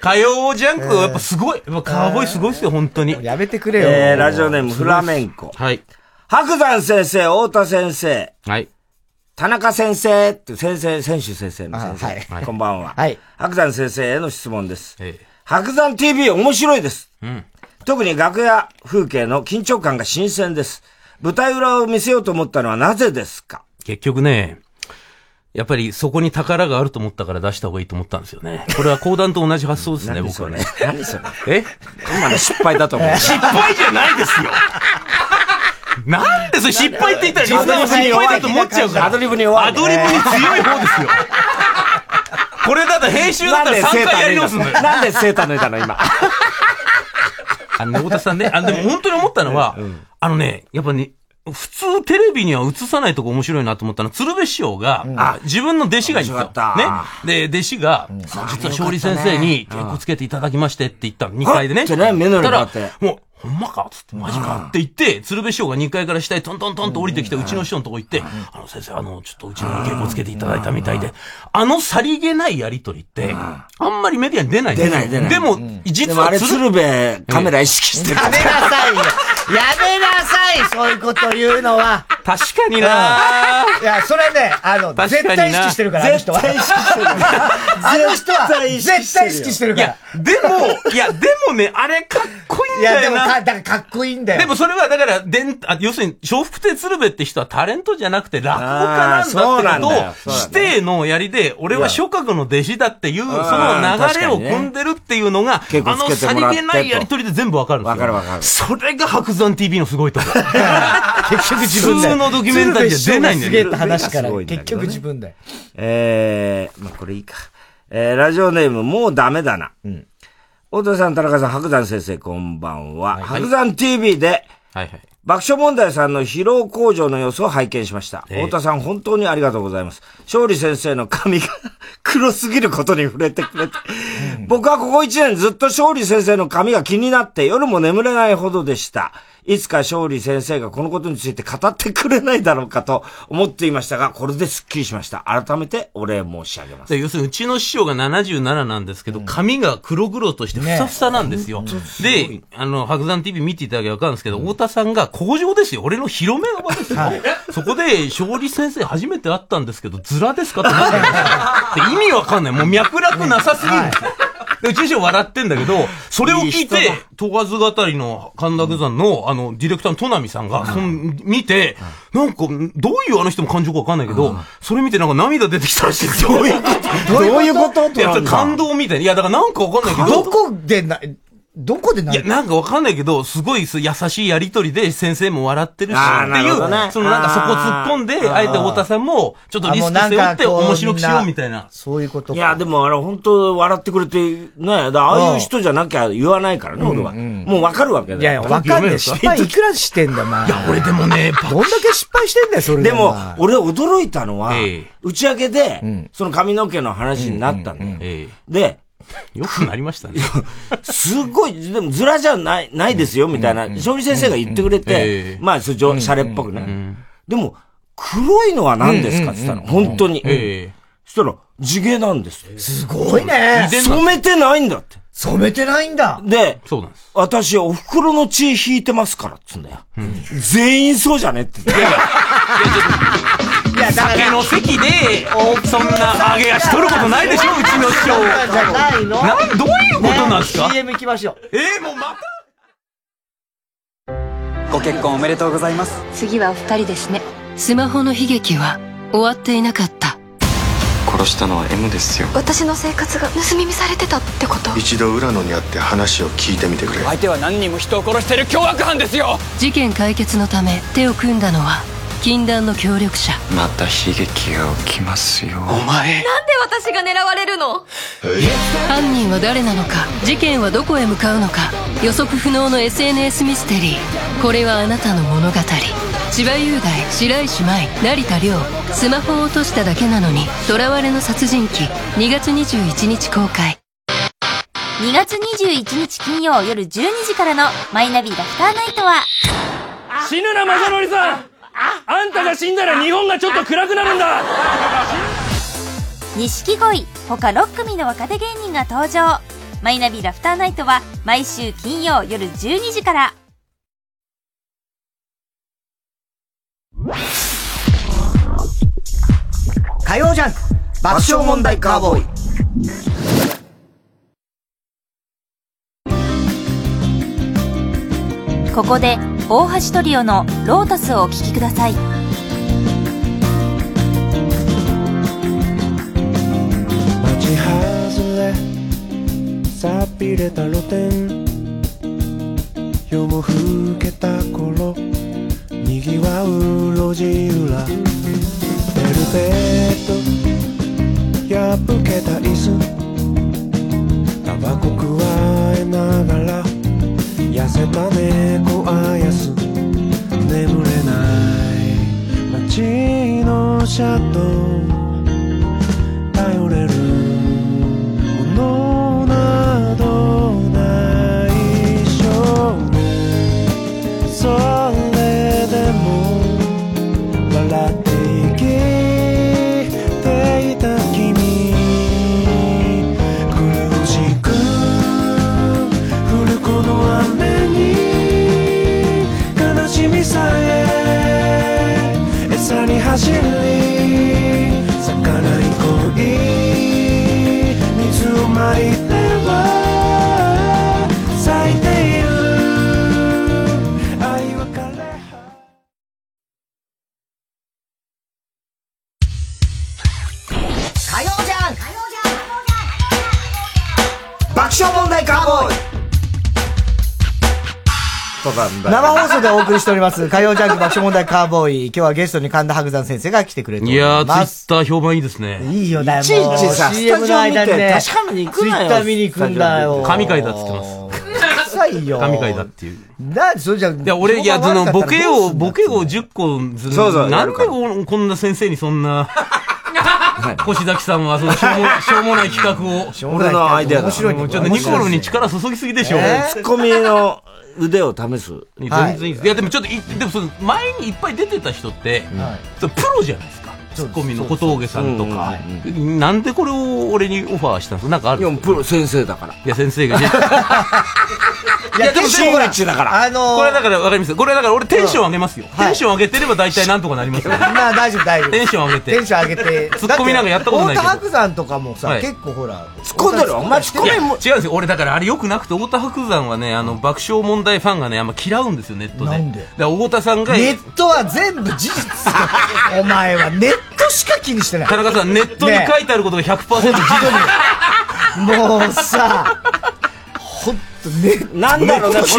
Speaker 11: 火曜ジャンクはやっぱすごい。やっぱカーボーイすごいっすよ、本当に。
Speaker 3: やめてく
Speaker 4: れよえーラジオネームフラメンコ。
Speaker 11: はい。
Speaker 4: 白山先生、太田先生。
Speaker 11: はい。
Speaker 4: 田中先生って、先生、選手先生の先生。
Speaker 3: あはい
Speaker 4: こんばんは。
Speaker 3: はい
Speaker 4: 白山先生への質問です。白山 TV 面白いです。
Speaker 11: うん。
Speaker 4: 特に楽屋風景の緊張感が新鮮です。舞台裏を見せようと思ったのはなぜですか
Speaker 11: 結局ね、やっぱりそこに宝があると思ったから出した方がいいと思ったんですよね。これは講談と同じ発想ですね、僕はね。
Speaker 4: 何それ
Speaker 11: え
Speaker 4: 今の失敗だと思う
Speaker 11: 失敗じゃないですよなんでそれ失敗って言ったらリスナーは失敗だと思っちゃうから。
Speaker 4: アドリブに弱い
Speaker 11: アドリブに強い方ですよ。これだと編集だったら3回やり直すんだよ。
Speaker 4: なんでセーター脱いだの今。
Speaker 11: あのね、太田さんね、あの、でも本当に思ったのは、あのね、やっぱね、普通テレビには映さないとこ面白いなと思ったのは、鶴瓶師匠が、あ自分の弟子がいるんですよ。ね。で、弟子が、実は勝利先生に、結構つけていただきましてって言ったの、2階でね。
Speaker 4: じゃない目の色があって
Speaker 11: たらもう、ほんまかつって、マジかって言って、鶴瓶師匠が2階から下へトントントンと降りてきて、うちの師匠のとこ行って、あの先生、あの、ちょっとうちの稽古つけていただいたみたいで、あのさりげないやりとりって、あんまりメディアに出ないんですよ
Speaker 4: 出ない出ない
Speaker 11: でも、
Speaker 4: で
Speaker 11: 実
Speaker 4: もあ
Speaker 11: は
Speaker 4: れ鶴瓶カメラ意識してる。
Speaker 1: やめなさいよ。やめなさい、そういうこと言うのは。
Speaker 11: 確かにない
Speaker 1: や、それね、あの、
Speaker 11: 確か
Speaker 1: 絶
Speaker 11: にな
Speaker 1: 対意識してるから、あの人は。
Speaker 11: 絶対意識してる
Speaker 1: あの人は、絶対意識してるから。
Speaker 11: いや、でも、いや、でもね、あれかっこいいん
Speaker 1: いや、
Speaker 11: だ
Speaker 1: で
Speaker 11: よ
Speaker 1: も、
Speaker 11: な。
Speaker 1: かだからかっこいいんだよ。
Speaker 11: でもそれは、だから、でん、あ要するに、笑福亭鶴瓶って人はタレントじゃなくて落語家
Speaker 4: あーそうなん
Speaker 11: な
Speaker 4: ん
Speaker 11: だっ
Speaker 4: だ
Speaker 11: て
Speaker 4: よ
Speaker 11: ことを、指定のやりで、俺は諸閣の弟子だっていう、その
Speaker 4: あー
Speaker 11: 流れ
Speaker 4: 確
Speaker 11: を
Speaker 4: かにね
Speaker 11: 組んでるっていうのが、
Speaker 4: 結構
Speaker 11: あの
Speaker 4: つけ
Speaker 11: さ
Speaker 4: て
Speaker 11: り
Speaker 4: もらって
Speaker 11: げ
Speaker 4: と
Speaker 11: ないやりとりで全部わかるんですよ。
Speaker 4: わかるわかる
Speaker 11: それが白山 TV のすごい
Speaker 4: [laughs]
Speaker 11: ところ。結局
Speaker 1: 自分
Speaker 11: 普
Speaker 1: だよ
Speaker 11: 通のドキュメンタリーじゃ出ないんだよね。
Speaker 1: 鶴瓶師匠がすげえって話から結局自分だよ。
Speaker 4: えー、まあこれいいか。えー、ラジオネーム、もうダメだな。うん。大田さん、田中さん、白山先生、こんばんは。白山 TV で、
Speaker 11: はいはい。
Speaker 4: 爆笑問題さんの疲労工場の様子を拝見しました。
Speaker 11: ええ
Speaker 4: 太田さん、本当にありがとうございます。勝利先生の髪が [laughs] 黒すぎることに触れてくれて。僕はここ一年ずっと勝利先生の髪が気になって夜も眠れないほどでした。いつか勝利先生がこのことについて語ってくれないだろうかと思っていましたが、これでスッキリしました。改めてお礼申し上げます。
Speaker 11: で要するに、うちの師匠が77なんですけど、髪が黒々としてふさふさなんですよ。で、あの、白山 TV 見ていただけばわかるんですけど、太田さんが工場ですよ。俺の広めの場ですよ。そこで、勝利先生初めて会ったんですけど、ズラですかって話になるで意味わかんない。もう脈絡なさすぎるんですよ。で、うちの師匠笑ってんだけど、それを聞いて、問わず語りの神田具山の、あの、ディレクターの戸波さんが、その、見て、なんか、どういうあの人も感情かわかんないけど、それ見てなんか涙出てきたらしいんですよ。どういうこと
Speaker 4: どういうこと
Speaker 11: いや、感動みたいな。いや、だからなんかわかんないけど。
Speaker 1: どこでな、
Speaker 3: どこで
Speaker 11: いや、なんかわかんないけど、すごいす優しいやりとりで先生も笑ってるし、
Speaker 3: あー
Speaker 11: ってい
Speaker 3: なるほ
Speaker 11: う、
Speaker 3: どね
Speaker 11: そのなんかそこ突っ込んで、あえて太田さんも、ちょっとリスク背負って面白くしようみたいな。
Speaker 3: そういうこと
Speaker 4: いや、でもあれ本当笑ってくれて、ね、だからああいう人じゃなきゃ言わないからね、俺は。もうわかるわけだよ。
Speaker 3: いやいや、わかんない。失敗いくらしてんだ、お前。いや、俺でも [laughs] ね、どんだけ失敗してんだよ、それ
Speaker 4: で
Speaker 3: お
Speaker 4: も
Speaker 3: 前、
Speaker 4: 俺驚いたのは、打ち上げで、その髪の毛の話になったんだよ。で、
Speaker 11: よくなりましたね。
Speaker 4: すごい、でもズラじゃない、ないですよ、みたいな、勝利先生が言ってくれて、まあ、それじょ、シャレっぽくね。でも、黒いのは何ですかって言ったの、本当に。そしたら、地毛なんです。す
Speaker 3: ごいね
Speaker 4: 染めてないんだって。
Speaker 3: 染めてないんだ。
Speaker 4: で、
Speaker 11: そうなんです。
Speaker 4: 私、お袋の血引いてますから、つうんだよ。全員そうじゃねって言って。
Speaker 11: いや、酒の席で、そんな上げ足取ることないでしょ、うちの師匠。
Speaker 3: じゃないの
Speaker 11: なん、どういうことなんですか
Speaker 3: ?CM 行きましょう。
Speaker 11: えー、もうまた
Speaker 21: ご結婚おめでとうございます
Speaker 24: 次はお二人ですねスマホの悲劇は終わっていなかった
Speaker 25: 殺したのは M ですよ
Speaker 24: 私の生活が盗み見されてたってこと
Speaker 25: 一度浦野に会って話を聞いてみてくれ
Speaker 21: 相手は何人も人を殺してる凶悪犯ですよ
Speaker 24: 事件解決のため手を組んだのは禁断の協力者
Speaker 25: また悲劇が起きますよお
Speaker 24: なんで私が狙われるの犯人は誰なのか事件はどこへ向かうのか予測不能の SNS ミステリーこれはあなたの物語千葉雄大白石麻衣成田凌スマホを落としただけなのに囚われの殺人鬼2月21日公開
Speaker 15: 2月21日金曜夜12時からのマイナビラフターナイトは、
Speaker 20: 死ぬな正則さんあんたが死んだら日本がちょっと暗くなるんだ
Speaker 15: 錦鯉、他6組の若手芸人が登場。マイナビラフターナイトは毎週金曜夜12時から。
Speaker 3: 火曜ジャンク爆笑問題カーボーイ
Speaker 15: ここで、大橋トリオのロータスをお聴きください。
Speaker 10: 街外れさびれた露店夜も更けた頃にぎわう路地裏ベルベット破けた椅子タバコくわえながら痩せた猫あやす眠れない街のシャドウ頼れるものなどない少年それでも笑って生きていた君苦しく降るこの雨に悲しみさえ餌に走り逆らい恋水をまいては咲いている愛は枯れ
Speaker 17: 火曜じゃん爆笑問題カーボーイ
Speaker 3: 生放送でお送りしております、 [laughs] 火曜ジャンク爆笑問題カーボーイ。今日はゲストに神田伯山先生が来てくれてお
Speaker 11: い
Speaker 3: り
Speaker 11: やー、ツイ
Speaker 3: ます。
Speaker 11: ッター評判いいですね。
Speaker 3: いいよ
Speaker 11: ね
Speaker 3: いちいちさもう CM の間にねスタジオ見て確かめに行くなよツイッター見に行くんだよ
Speaker 11: 神回だっつってます。
Speaker 3: 臭いよ。
Speaker 11: 神回だっていう。
Speaker 3: だってそれじゃい
Speaker 11: いや、俺、いや、その、ボケを、ボケを10個ず
Speaker 3: そうそう
Speaker 11: な
Speaker 3: や
Speaker 11: ん
Speaker 3: る
Speaker 11: でここんな先生にそんな、腰崎さんは、その、しょうも、しょうもない企画を。
Speaker 4: 俺のアイデアだ
Speaker 11: 面白い。もうちょっとニコロに力注ぎすぎでしょ。
Speaker 4: ツッコミの腕を試す。
Speaker 11: 全然いいです。いや、でもちょっとい、でもその、前にいっぱい出てた人って、そのプロじゃないですか。ツッコミの小峠さんとか。なんでこれを俺にオファーしたんですかなんかあるいや、プロ、先生だから。いや、先
Speaker 3: [laughs]
Speaker 11: 生がね。
Speaker 3: や、でも
Speaker 11: でも
Speaker 3: ほら、だから。あのー、
Speaker 11: これはだからわかりますこれはだから俺テンション上げますよ。テンション上げてれば大体なんとかなりますよ。
Speaker 3: まあ大丈夫大丈夫。
Speaker 11: テンション上げて。
Speaker 3: テンション上げて。
Speaker 11: ツッコミなんかやったことないけ
Speaker 3: 太
Speaker 11: ど
Speaker 3: 田。伯山とかもさ、
Speaker 11: はい
Speaker 3: 結構ほら。突
Speaker 11: 突っ込んでる
Speaker 3: お前突っ込め
Speaker 11: も違うんですよ俺だからあれよくなくて太田白山はねあの爆笑問題ファンがねあんま嫌うんですよネットで
Speaker 3: なんで
Speaker 11: だから太田さんが
Speaker 3: ネットは全部事実
Speaker 11: [laughs]
Speaker 3: だお前はネットしか気にしてない。
Speaker 11: 田中さんネットに
Speaker 3: ね
Speaker 11: 書いてあることが100%事実
Speaker 3: もうさ、本とね、
Speaker 4: なんだろうね、この、こ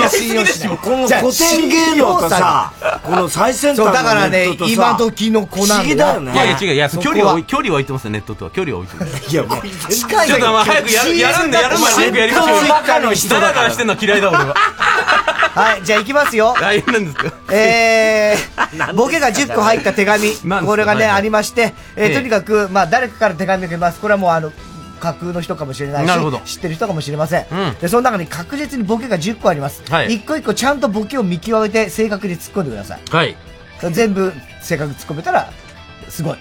Speaker 4: の古典芸能とさ、この最先端の
Speaker 3: そうだからね
Speaker 4: ネットとさ
Speaker 3: 今時の子
Speaker 4: 不
Speaker 3: なんだな
Speaker 4: 思議だよね。
Speaker 11: いやいや違う、いや、距離を置い、
Speaker 4: て。
Speaker 11: 距離を置いてますよ、ネットとは。距離を置いてます。
Speaker 4: いや、もう、
Speaker 11: ちょっとまあ早くやる、やるんでやる前に早くやりましょうよ。ダラダラしてんの嫌いだ、俺は。
Speaker 3: はい、じゃあ行きますよ。
Speaker 11: 大変なんですか
Speaker 3: え
Speaker 11: [laughs]
Speaker 3: ー、ボケが10個入った手紙、これがね、
Speaker 11: はいはい
Speaker 3: ありまして、え
Speaker 11: え
Speaker 3: ー
Speaker 11: え
Speaker 3: とにかく、まあ、誰かから手紙を受けます。これはもう、あの、架空の人かもしれないし
Speaker 11: なるほど、
Speaker 3: 知ってる人かもしれません,、
Speaker 11: うん
Speaker 3: で、その中に確実にボケが10個あります。
Speaker 11: はい
Speaker 3: 一個一個ちゃんとボケを見極めて、正確に突っ込んでください。
Speaker 11: はい。
Speaker 3: 全部正確に突っ込めたら、すごい。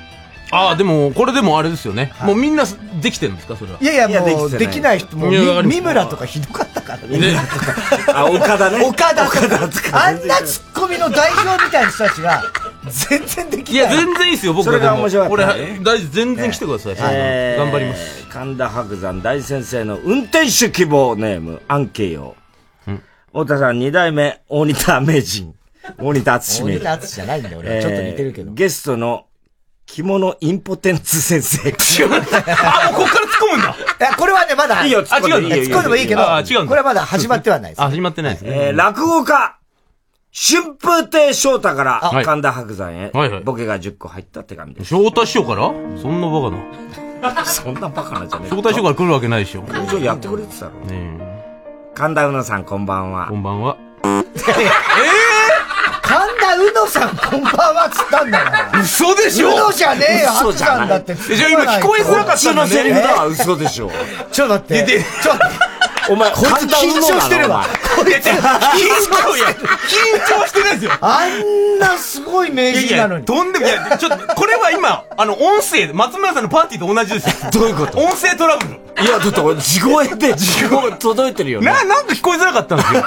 Speaker 11: ああ、でも、これでもあれですよね。もうみんなできてるんですか、それは。
Speaker 3: いやいや、もう、できない人、もう、
Speaker 11: いやありま
Speaker 3: み
Speaker 11: す
Speaker 3: 三村とかひどかったからね。
Speaker 11: ね
Speaker 4: あ、岡田ね。
Speaker 3: 岡田あんなツッコミの代表みたいな人たちが、全然できない。
Speaker 11: いや、全然いいですよ、僕
Speaker 4: それが面白かったね
Speaker 11: 俺、大事全然来てください。
Speaker 4: えー
Speaker 11: 頑張ります。。
Speaker 4: 神田伯山大先生の運転手希望ネーム、アンケイヨウ。太田さん、二代目、大仁田名人。大仁田敦
Speaker 3: 大
Speaker 4: 名
Speaker 3: 仁田
Speaker 4: 人。
Speaker 3: 厚じゃないんだよ、俺は。ちょっと似てるけど。
Speaker 4: ど。ゲストの、着物インポテンツ先生。違う。
Speaker 11: あ、もうこっから突っ込むんだ。
Speaker 3: いや、これはね、まだ、
Speaker 4: いいよ突
Speaker 3: あ
Speaker 4: っ込んでいいよ
Speaker 3: 突っ込んでもいいけど、
Speaker 4: あ違うんだ
Speaker 3: これはまだ始まってはないです。
Speaker 11: [laughs] あ、始まってないです
Speaker 4: えー、落語家、春風亭昇太から
Speaker 11: あはい
Speaker 4: 神田伯山へ、
Speaker 11: はいはい
Speaker 4: ボケが10個入った手紙です。
Speaker 11: 翔太師匠からそんなバカな。
Speaker 4: そんなバカなじゃねえ
Speaker 11: 招待所から来るわけないでしょ。
Speaker 4: 工場やってくれてたろ。神田うなさん、こんばんは。こ
Speaker 11: んばんは。
Speaker 3: 神田うのさん、こんばんはっつったんだから。
Speaker 11: 嘘でしょ
Speaker 3: うのじゃねえよ、白
Speaker 11: 嘘じゃな
Speaker 3: さ
Speaker 11: い
Speaker 3: んだって。
Speaker 11: えじゃあ今聞こえづらかったんだね
Speaker 4: セリフだわ、
Speaker 11: え
Speaker 4: 嘘でしょ。
Speaker 3: ちょっと待って。ちょっと待って
Speaker 4: お前、
Speaker 3: こいつ緊張してるわ。こいつ緊張してる。
Speaker 11: 緊張してないですよ。
Speaker 3: あんなすごい名
Speaker 11: い
Speaker 3: 人な
Speaker 11: や
Speaker 3: いの
Speaker 11: や、
Speaker 3: に。
Speaker 11: とんでも、いや、ちょっと、これは今、あの、音声、松村さんのパーティーと同じですよ。どういうこと音声トラブル。
Speaker 4: いや、だって俺、地声で、地声届いてるよね
Speaker 11: な、なんか聞こえづらかった
Speaker 4: [laughs]
Speaker 11: んですよ。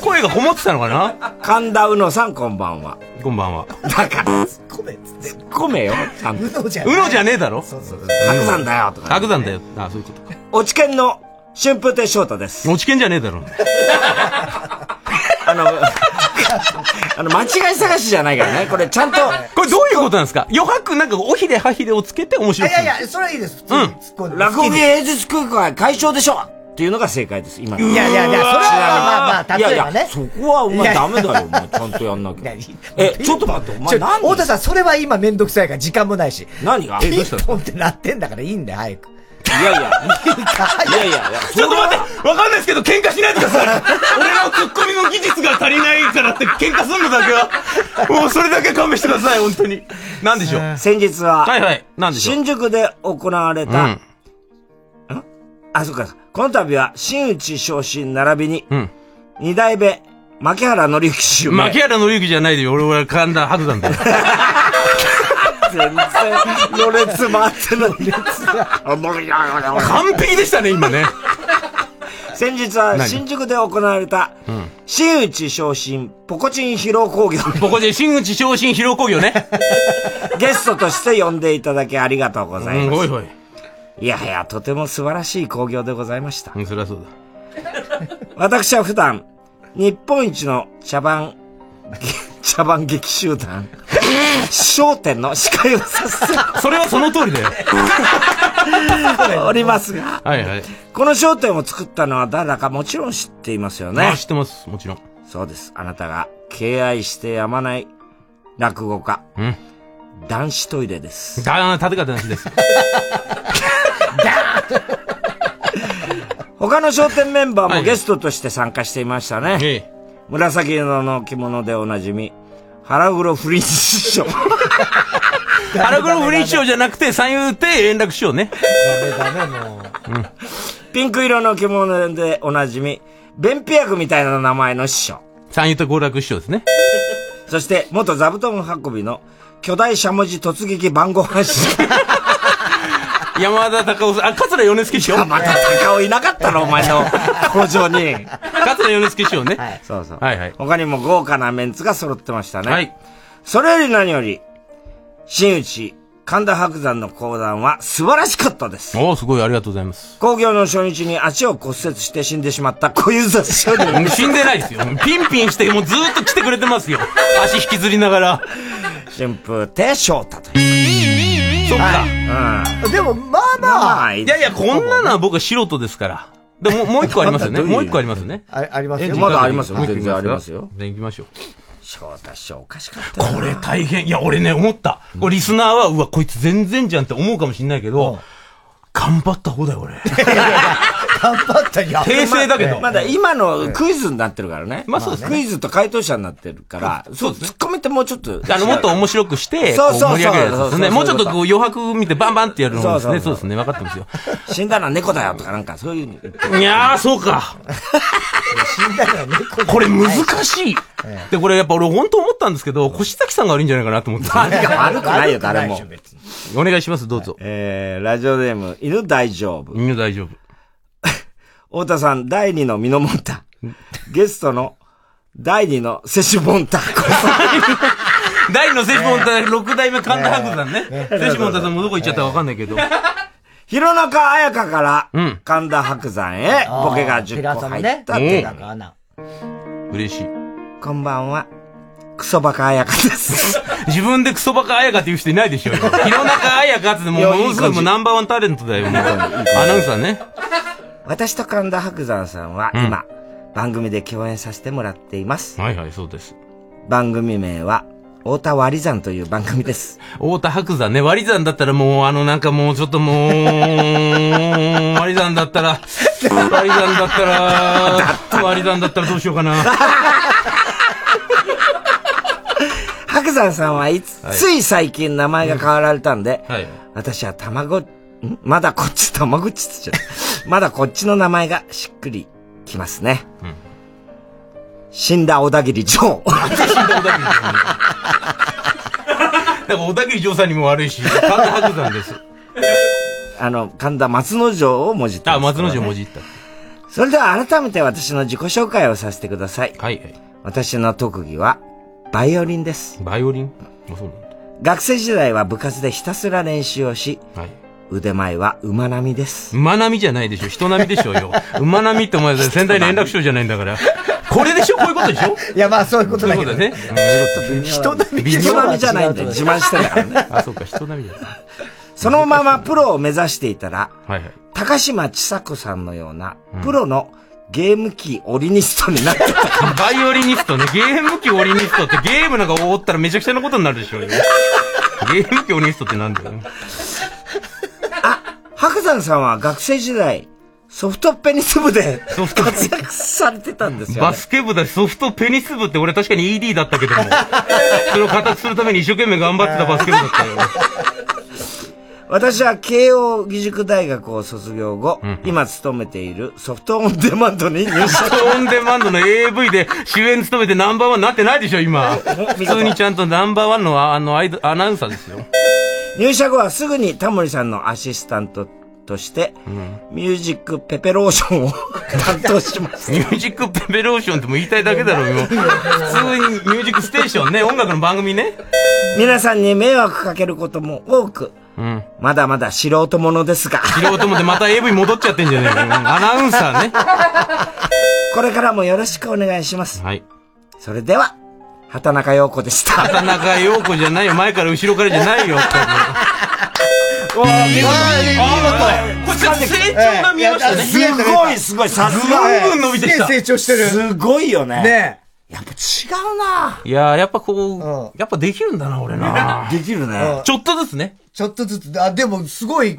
Speaker 11: 声がこもってたのかな
Speaker 4: 神田うのさん、こんばんは。
Speaker 11: こんばんは。
Speaker 4: だから、突っ込め、突っ込めよ、ちゃんと。
Speaker 3: うのじ
Speaker 11: うのじゃねえだろ
Speaker 3: そうそうそう。
Speaker 4: 白山だよ、とか。
Speaker 11: 白山だよ。あ、そういうことか。
Speaker 4: 落研の春風亭昇太です。
Speaker 11: 落研じゃねえだろ。
Speaker 4: あの、 [laughs] あの、間違い探しじゃないからね。これちゃんと、
Speaker 11: これどういうことなんですか余白、なんか、おひれはひれをつけて面白
Speaker 3: い
Speaker 11: くす
Speaker 3: や
Speaker 11: る
Speaker 3: いや、それはいいです。普通
Speaker 11: う
Speaker 3: に
Speaker 11: ん
Speaker 3: 突っ込んで。
Speaker 4: 落語芸術空間解消でしょっていうのが正解です、今の
Speaker 3: いやいやいやそれはまあまあまあ
Speaker 4: いやいや
Speaker 3: 例えばね
Speaker 4: そこはお
Speaker 3: いや
Speaker 4: 前
Speaker 3: いや
Speaker 4: ダメだよ、お前。ちゃんとやんなきゃ。え、ちょっと待って、お
Speaker 3: ち
Speaker 4: 前
Speaker 3: ょ、
Speaker 4: 何
Speaker 3: 太田さん、それは今めんどくさいから時間もないし。
Speaker 4: 何が
Speaker 3: ピンポンってなってんだからいいんだよ、早く。
Speaker 4: いやいや、
Speaker 3: い
Speaker 4: やいやいや、
Speaker 11: ちょっと待ってわかんないですけど、喧嘩しないでください俺のツッコミの技術が足りないからって喧嘩すんのだけは、もうそれだけ勘弁してください、本当に。なんでしょう
Speaker 4: 先日は、
Speaker 11: はいはい何でしょう
Speaker 4: 新宿で行われた、
Speaker 11: うん
Speaker 4: んあ、そっか、この度は、新内昇進並びに、二代目、牧原紀之氏をね
Speaker 11: 牧原の之じゃないでよ、俺は神田白山だよ。
Speaker 4: 全然、ろれつ回ってない。
Speaker 11: 完璧でしたね、今ね。
Speaker 4: 先日は
Speaker 11: 何
Speaker 4: 新宿で行われた、
Speaker 11: うん。
Speaker 4: 新内昇進ポコチン披露工業。
Speaker 11: ここで新内昇進披露工業ね。
Speaker 4: [laughs] ゲストとして呼んでいただきありがとうございます。
Speaker 11: うんおいおい
Speaker 4: やはや、とても素晴らしい工業でございました。
Speaker 11: そりゃそう
Speaker 4: だ。私は普段、日本一の茶番、 [laughs] 茶番劇集団、商店の司会をさせて
Speaker 11: [laughs] それはその通りだよ。
Speaker 4: おりますが、
Speaker 11: はいはい。
Speaker 4: この商店を作ったのは誰だかもちろん知っていますよね。
Speaker 11: まあ知ってます、もちろん。
Speaker 4: そうです。あなたが敬愛してやまない落語家。
Speaker 11: うん。
Speaker 4: 男子トイレです。
Speaker 11: だあ、立て方な
Speaker 4: [laughs]
Speaker 11: しです。
Speaker 4: 他の笑点メンバーもゲストとして参加していましたね。紫色の着物でおなじみ、腹黒フリンジ師匠。
Speaker 11: 腹黒不倫師匠じゃなくて、三遊亭円楽師
Speaker 4: [laughs]
Speaker 11: 匠ね。
Speaker 4: ピンク色の着物でおなじみ、便秘薬みたいな名前の師匠。
Speaker 11: 三遊亭好楽師匠ですね。
Speaker 4: そして、元座布団運びの巨大しゃもじ突撃晩ご飯師匠。
Speaker 11: 山田隆夫さん、あ、桂米助師匠。
Speaker 4: また高尾いなかったろ、お前の工場に。
Speaker 11: 桂米助師匠ね。
Speaker 4: そうそう。
Speaker 11: はいはい。
Speaker 4: 他にも豪華なメンツが揃ってましたね。
Speaker 11: はい。
Speaker 4: それより何より、新内、神田伯山の講談は素晴らしかったです。
Speaker 11: おーすごい、ありがとうございます。
Speaker 4: 工業の初日に足を骨折して死んでしまった小遊三師匠に。
Speaker 11: [laughs] 死んでないですよ。ピンピンして、もうずーっと来てくれてますよ。足引きずりながら。
Speaker 4: 春風亭昇太と。
Speaker 11: そっか。
Speaker 4: うん。
Speaker 3: でも、まあまあ、
Speaker 11: いやいや、こんなのは僕は素人ですから。でもう、もう一個ありますよね。
Speaker 4: どういう
Speaker 11: もう一個ありますよね。
Speaker 4: あありますよ
Speaker 11: エンジン
Speaker 4: まだ
Speaker 11: かけて
Speaker 4: ありますよ
Speaker 11: もう一個
Speaker 4: 全然ありますよ
Speaker 11: じゃあ行きましょう。
Speaker 4: 翔太師匠おかしかった
Speaker 11: これ大変。いや、俺ね、思った。これリスナーは、うわ、こいつ全然じゃんって思うかもしんないけど、頑張った方だよ、俺。
Speaker 4: 頑張ったよ
Speaker 11: 訂正だけど
Speaker 4: まだ今のクイズになってるからね。
Speaker 11: まあそうですね
Speaker 4: クイズと回答者になってるから、そう、突っ込めてもうちょっと。
Speaker 11: あの、もっと面白くして、こ
Speaker 4: そう
Speaker 11: う
Speaker 4: そうそう
Speaker 11: 盛り上げるやつで
Speaker 4: そ
Speaker 11: す
Speaker 4: うそうそう
Speaker 11: ね。もうちょっとこう余白見てバンバンってやるのもです
Speaker 4: そうそう
Speaker 11: ね。
Speaker 4: そ
Speaker 11: そううですね。分かってますよ。
Speaker 4: [laughs] 死んだら猫だよとかなんかそういうの。
Speaker 11: いやー、そうか。これ難しい。で、これやっぱ俺本当思ったんですけど、越崎さんが悪いんじゃないかなと思って。
Speaker 4: 何が悪くないよ誰も。
Speaker 11: お願いします、どうぞ。
Speaker 4: えー、ラジオネーム、犬大丈夫。
Speaker 11: 犬大丈夫。
Speaker 4: [laughs] 太田さん、第二のミノモン
Speaker 11: [laughs]
Speaker 4: タ。ゲストの、第二のセシュボンタ。
Speaker 11: [laughs] 第二のセシモンタ、六代目神田伯山ね。セシモンタさんもどこ行っちゃったか分かんないけど。
Speaker 4: 弘中綾香から、神田伯山へ、ボケが10個入ったってだからな。
Speaker 11: 嬉しい。
Speaker 4: こんばんは。クソバカ綾香です。
Speaker 11: 自分でクソバカ綾香っていう人いないでしょ。弘中綾香ってもう、ものすごいもうナンバーワンタレントだよ、もう。 [laughs] アナウンサーね。
Speaker 4: 私と神田伯山さんは
Speaker 11: うん
Speaker 4: 今、番組で共演させてもらっています。
Speaker 11: はいはい、そうです。
Speaker 4: 番組名は、太田割り山という番組です。
Speaker 11: 太田白山ね、割り算だったらもう、あの、なんかもう、ちょっともう、 [laughs] 割り算だったら、割り算だったら、割り算だったらどうしようかな。
Speaker 4: [laughs] 白山さんはいつ、
Speaker 11: はい
Speaker 4: つい最近名前が変わられたんで、
Speaker 11: はい。
Speaker 4: 私は卵、んまだこっち、卵っちって言っちゃ
Speaker 11: [laughs]
Speaker 4: った。まだこっちの名前がしっくりきますね。
Speaker 11: うん
Speaker 4: 死んだ小田切 [laughs] ジョー。
Speaker 11: [laughs] だから、小田切城さんにも悪いし、神田白山です。
Speaker 4: あの、神田松之丞をもじった、
Speaker 11: あ、松之丞文字った。
Speaker 4: それでは改めて私の自己紹介をさせてください。
Speaker 11: はいはい。
Speaker 4: 私の特技は、バイオリンです。
Speaker 11: バイオリンそう
Speaker 4: 学生時代は部活でひたすら練習をし、
Speaker 11: はい
Speaker 4: 腕前は馬並みです。
Speaker 11: 馬並みじゃないでしょ。人並みでしょうよ。馬並みってお前、仙台連絡省じゃないんだから。これでしょこういうことでしょ
Speaker 3: [laughs] いや、まあ、そういうこと
Speaker 11: そうい
Speaker 3: だ
Speaker 11: う
Speaker 3: け
Speaker 11: こ
Speaker 3: ど
Speaker 11: とだね。
Speaker 4: 人並み
Speaker 11: 微妙
Speaker 4: 人並みじゃないんだよ。自慢してたからね。
Speaker 11: [laughs] あ、そうか、人並みじゃない。
Speaker 4: そのままプロを目指していたら、
Speaker 11: はいはい。
Speaker 4: 高島千佐子さんのような
Speaker 11: うん、
Speaker 4: プロのゲーム機オリニストになってた。
Speaker 11: バイオリニストね。ゲーム機オリニストってゲームなんか覆ったらめちゃくちゃなことになるでしょうよ。ゲーム機オリニストってなんだよ。
Speaker 4: 白山さんは学生時代、ソフトペニス部で活躍されてたんですよ、ね。
Speaker 11: バスケ部だし、ソフトペニス部って俺確かに ED だったけども。それを形するために一生懸命頑張ってたバスケ部だったよ。
Speaker 4: 私は慶応義塾大学を卒業後、今勤めているソフトオンデマンドに入社。
Speaker 11: ソフトオンデマンドの AV で主演務めてナンバーワンになってないでしょ、今。普通にちゃんとナンバーワンのああのアイドアナウンサーですよ。
Speaker 4: 入社後はすぐにタモリさんのアシスタントとして、ミュージックペペローシ
Speaker 11: [laughs]
Speaker 4: ョンを担当しました。
Speaker 11: ミュージックペペローションってもう言いたいだけだろ、今。普通にミュージックステーションね、音楽の番組ね。
Speaker 4: 皆さんに迷惑かけることも多く、
Speaker 11: うん。
Speaker 4: まだまだ素人者ですが、
Speaker 11: 素人もでまた AV 戻っちゃってんじゃねえか。うんアナウンサーね。
Speaker 4: これからもよろしくお願いします。
Speaker 11: はい。
Speaker 4: それでは、畑中陽子でした。
Speaker 11: 畑中陽子じゃないよ。前から後ろからじゃないよ。
Speaker 4: わあ、見事
Speaker 11: これ成長が見えましたね。
Speaker 4: すごい、すごい、さすが。
Speaker 11: ぐんぐん伸びてきた
Speaker 4: すげえ長してる。すごいよね。ね違うな。
Speaker 11: いやー、やっぱこう、やっぱできるんだな、俺な。
Speaker 4: できる
Speaker 3: ね
Speaker 11: ちょっとずつね。
Speaker 3: ちょっとずつ、あ、でも、すごい、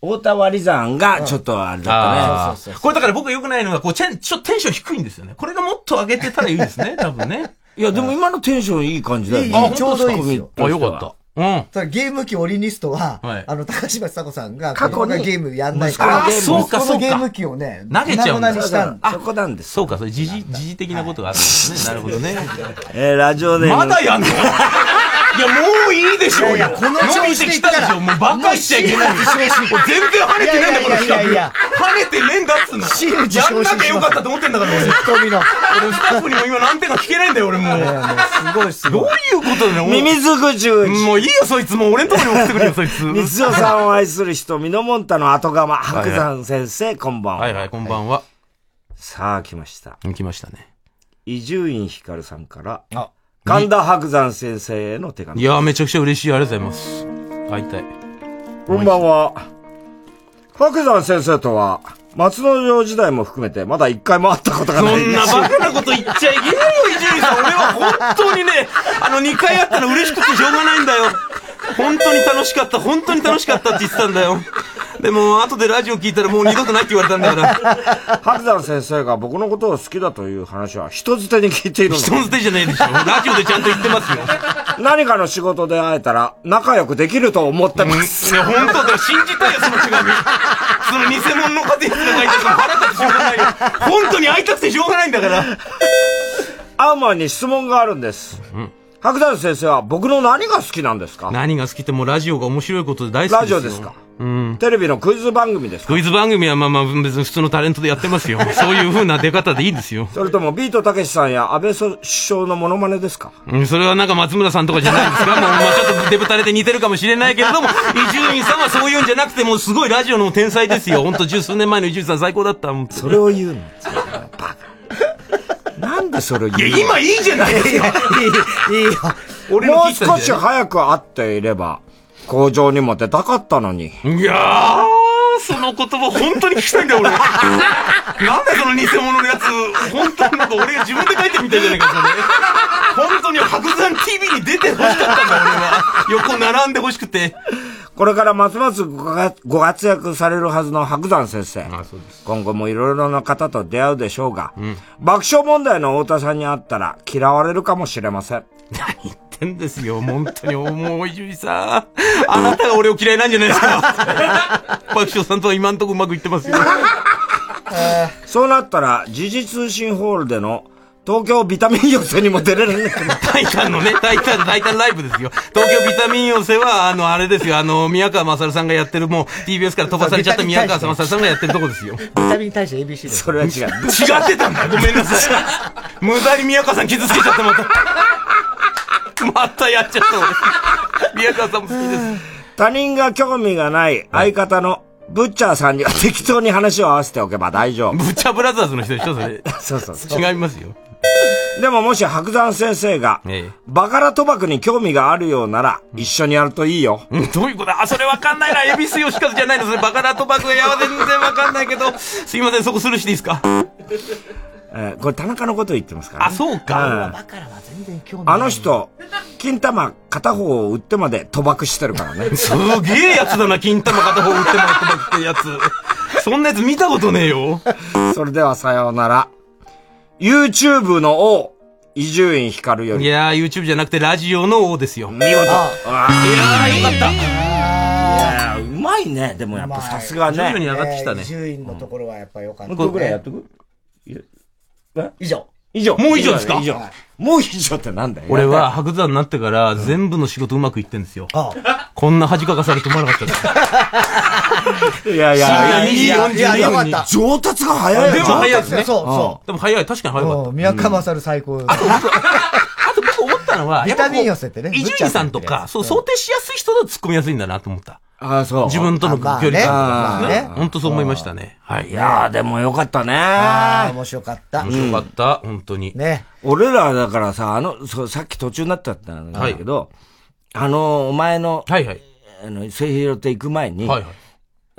Speaker 4: 太田割り算がちょっとあれだ
Speaker 11: あ
Speaker 4: ったね。
Speaker 11: ーこれだから僕良くないのが、こう、チェンちょっとテンション低いんですよね。これがもっと上げてたらいいですね、多分ね。
Speaker 4: いや、でも今のテンションいい感じだよね。
Speaker 3: いいいいちょうどいいですよ
Speaker 11: あ、よかった。うん。
Speaker 3: ただゲーム機オリニストは、
Speaker 11: はい
Speaker 3: あの、高島ちさ子さんが、
Speaker 4: 過
Speaker 3: 過
Speaker 4: 去
Speaker 3: 去
Speaker 4: に
Speaker 3: がゲームやんない
Speaker 11: あーそうか
Speaker 3: 息子のゲ
Speaker 11: そう
Speaker 3: ー
Speaker 11: か
Speaker 3: ム機をね、
Speaker 11: 投げちゃうんだ
Speaker 3: 粉々にしたん
Speaker 4: そこなんです。
Speaker 11: そうか、それ、時事、時事的なことがあるんですね。なるほどね。
Speaker 4: えー、ラジオで。
Speaker 11: まだやんのいや、もういいでしょう
Speaker 4: いやい
Speaker 11: よ。
Speaker 4: やこの
Speaker 11: 伸びてきたでしょ。もうバカしちゃいけないでしょ。
Speaker 4: もうし
Speaker 11: もう全然跳ねてねえんだよ、
Speaker 4: いやいやい
Speaker 11: この
Speaker 4: やい
Speaker 11: 企
Speaker 4: や
Speaker 11: 画。跳ねてねえんだっつうの。
Speaker 4: 真打ち
Speaker 11: やんなきゃよかったと思ってんだから、俺。俺、スタッフにも今何点か聞けないんだよ、俺もう。す
Speaker 3: ごいす
Speaker 11: ごい。どういうことだよ、
Speaker 4: ミミズクジュウジ
Speaker 11: もういいよ、そいつ。もう俺んとこに送ってくれよ、
Speaker 4: [laughs]
Speaker 11: そいつ。
Speaker 4: 三代さんを愛する人、ミノモンタの後釜、白山先生、こんばんは。
Speaker 11: はいはい、こんばんは。
Speaker 4: さあ、来ました。
Speaker 11: 来ましたね。
Speaker 4: 伊集院光さんから、神田白山先生への手紙。
Speaker 11: いやー、めちゃくちゃ嬉しい。ありがとうございます。会いたい。
Speaker 4: こんばんは。白山先生とは、松之丞時代も含めて、まだ一回も会ったことがない。
Speaker 11: そんなバカなこと言っちゃいけないよ、伊集院さん。俺は本当にね、あの、2回会ったの嬉しくてしょうがないんだよ。本当に楽しかった、本当に楽しかったって言ってたんだよ。でも、後でラジオ聞いたらもう二度とないって言われたんだから。
Speaker 4: 白山先生が僕のことを好きだという話は人づてに聞いている人づ
Speaker 11: てじゃないでしょ。ラジオでちゃんと言ってますよ。
Speaker 4: 何かの仕事で会えたら仲良くできると思ってます。
Speaker 11: いや、本当だよ。信じたいよ、その手紙。その偽物の家庭室が書いてるから腹立ってしょうがないよ。本当に会いたくてしょうがないんだから。
Speaker 4: アーマンに質問があるんです。白山先生は僕の何が好きなんですか
Speaker 11: 何が好きってもうラジオが面白いことで大好きですよ。
Speaker 4: ラジオですか
Speaker 11: うん。
Speaker 4: テレビのクイズ番組ですか
Speaker 11: クイズ番組はまあまあ別に普通のタレントでやってますよ。そういう風な出方でいいですよ。
Speaker 4: それともビートたけしさんや安倍首相のモノマネですか
Speaker 11: うん、それはなんか松村さんとかじゃないですかもう、まあ、ちょっとデブタレで似てるかもしれないけれども、伊集院さんはそういうんじゃなくて、もうすごいラジオの天才ですよ。ほんと十数年前の伊集院さん最高だった。そ
Speaker 4: れを言うの。なんでそれ言うの
Speaker 11: いや今いいじゃないです
Speaker 4: い
Speaker 11: か
Speaker 4: い、いいよ。
Speaker 11: 俺の
Speaker 4: もう
Speaker 11: 聞いてたんじゃない
Speaker 4: 少し早く会っていれば、工場にも出たかったのに。
Speaker 11: いやー、その言葉本当に聞きたいんだよ、俺。なんでその偽物のやつ、本当になんか俺が自分で書いてみたいじゃないか、それ。本当に白山 TV に出てほしかったんだ、俺は。 [laughs] 横並んでほしくて。
Speaker 4: これからますますごがご活躍されるはずの白山先生。今後もいろいろな方と出会うでしょうが、爆笑問題の太田さんに会ったら嫌われるかもしれません。
Speaker 11: ってんですよ、本当に。もう、伊集院さん。 [laughs] あなたが俺を嫌いなんじゃないですか。 [laughs] 爆笑さんとは今んとこうまくいってますよ。
Speaker 4: [laughs] そうなったら、時事通信ホールでの東京ビタミン寄せにも出れる
Speaker 11: [laughs]
Speaker 4: ね。
Speaker 11: タイタンのね、タイタン、タイタンライブですよ。東京ビタミン寄せは、あの、あれですよ、あの、宮川勝さんがやってる、もう、TBS から飛ばされちゃった宮川勝さんがやってるとこですよ。
Speaker 1: ビタミンに対して ABC です。
Speaker 4: それは違う。
Speaker 11: 違ってたんだ、ごめんなさい。無駄に宮川さん傷つけちゃった、また。 [laughs] またやっちゃった、俺。宮川さんも好きです。
Speaker 4: 他人が興味がない相方のブッチャーさんには適当に話を合わせておけば大丈夫。ブ
Speaker 11: ッチャーブラザーズの人でしょ、それ。
Speaker 4: そうそうそう。
Speaker 11: 違いますよ。
Speaker 4: でももし白山先生が、バカラ賭博に興味があるようなら、一緒にやるといいよ。
Speaker 11: どういうことあ、それわかんないな。恵比寿吉和じゃないのそれバカラとバクがやは全然わかんないけど。すいません、そこスルーしていいですか
Speaker 4: えーこれ田中のこと言ってますから、
Speaker 11: あ、そう
Speaker 4: うん
Speaker 11: か。
Speaker 4: あの人、金玉片方を売ってまで賭博してるからね。
Speaker 11: すげえやつだな、金玉片方売ってもらってばってやつ。そんなやつ見たことねえよ。
Speaker 4: それではさようなら。YouTube の王、伊集院光よ
Speaker 11: い
Speaker 4: り。
Speaker 11: やー、YouTube じゃなくてラジオの王ですよ。見
Speaker 4: 事。いや
Speaker 11: ー、よかった。
Speaker 4: うまいね。でもやっぱさすがね。
Speaker 11: 徐々に上がってきたね。
Speaker 1: 10位のところはやっぱ良かっ
Speaker 4: も
Speaker 1: た、
Speaker 4: う
Speaker 1: ね。
Speaker 4: 一個ぐらいやっとく
Speaker 1: 以上。
Speaker 4: 以上。
Speaker 11: もう以上ですか
Speaker 4: 以上。もう以上ってなんだよ。
Speaker 11: 俺は白山になってから全部の仕事うまくいってんですよ。こんな恥かかされて思わなかったです。
Speaker 4: [laughs] いやいや、
Speaker 11: いやいやいやよかった
Speaker 4: 上達が早い
Speaker 11: でも早いですね。。
Speaker 4: そうそう
Speaker 11: でも早い、確かに早かった。
Speaker 1: 宮川勝最高。
Speaker 11: 思ったのは、
Speaker 1: ビタミン寄せってね
Speaker 11: 伊集院さんとか、そう、想定しやすい人だと突っ込みやすいんだなと思った。
Speaker 4: ああ、そう。
Speaker 11: 自分との距
Speaker 1: あまあね
Speaker 11: 離感
Speaker 1: まあ
Speaker 11: と
Speaker 1: ね
Speaker 11: かね。本当そう思いましたね。はい。
Speaker 4: いやー、でもよかったね。
Speaker 1: あー面白かった。
Speaker 11: 面白かった、本当に。
Speaker 1: ね。
Speaker 4: 俺らだからさ、あの、そう、さっき途中になっちゃったんだけど、あの、お前の、
Speaker 11: はいはい。
Speaker 4: あの、末広って行く前に、
Speaker 11: はいはい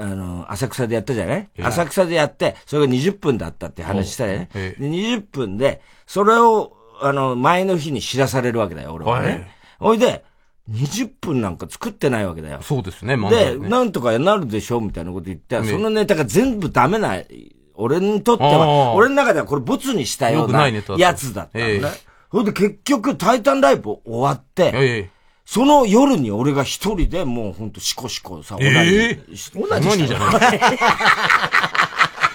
Speaker 4: あの、浅草でやったじゃない、
Speaker 11: ええ
Speaker 4: 浅草でやって、それが20分だったって話したよね。で、20分で、それを、あの、前の日に知らされるわけだよ、俺は
Speaker 11: はい
Speaker 4: ね。ほ、いで、20分なんか作ってないわけだよ。
Speaker 11: そうですね、漫才
Speaker 4: で、
Speaker 11: ね
Speaker 4: なんとかなるでしょうみたいなこと言ったら、
Speaker 11: ええ
Speaker 4: そのネタが全部ダメな、俺にとって
Speaker 11: あ
Speaker 4: は、
Speaker 11: あ
Speaker 4: 俺の中ではこれボツにしたよ
Speaker 11: よ
Speaker 4: う
Speaker 11: く
Speaker 4: な
Speaker 11: ないネタだった
Speaker 4: やつだったのね。
Speaker 11: ええ
Speaker 4: ほんで結局、タイタンライブ終わって、その夜に俺が一人でもうほんとシコシコさ、オナニー
Speaker 11: オナニーじゃない。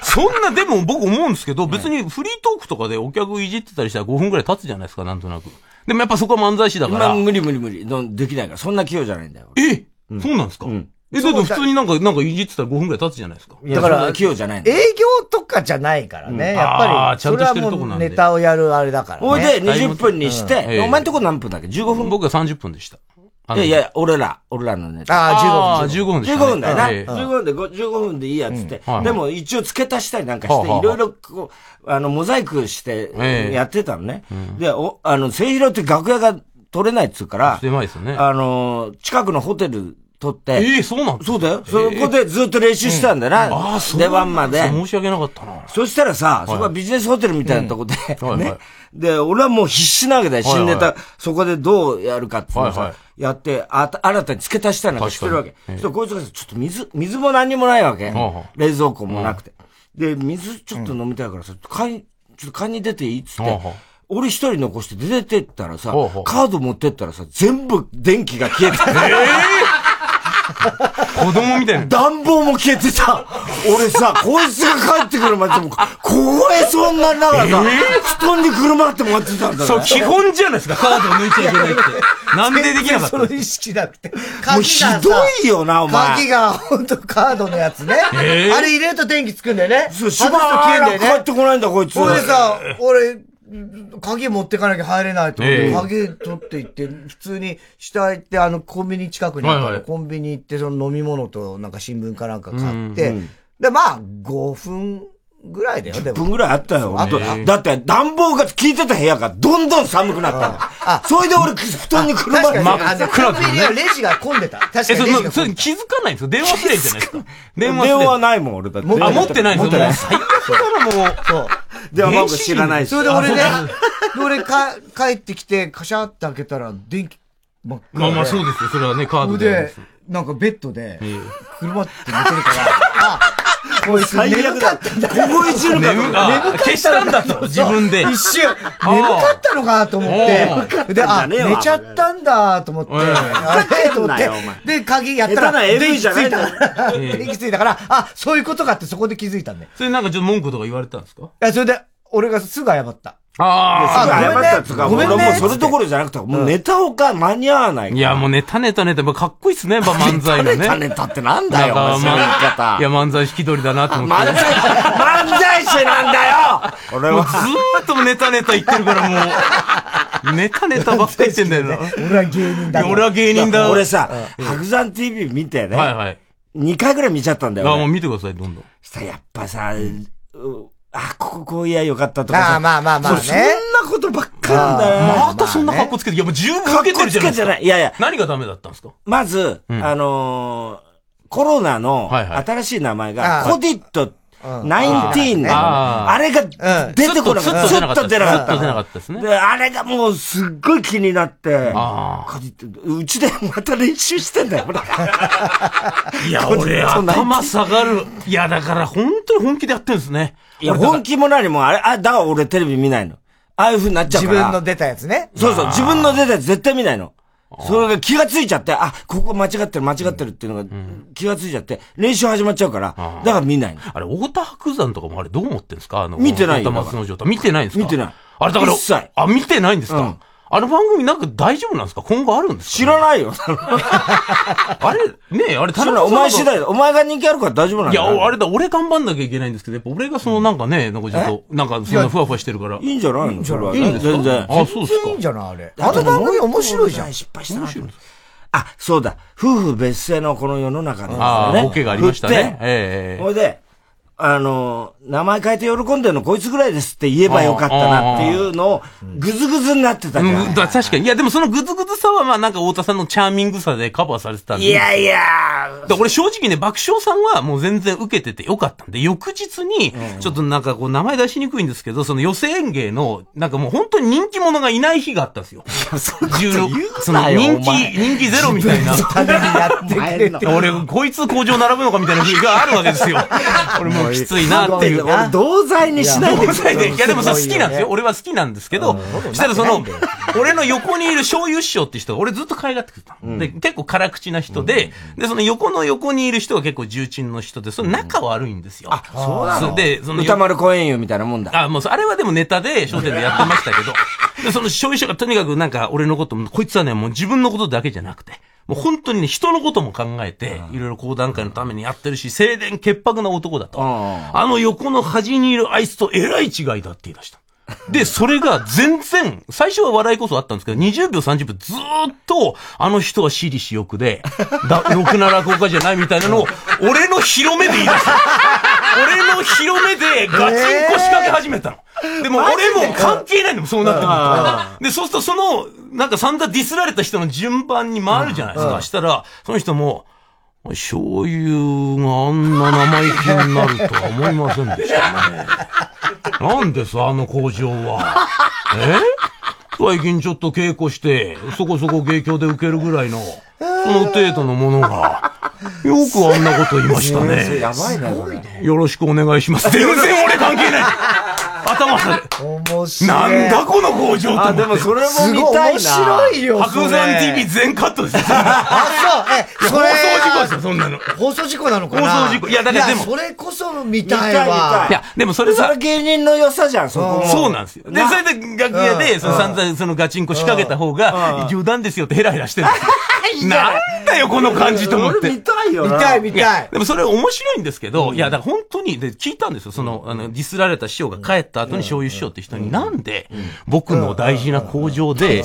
Speaker 11: そんな、でも僕思うんですけど、別にフリートークとかでお客いじってたりしたら5分くらい経つじゃないですか、なんとなく。でもやっぱそこは漫才師だか
Speaker 4: まあ
Speaker 11: ら。
Speaker 4: 無理無理無理。どんできないから。そんな器用じゃないんだよ。
Speaker 11: えそうなんですかえ、だって普通になんか、なんかいじってたら5分くらい経つじゃないですか。
Speaker 4: だから、器用じゃないんだ
Speaker 1: 営
Speaker 4: よ。
Speaker 1: 業とかじゃないからね。
Speaker 11: うん
Speaker 1: やっ
Speaker 11: あ
Speaker 1: ぱ
Speaker 11: ー
Speaker 1: り、
Speaker 11: ちゃん
Speaker 1: そ
Speaker 11: と
Speaker 1: れ
Speaker 11: し
Speaker 1: は
Speaker 11: てるとこなんで
Speaker 1: もうネタをやるあれだからね。
Speaker 4: ほいで、20分にし
Speaker 1: うん
Speaker 4: て、お前んとこ何分だっけ ?15 分
Speaker 11: 僕は30分でした。
Speaker 4: いやいや、俺ら、俺らのネタ。
Speaker 11: ああ15分でしたね
Speaker 4: 15分だよな。
Speaker 11: ええ
Speaker 4: 15分で、ご15分でいいやっつって
Speaker 11: うんは。い
Speaker 4: でも一応付け足したりなんかし
Speaker 11: はあ
Speaker 4: て、
Speaker 11: はあ
Speaker 4: いろいろこう、あの、モザイクして
Speaker 11: ええ
Speaker 4: やってたのね。で、お、あの、聖広って楽屋が取れないっつうから、
Speaker 11: 狭いですよね。
Speaker 4: あのー、近くのホテル取って。ええそうなんそうだよ。そこでずっと練習してたんだな。
Speaker 11: ああ、そう
Speaker 4: 出番まで。
Speaker 11: 申し訳なかったな。
Speaker 4: そしたらさ、
Speaker 11: い
Speaker 4: そこはビジネスホテルみたいなとこで、
Speaker 11: はい
Speaker 4: ね。で、俺はもう必死なわけだよ。
Speaker 11: はいは
Speaker 4: 新
Speaker 11: い
Speaker 4: ネタ、そこでどうやるかっていうのを
Speaker 11: はいは
Speaker 4: さ
Speaker 11: い、
Speaker 4: やって、あた新たに付け足したりなんかしてるわけ
Speaker 11: 確。か
Speaker 4: そ
Speaker 11: に
Speaker 4: したらこいつがさちょっと水、水も何にもないわけ
Speaker 11: はいは。
Speaker 4: 冷蔵庫もなくて。で、水ちょっと飲みたいからさ、買い、ちょっと買いに出ていいっつっ
Speaker 11: はい
Speaker 4: て
Speaker 11: はい。
Speaker 4: 俺一人残して出てったらさ
Speaker 11: はいはい、
Speaker 4: カード持ってったらさ、全部電気が消えてた。
Speaker 11: [laughs]
Speaker 4: [laughs]
Speaker 11: 子供みたいな。
Speaker 4: 暖房も消えてた。俺さ、こいつが帰ってくるまでも、凍えそうになりながらさ、布団にくるまって待ってたんだ
Speaker 11: そう、基本じゃないですか、カードを抜いちゃいけな
Speaker 1: [laughs]
Speaker 11: いって。なんでできなかった
Speaker 3: の意識なくて。
Speaker 4: もうひどいよな、お前。
Speaker 3: 鍵が、ほんとカードのやつね。
Speaker 4: えー
Speaker 3: あれ入れると電気つくんだよね。
Speaker 4: そう、しばらく消えんだよね。帰ってこないんだ、こいつ。
Speaker 3: 俺さ、俺、鍵持ってかなきゃ入れないと思って、
Speaker 4: ええ
Speaker 3: 鍵取って行って、普通に下行って、あの、コンビニ近くにあったの、
Speaker 11: はいはい
Speaker 3: コンビニ行って、その飲み物と、なんか新聞かなんか買って、
Speaker 4: うんうん
Speaker 3: で、まあ、5分ぐらいだよ、で
Speaker 4: 10
Speaker 3: も。
Speaker 4: 分ぐらいあったよ。
Speaker 3: そう
Speaker 4: あと、
Speaker 3: えー
Speaker 4: だって暖房が効いてた部屋がどんどん寒くなったんだ
Speaker 3: あ
Speaker 4: それで俺、布団にくるまって。
Speaker 3: 確かにあのコンビニはレジが混んでた。確かに
Speaker 11: え、そ
Speaker 3: レジ
Speaker 11: れ、
Speaker 3: が
Speaker 11: そ
Speaker 3: 混ん
Speaker 11: れ
Speaker 3: でた。
Speaker 11: 気づかないんですよ。電話すればいいじゃないですか。電
Speaker 4: 電
Speaker 11: 話すれば
Speaker 4: 話ないもん、俺だって。
Speaker 11: あ、持ってないんですよ。もう最悪だな、もう。
Speaker 3: そう。
Speaker 11: [laughs]
Speaker 4: 電話番号知らないし。
Speaker 3: それで俺ね
Speaker 4: あ、
Speaker 3: で俺か、帰ってきて、カシャって開けたら、電気、真っ暗で
Speaker 11: まあまあそうですよ。それはね、カード
Speaker 3: それ
Speaker 11: で
Speaker 3: で。、なんかベッドで、
Speaker 11: ええ
Speaker 3: 車って寝てる
Speaker 11: [laughs]
Speaker 3: から、あ、こいつ
Speaker 11: 最悪だ
Speaker 3: 眠かったんだ。
Speaker 11: 凍え死ぬかと思った
Speaker 3: 眠かった
Speaker 11: 消したんだと自分で
Speaker 3: 一瞬、眠
Speaker 11: あー
Speaker 3: かったのかと思
Speaker 11: 眠か
Speaker 3: っ、
Speaker 11: ってた
Speaker 3: で、
Speaker 11: ん
Speaker 3: あ、
Speaker 11: だね
Speaker 3: 寝ちゃったんだと思って、
Speaker 11: うん
Speaker 3: あれと思って
Speaker 11: ふざけんなよ、
Speaker 3: で、鍵やったら、
Speaker 11: 下手な AV
Speaker 3: 電気ついた
Speaker 11: じゃないん
Speaker 3: から、
Speaker 11: え
Speaker 3: [laughs]
Speaker 11: え
Speaker 3: 電気ついたから、あ、そういうことかってそこで気づいたんで。い
Speaker 11: それなんかちょっと文句とか言われたんですか
Speaker 3: や、それで、俺がすぐ謝った。
Speaker 4: す
Speaker 11: あ
Speaker 4: ぐ謝ったっつうか、
Speaker 11: ご
Speaker 4: も
Speaker 11: め
Speaker 4: うん
Speaker 11: ね
Speaker 4: もうそれどころじゃなくて、もうネタをか間に合わないから
Speaker 11: いや、もうネタネタネタ、やっぱかっこいいっすね、やっぱ漫才のね。ネタ
Speaker 4: ネタってなんだよお前その言い方
Speaker 11: いや、漫才引き取りだなと思って。
Speaker 4: 漫才漫才師なんだよ俺
Speaker 11: もうずーっとネタネタ言ってるから、もう。ネタネタばっかり言ってんだよな。
Speaker 3: 俺は芸人
Speaker 11: だいや俺は芸人だ
Speaker 4: いや俺さ、白山 TV 見てね。
Speaker 11: はいはい
Speaker 4: 2回ぐらい見ちゃったんだよ。
Speaker 11: あ
Speaker 4: 俺
Speaker 11: もう見てください、どんどん。
Speaker 4: したらやっぱさ、うあ、こここういやよかったとか
Speaker 11: あ
Speaker 4: さ。
Speaker 11: ーまあまあまあね
Speaker 4: そうそんなことばっかりなんだよ。
Speaker 11: またそんな格好つけて、いやもう十分受けてるじ
Speaker 4: か
Speaker 11: ゃないです
Speaker 4: っこつけてな
Speaker 11: か。
Speaker 4: いいやいや。
Speaker 11: 何がダメだったんですか
Speaker 4: まず、あのーコロナの新しい名前が、
Speaker 11: あー
Speaker 4: コディット
Speaker 11: うん
Speaker 4: 19ね。
Speaker 11: あー
Speaker 4: あれが出てこなかった。ず
Speaker 11: ずっ
Speaker 4: っ
Speaker 11: と
Speaker 4: と
Speaker 11: 出
Speaker 4: 出
Speaker 11: な
Speaker 4: なか
Speaker 11: かっ
Speaker 4: ったた。
Speaker 11: ずっと出なかったですね
Speaker 4: であれがもうすっごい気になって、コディットうちでまた練習してんだよ、俺。
Speaker 11: いや、
Speaker 4: これ
Speaker 11: 俺、
Speaker 4: そんな
Speaker 11: 頭下がる。いや、だから、本当に本気でやってるんですね。
Speaker 4: いや、本気も何も、あれ、あ、だから俺テレビ見ないの。ああいう風になっちゃうから。
Speaker 3: 自分の出たやつね。
Speaker 4: そうそう、自分の出たやつ絶対見ないの。それが気がついちゃって、あ、ここ間違ってる、間違ってるっていうのが気がついちゃって、練習始まっちゃうから、だから見ないの。
Speaker 11: あれ、太田白山とかもあれどう思ってんですかあの、
Speaker 4: 見てないよ
Speaker 11: 太田松之丞とか見てないんですか
Speaker 4: 見てない
Speaker 11: あれだから、
Speaker 4: 一切
Speaker 11: あ、見てないんですか、あの番組なんか大丈夫なんですか今後あるんですか、知ら
Speaker 4: ないよ。
Speaker 11: あれ、 [laughs] ねえ、あれ、
Speaker 4: それはお前次第だ。お前が人気あるから大丈夫なん
Speaker 11: い
Speaker 4: だよ。
Speaker 11: や、あれだ、俺頑張んなきゃいけないんですけど、やっぱ俺がそのなんかね、なんかちょっと、なんかそんなふわふわしてるから。い
Speaker 4: いんじゃないのそれはい
Speaker 11: いんですか
Speaker 4: 全然
Speaker 11: あ、そうですか。
Speaker 3: いんじゃないあれ。
Speaker 4: だって
Speaker 3: あの番組面白いじゃん
Speaker 4: もう一個ぐらい失敗したなと思ってあ、そうだ。夫婦別姓のこの世の中の、
Speaker 11: ああ、ボケがありました
Speaker 4: 振っ
Speaker 11: ね。
Speaker 4: て
Speaker 11: ええ
Speaker 4: ほいで、あの、名前変えて喜んでるのこいつぐらいですって言えばよかったなっていうのを、ぐずぐずになってたじゃん。
Speaker 11: うんだ確かに。いや、でもそのグズグズさは、まあなんか太田さんのチャーミングさでカバーされてたんで。
Speaker 4: いやいや
Speaker 11: だ俺正直ね、爆笑さんはもう全然受けててよかったんで、翌日に、ちょっとなんかこう名前出しにくいんですけど、その寄せ演芸の、なんかもう本当に人気者がいない日があったんですよ。16その
Speaker 4: なよ
Speaker 11: 人気
Speaker 4: お、前
Speaker 11: 人気ゼロみたいな。俺、こいつ工場並ぶのかみたいな日があるわけですよ。俺 [laughs] もうきついなっていう。
Speaker 4: 俺同罪にしないで
Speaker 11: 同罪でいやでもさ、好きなんですよ。俺は好きなんですけど、したらその、俺の横にいる醤油師匠って人が、俺ずっと可愛がってくれたの、で、結構辛口な人で、で、その横の横にいる人が結構重鎮の人で、その仲悪いんですよ。あ、
Speaker 4: そうなの
Speaker 11: で、その、
Speaker 4: 歌丸公園よみたいなもんだ。
Speaker 11: あ、もうそ、あれはでもネタで、商店でやってましたけど、で、その醤油師匠がとにかくなんか、俺のことも、こいつはね、もう自分のことだけじゃなくて、もう本当にね、人のことも考えて、いろいろ講談会のためにやってるし、清廉潔白な男だと。あの横の端にいるあいつとえらい違いだって言い出した。で、それが全然、最初は笑いこそあったんですけど、20秒30秒ずーっと、あの人は私利私欲で、だ、ろくな落語家じゃないみたいなのを、 [laughs] 俺の広めで言い出した。俺の広めでガチンコ仕掛け始めたの。でも
Speaker 14: マジで
Speaker 11: 俺もう関係ないのもそうなってく
Speaker 14: う
Speaker 11: ると。で、そうするとその、なんか散々ディスられた人の順番に回るじゃないです
Speaker 14: うん
Speaker 11: か。したら、その人も、醤油があんな生意気になるとは思いませんでしたね。なんです、あの工
Speaker 14: [laughs]
Speaker 11: 場は。え最近ちょっと稽古して、そこそこ芸協で受けるぐらいの、その程度のものが、よくあんなこと言いましたね。
Speaker 14: やばいな
Speaker 11: よろしくお願いし
Speaker 14: [laughs]
Speaker 11: ます。全然俺関係ない。頭下
Speaker 3: 面
Speaker 11: げ。なんだこの工場と思って
Speaker 14: あでもそれも見たいな
Speaker 11: すご白
Speaker 14: 白
Speaker 11: 山
Speaker 14: 山
Speaker 11: TV
Speaker 14: TV
Speaker 11: 全カットです。
Speaker 3: あ、そう、え、それ、
Speaker 11: 放送事故ですよ、そんなの。
Speaker 3: 放送事故なのか
Speaker 11: 放
Speaker 3: な
Speaker 11: 送事故。いや、だからでも。
Speaker 3: それこそ見たいわ。
Speaker 11: いや、でもそれさ。
Speaker 10: 芸人の良さじゃん、そこも
Speaker 11: そうなんですよ。で、
Speaker 10: な
Speaker 11: それで楽屋
Speaker 10: う
Speaker 11: で、
Speaker 10: ん
Speaker 11: その散々そのガチンコ仕掛けた方
Speaker 10: う
Speaker 11: が
Speaker 10: ん、
Speaker 11: 冗談ですよってヘラヘラしてるんですよ
Speaker 10: いいじゃない
Speaker 11: [laughs] なんだよ、この感じと思って。
Speaker 10: 俺見たいよな見たい見たい
Speaker 11: やでもそれ面白いんですけど、いや、だから本当に、で、聞いたんですよ。その、あの、ディスられた師匠が帰った後に醤油師匠って人に、なんで、僕の大事な工場で、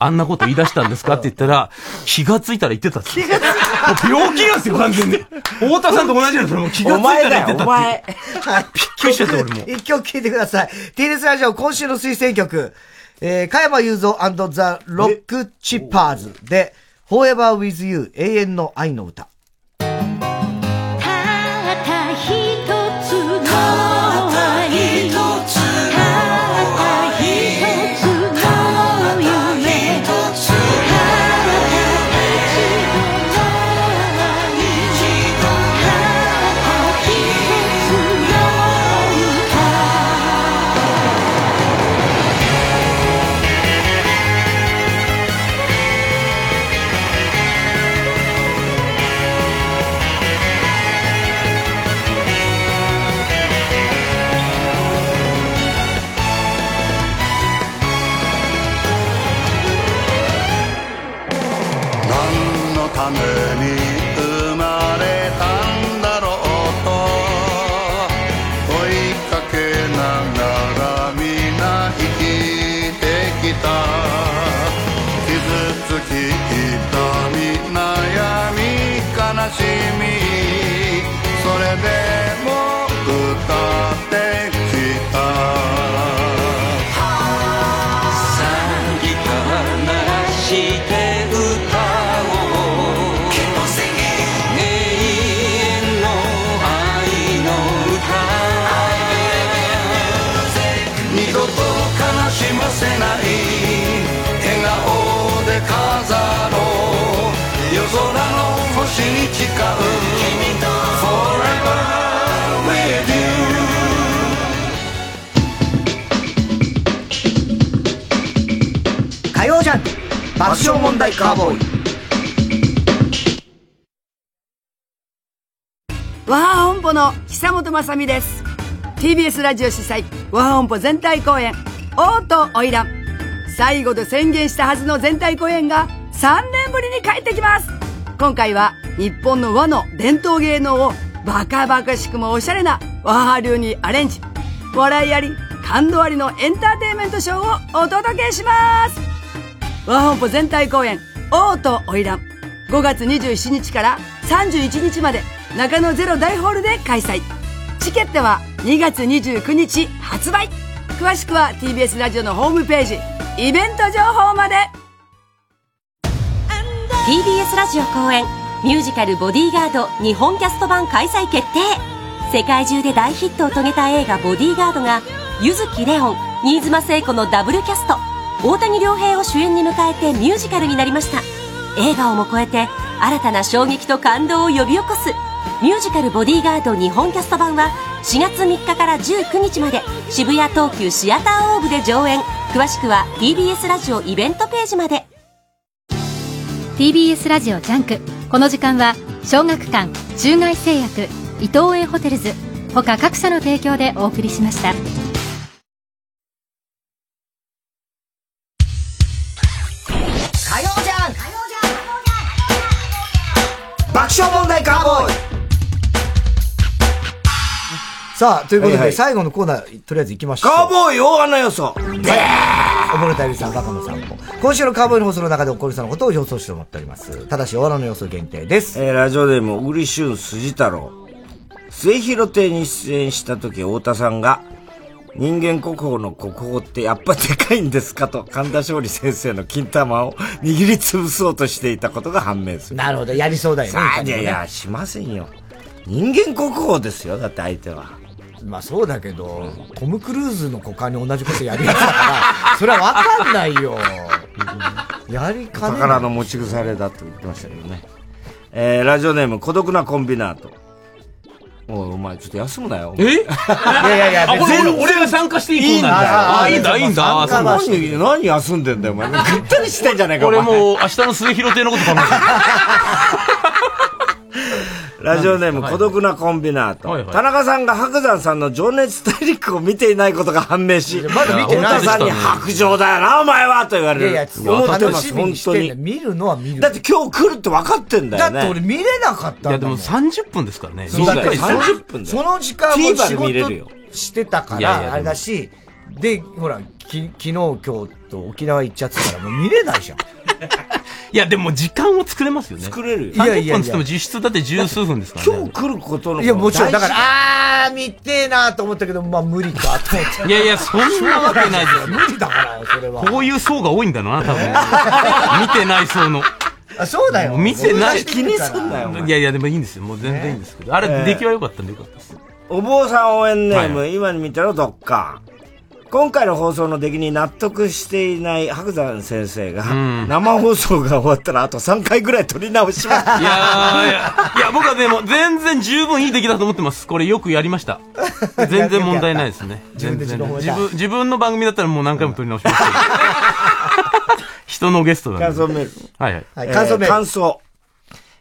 Speaker 11: あんなこと言い出したんですかって言ったら、気がついたら言ってたって。気がついた病気なんですよ、
Speaker 3: [laughs]
Speaker 11: 完全に。太田さんと同じなんですよ。もう気がついたら言ってたっていう。 [laughs]
Speaker 3: はい。びっ
Speaker 11: くりしちゃった俺も
Speaker 3: 一曲聴いてください。TBS ラジオ今週の推薦曲、えー、加山雄三ザ・ロック・チッパーズで、Forever with You 永遠の愛の歌。
Speaker 14: たった一つの愛たった一つの夢たった一つ
Speaker 6: 何のために生まれたんだろうと追いかけながらみんな生きてきた傷つき痛み悩み悲しみそれでも歌ってきた
Speaker 14: 「さぎからして歌おう」「けどせげ」「永遠の愛の歌」「二度と悲しませない」
Speaker 6: 笑顔で飾ろう夜空の星に誓う君と Forever with you
Speaker 2: 火曜ジャンク爆笑問題カーボーイ
Speaker 18: わー本舗の久本雅美です TBS ラジオ主催わー本舗全体公演「王と花魁」最後で宣言したはずの全体公演が3年ぶりに帰ってきます今回は日本の和の伝統芸能をバカバカしくもおしゃれな和ー流にアレンジ笑いあり感動ありのエンターテインメントショーをお届けします和本舗全体公演「王と花魁」5月27日から31日まで中野ゼロ大ホールで開催チケットは2月29日発売詳しくは TBS ラジオのホームページイベント情報まで
Speaker 16: TBS ラジオ公演ミュージカル「ボディーガード」日本キャスト版開催決定世界中で大ヒットを遂げた映画「ボディーガード」が柚木レオン新妻聖子のダブルキャスト大谷亮平を主演に迎えてミュージカルになりました映画をも超えて新たな衝撃と感動を呼び起こすミュージカル「ボディーガード」日本キャスト版は4月3日から19日まで渋谷東急シアターオーブで上演詳しくは TBS ラジオイベントページまで
Speaker 8: TBS ラジオジャンクこの時間は小学館中外製薬伊東園ホテルズ他各社の提供でお送りしました
Speaker 2: 火曜ジャンク爆笑問題カーボーイ
Speaker 3: さあ、ということで、
Speaker 10: はいはい
Speaker 3: 最後のコーナー、とりあえず行きましょう。
Speaker 10: カーボーイ大穴予想
Speaker 3: おぼれたゆりさん、バカの散歩。今週のカーボーイの放送の中で起こりそうなことを予想してもらっております。ただし、お笑いの予想限定です。
Speaker 10: えーラジオでも、小栗旬辻太郎。末広亭に出演した時、太田さんが、
Speaker 4: 人間国宝の国宝ってやっぱでかいんですかと神田勝利先生の金玉を握りつぶそうとしていたことが判明する。
Speaker 3: なるほど、やりそうだよね
Speaker 4: さあ、
Speaker 3: いかに
Speaker 4: い
Speaker 3: も
Speaker 4: や
Speaker 3: ね
Speaker 4: いや、しませんよ。人間国宝ですよ、だって相手は。
Speaker 3: まあそうだけど、トム・クルーズの股間に同じことやるやつだから、それはわかんな
Speaker 4: [laughs]
Speaker 3: いよ。やりかねない
Speaker 4: 宝の持ち腐れだと言ってましたけどね。えー、ラジオネーム、孤独なコンビナート。おい、お前、ちょっと休むなよ。え [laughs] い
Speaker 11: やいやいやあこれ俺俺が参加していいコーナーだあいいんだいいんだ
Speaker 4: 参加はして
Speaker 11: そう
Speaker 4: 何、何休んでんだよ、お前。ぐったりしてんじゃねえか、お
Speaker 11: 俺
Speaker 4: 前
Speaker 11: もう明日の末広亭のこと考えてる
Speaker 4: [laughs] ラジオネーム、孤独なコンビナート。
Speaker 11: はいはい
Speaker 4: 田中さんが白山さんの情熱大陸を見ていないことが判明し、
Speaker 3: まだ見てない
Speaker 4: 太田さんに白状だよな、お前はと言われる。
Speaker 3: いやいや、
Speaker 4: 思ってま
Speaker 3: 楽
Speaker 4: す、
Speaker 3: しみ
Speaker 4: 本
Speaker 3: にし
Speaker 4: 当
Speaker 3: てんだ
Speaker 4: に
Speaker 3: よ。。見るのは見る。
Speaker 4: だって今日来るって分かってんだよね。
Speaker 3: だって俺見れなかったんだもん。
Speaker 11: 30分ですからね
Speaker 3: そうだってその
Speaker 4: 30分だ
Speaker 3: その時間も仕
Speaker 4: TVer で見れるよ
Speaker 3: 事してたか
Speaker 4: いやいやでも
Speaker 3: ら、あれだし、で、ほら、き昨日、今日と沖縄行っちゃってたから、もう見れないじゃん。
Speaker 11: いやでも時間を作れますよね作
Speaker 4: れる
Speaker 3: よ
Speaker 11: 30分つっても実質だって十数分ですからね
Speaker 4: 今日来ることの
Speaker 3: いや、もちろん、だから、
Speaker 11: あ
Speaker 3: あー、見てえなと思ったけど、まあ無理かと思って。
Speaker 11: いやいやそんなわけないですよ
Speaker 3: 無理だから、それは。
Speaker 11: こういう層が多いんだろうな多分見てない層の
Speaker 3: あ、そうだよ。
Speaker 11: 見てない
Speaker 3: 気にすんなよ。
Speaker 11: いやいやでもいいんですよもう全然いいんですけどあれ
Speaker 4: ええ
Speaker 11: 出来は良かったんで良かったです
Speaker 4: お坊さん応援ネーム、
Speaker 11: は
Speaker 4: 今に見てろ、どっか。今回の放送の出来に納得していない白山先生が、生放送が終わったらあと3回ぐらい撮り直します。
Speaker 11: いやーいやいや僕はでも全然十分いい出来だと思ってますこれよくやりました全然問題ないですね全然自分自分の番組だったらもう何回も撮り直します [laughs] けど人のゲストなんで
Speaker 4: 感想メール。
Speaker 11: はいはい
Speaker 4: えー感想。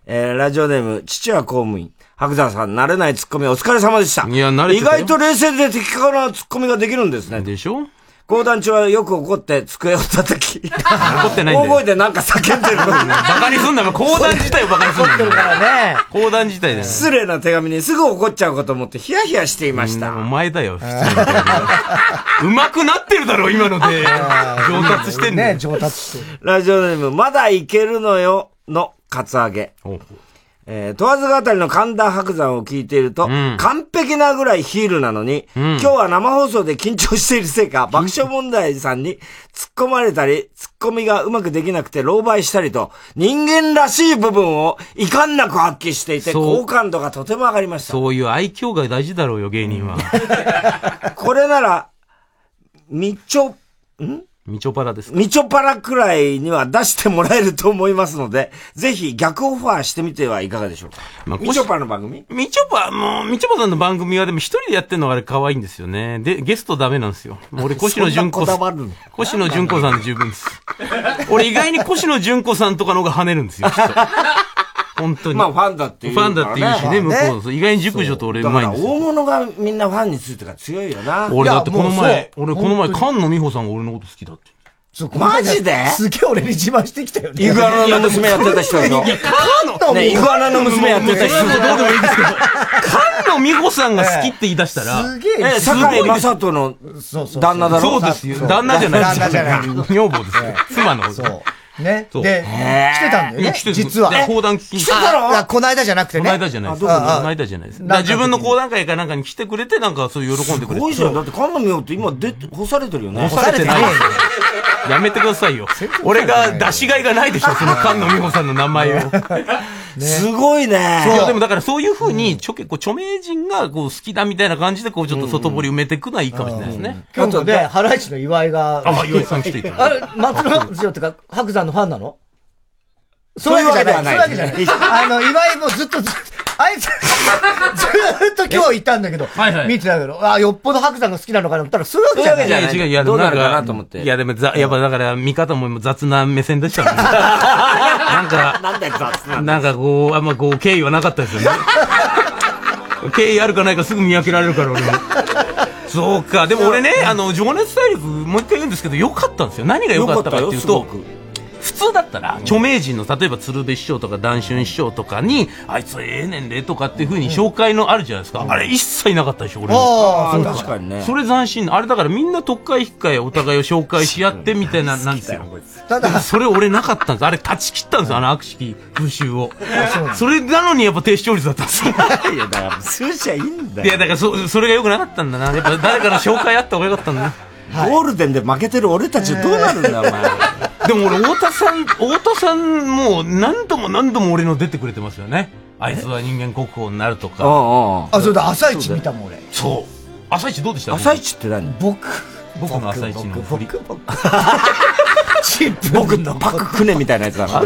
Speaker 4: えーラジオネーム、父は公務員。白山さん、慣れないツッコミお疲れ様でした。
Speaker 11: れて
Speaker 4: 意
Speaker 11: たよ
Speaker 4: 外と冷静で的確なツッコミができるんですね。
Speaker 11: でしょ
Speaker 4: 講談中はよく怒って机を叩き、怒
Speaker 11: ってないんだよ
Speaker 4: 大声でなんか叫ん
Speaker 11: [laughs]
Speaker 4: でる。
Speaker 11: バカにすんなよ講談自体をバカにすんなよ
Speaker 3: らね。
Speaker 11: 講談自体だよ
Speaker 4: 失礼な手紙にすぐ怒っちゃうかと思ってヒヤヒヤしていました。お
Speaker 11: 前だよ、普通うまくなってるだ
Speaker 3: [laughs]
Speaker 11: ろ、今ので。上達してんね。
Speaker 3: 上達して。
Speaker 4: ラジオネーム、まだいけるのよ、のカツアゲ。えー、問わず語りの神田白山を聞いていると、完璧なぐらいヒールなのに、
Speaker 26: うん
Speaker 4: 今日は生放送で緊張しているせいか、爆笑問題さんに突っ込まれたり、突っ込みがうまくできなくて狼狽したりと、人間らしい部分を遺憾なく発揮していて、
Speaker 11: そう
Speaker 4: 好感度がとても上がりました。
Speaker 11: そういう愛嬌が大事だろうよ、芸人は。
Speaker 4: これなら、みちょ、ん
Speaker 11: みちょぱらですか。
Speaker 4: みちょぱらくらいには出してもらえると思いますので、ぜひ逆オファーしてみてはいかがでしょうか。
Speaker 11: まあ
Speaker 4: みちょぱらの番組
Speaker 11: みちょぱ、もう、みちょぱさんの番組はでも一人でやってるのがあれ可愛いんですよね。で、ゲストダメなんで
Speaker 4: [laughs]
Speaker 11: すよ。もう俺、越野純子さ
Speaker 4: そんなこだわる
Speaker 11: ん。越野純子さんで十分
Speaker 4: [laughs]
Speaker 11: です。俺意外に越野純子さんとかの方が跳ねるんで
Speaker 4: [laughs]
Speaker 11: すよ、きっと本当に。
Speaker 4: まあファンだっていう
Speaker 11: フ
Speaker 4: から
Speaker 11: ァ
Speaker 4: ね
Speaker 11: ンだっていうしね、向
Speaker 4: まあね
Speaker 11: こう。意外に熟女と俺う
Speaker 4: だか
Speaker 11: まい
Speaker 4: ら
Speaker 11: んですよ。
Speaker 4: 大物がみんなファンについてが強いよな。
Speaker 11: 俺だってこの前、俺この前、
Speaker 4: 本
Speaker 11: 菅野美穂さんが俺のこと好きだって。
Speaker 4: 当にマジです
Speaker 3: げえ俺に自慢してきたよ
Speaker 4: イグアナの娘やってた人でしょ
Speaker 11: いや菅野
Speaker 4: ねイグアナの娘やってた人
Speaker 11: もうもうそれはどうでもいいですけど菅野美穂さんが好きって言い出したら、
Speaker 4: すげええ堺雅人の旦那だろ
Speaker 11: そうです
Speaker 4: そ
Speaker 11: よ。
Speaker 4: う
Speaker 11: 旦那じゃないで
Speaker 4: 旦
Speaker 11: す
Speaker 4: 那じゃない
Speaker 11: 女房ですよ。妻の方。
Speaker 3: ね。
Speaker 11: そう
Speaker 3: で、
Speaker 11: へー
Speaker 3: 来てたんだよ
Speaker 11: いや
Speaker 3: ね
Speaker 11: 来て。る
Speaker 3: 実は。
Speaker 11: いや講談聞きに
Speaker 3: 来てたろこの間じゃなくて
Speaker 11: こ
Speaker 3: ね。
Speaker 11: の間じゃないです。こ
Speaker 3: あああ
Speaker 11: の間じゃないです。だから自分の講談会かなんかに来てくれて、なんかそういう喜んでくれて。
Speaker 4: すごいじゃん。だって菅野美穂って今出て、干されてるよね。
Speaker 11: 干されてないよ。やめてく
Speaker 4: [laughs]
Speaker 11: ださいよ。俺が出しがいがないでしょ、その菅野美穂さんの名前
Speaker 4: [laughs]
Speaker 11: を。
Speaker 4: すごいね
Speaker 11: そう。でもだからそういうふうに、ちょ、結構著名人がこう好きだみたいな感じで、こうちょっと外堀埋めていくのはいいかもしれないですね。
Speaker 3: 今日もね、ハライチの岩井が。
Speaker 11: あまあ岩井さん来ていた
Speaker 3: あれ、松野白ってか、白山のファンなの
Speaker 4: そういうわけではない
Speaker 3: そういうわけじゃない。あの、岩井もずっとず、あいつ、ずっと今日いたんだけど、見てたけど、あ、よっぽど白山が好きなのかなと思ったら、そういうわけじゃない。
Speaker 11: や違う、いや、
Speaker 4: どうなるか
Speaker 11: ん
Speaker 4: なと思って
Speaker 11: いや、でもざ、やっぱだから、見方も雑な目線でしたね。なんか、
Speaker 4: なんだよ、雑な。
Speaker 11: なんかこう、あんまこう、敬意はなかったですよね。敬意あるかないかすぐ見分けられるから、俺も。そうか。でも俺ね、あの、情熱大陸、もう一回言うんですけど、良かったんですよ。何が良かったかっていう
Speaker 4: 良
Speaker 11: と
Speaker 4: かったよ、
Speaker 11: 普通だったら、著名人の、例えば鶴瓶師匠とか談春師匠とかに、あいつええ年齢とかっていうふうに紹介のあるじゃないですか。あれ一切なかったでしょ、俺
Speaker 4: あー
Speaker 11: も。
Speaker 4: そう確かにね
Speaker 11: それ斬新な。あれだからみんな特会引っかえお互いを紹介し合ってみたいな、なんですよ。
Speaker 3: た
Speaker 11: だ、それ俺なかったんです。あれ断ち切ったんですよ、あの悪しき風習を。それなのにやっぱ低視聴率だったんですよ。いや、だから
Speaker 4: 通社いいんだ
Speaker 11: いや、だからそ、それが良くなかったんだな。やっぱ誰かの紹介あった方が良かったんだな。
Speaker 4: ゴールデンで負けてる俺たちどうなるんだ、お前。
Speaker 11: [laughs] でも俺、太田さん、太田さんもう何度も何度も俺の出てくれてますよね。あいつは人間国宝になるとか。
Speaker 3: あそうだ、朝一見たもん、俺。
Speaker 11: そう。朝一どうでした
Speaker 4: 朝一って何
Speaker 3: 僕。
Speaker 11: 僕の朝一の振り。
Speaker 4: 僕のパククネみたいなやつだな。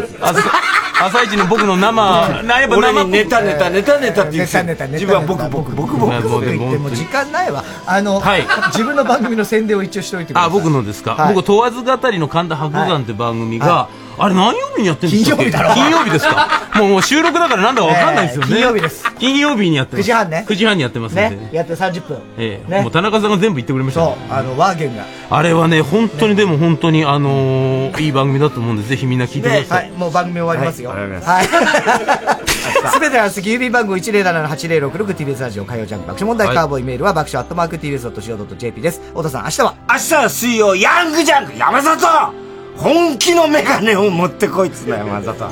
Speaker 11: 朝一の僕の生、なやっぱ
Speaker 4: [laughs] 俺
Speaker 11: 生っ
Speaker 4: に
Speaker 11: ぽい
Speaker 4: ネタネタネタネタって言って
Speaker 3: ネタネタネタ
Speaker 4: 自分は僕僕僕僕
Speaker 3: 僕
Speaker 4: 僕
Speaker 3: 僕言っても時間ないわ。あの、自分の番組の宣伝を一応しといてください。
Speaker 11: あ、僕のですか、
Speaker 3: はい
Speaker 11: 僕、問わず語りの神田伯山って番組が、あれ何曜日にやってるんですか
Speaker 3: 金曜日だろ
Speaker 11: 金曜日です
Speaker 3: [laughs]
Speaker 11: かもうもう収録だからなんだかわかんないですよね。
Speaker 3: ええ金曜日です。
Speaker 11: 金曜日にやってます。
Speaker 3: 9時半ね
Speaker 11: 9時半にやってますんで。
Speaker 3: ね、やって30分。
Speaker 11: ええ
Speaker 3: ね
Speaker 11: もう田中さんが全部言ってくれましたね、
Speaker 3: あの、ワーゲンが。
Speaker 11: あれはね、本当にでも本当に、あのーいい番組だと思うんで、ぜひみんな聞いてくだ
Speaker 3: で、
Speaker 11: さ。
Speaker 3: はいい、もう番組終わりますよ。
Speaker 11: はいありがとうご
Speaker 3: はい。 [laughs] すべては郵便番号 107-8066TBS ラジオ火曜ジャンク爆笑問題、
Speaker 4: はい
Speaker 3: カーボーイメールは爆笑アットマーク TBS.CO.JP です。太田さん、明日は
Speaker 4: 明日は水曜ヤングジャンク山里本気のメガネを持ってこいっつうの山里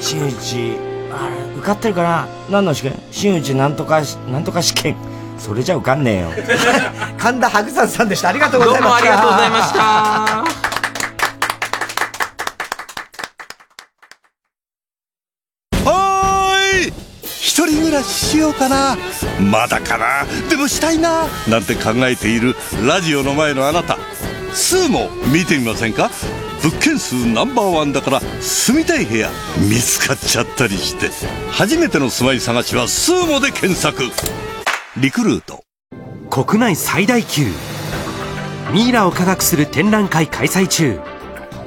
Speaker 4: 真打ちあれ受かってるかな何の試験真打ちなんとかしなんとか試験それじゃ受かんねえよ
Speaker 3: 神田伯山さんでした。ありがとうござい
Speaker 4: ど
Speaker 3: ました。
Speaker 4: うもありがとうございま
Speaker 11: した。
Speaker 12: はーい一人暮らししようかなまだかなでもしたいななんて考えているラジオの前のあなた数も見てみませんか物件数ナンバーワンだから住みたい部屋見つかっちゃったりして初めての住まい探しは数もで検索リクルート
Speaker 9: 国内最大級ミイラを科学する展覧会開催中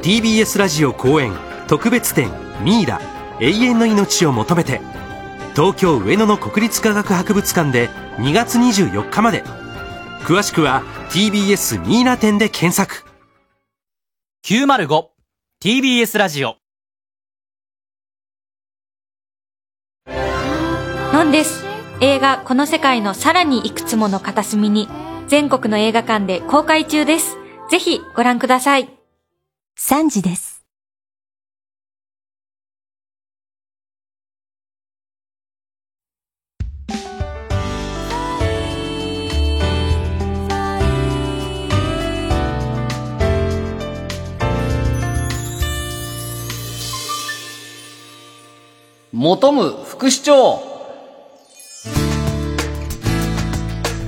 Speaker 9: TBS ラジオ公演特別展「ミイラ永遠の命を求めて」東京上野の国立科学博物館で2月24日まで詳しくは TBS ミイラ展で検索
Speaker 1: 905TBS ラジオ
Speaker 15: なんです。映画、この世界のさらにいくつもの片隅に、全国の映画館で公開中です。ぜひご覧ください。
Speaker 27: 3時です。
Speaker 28: 求む副市長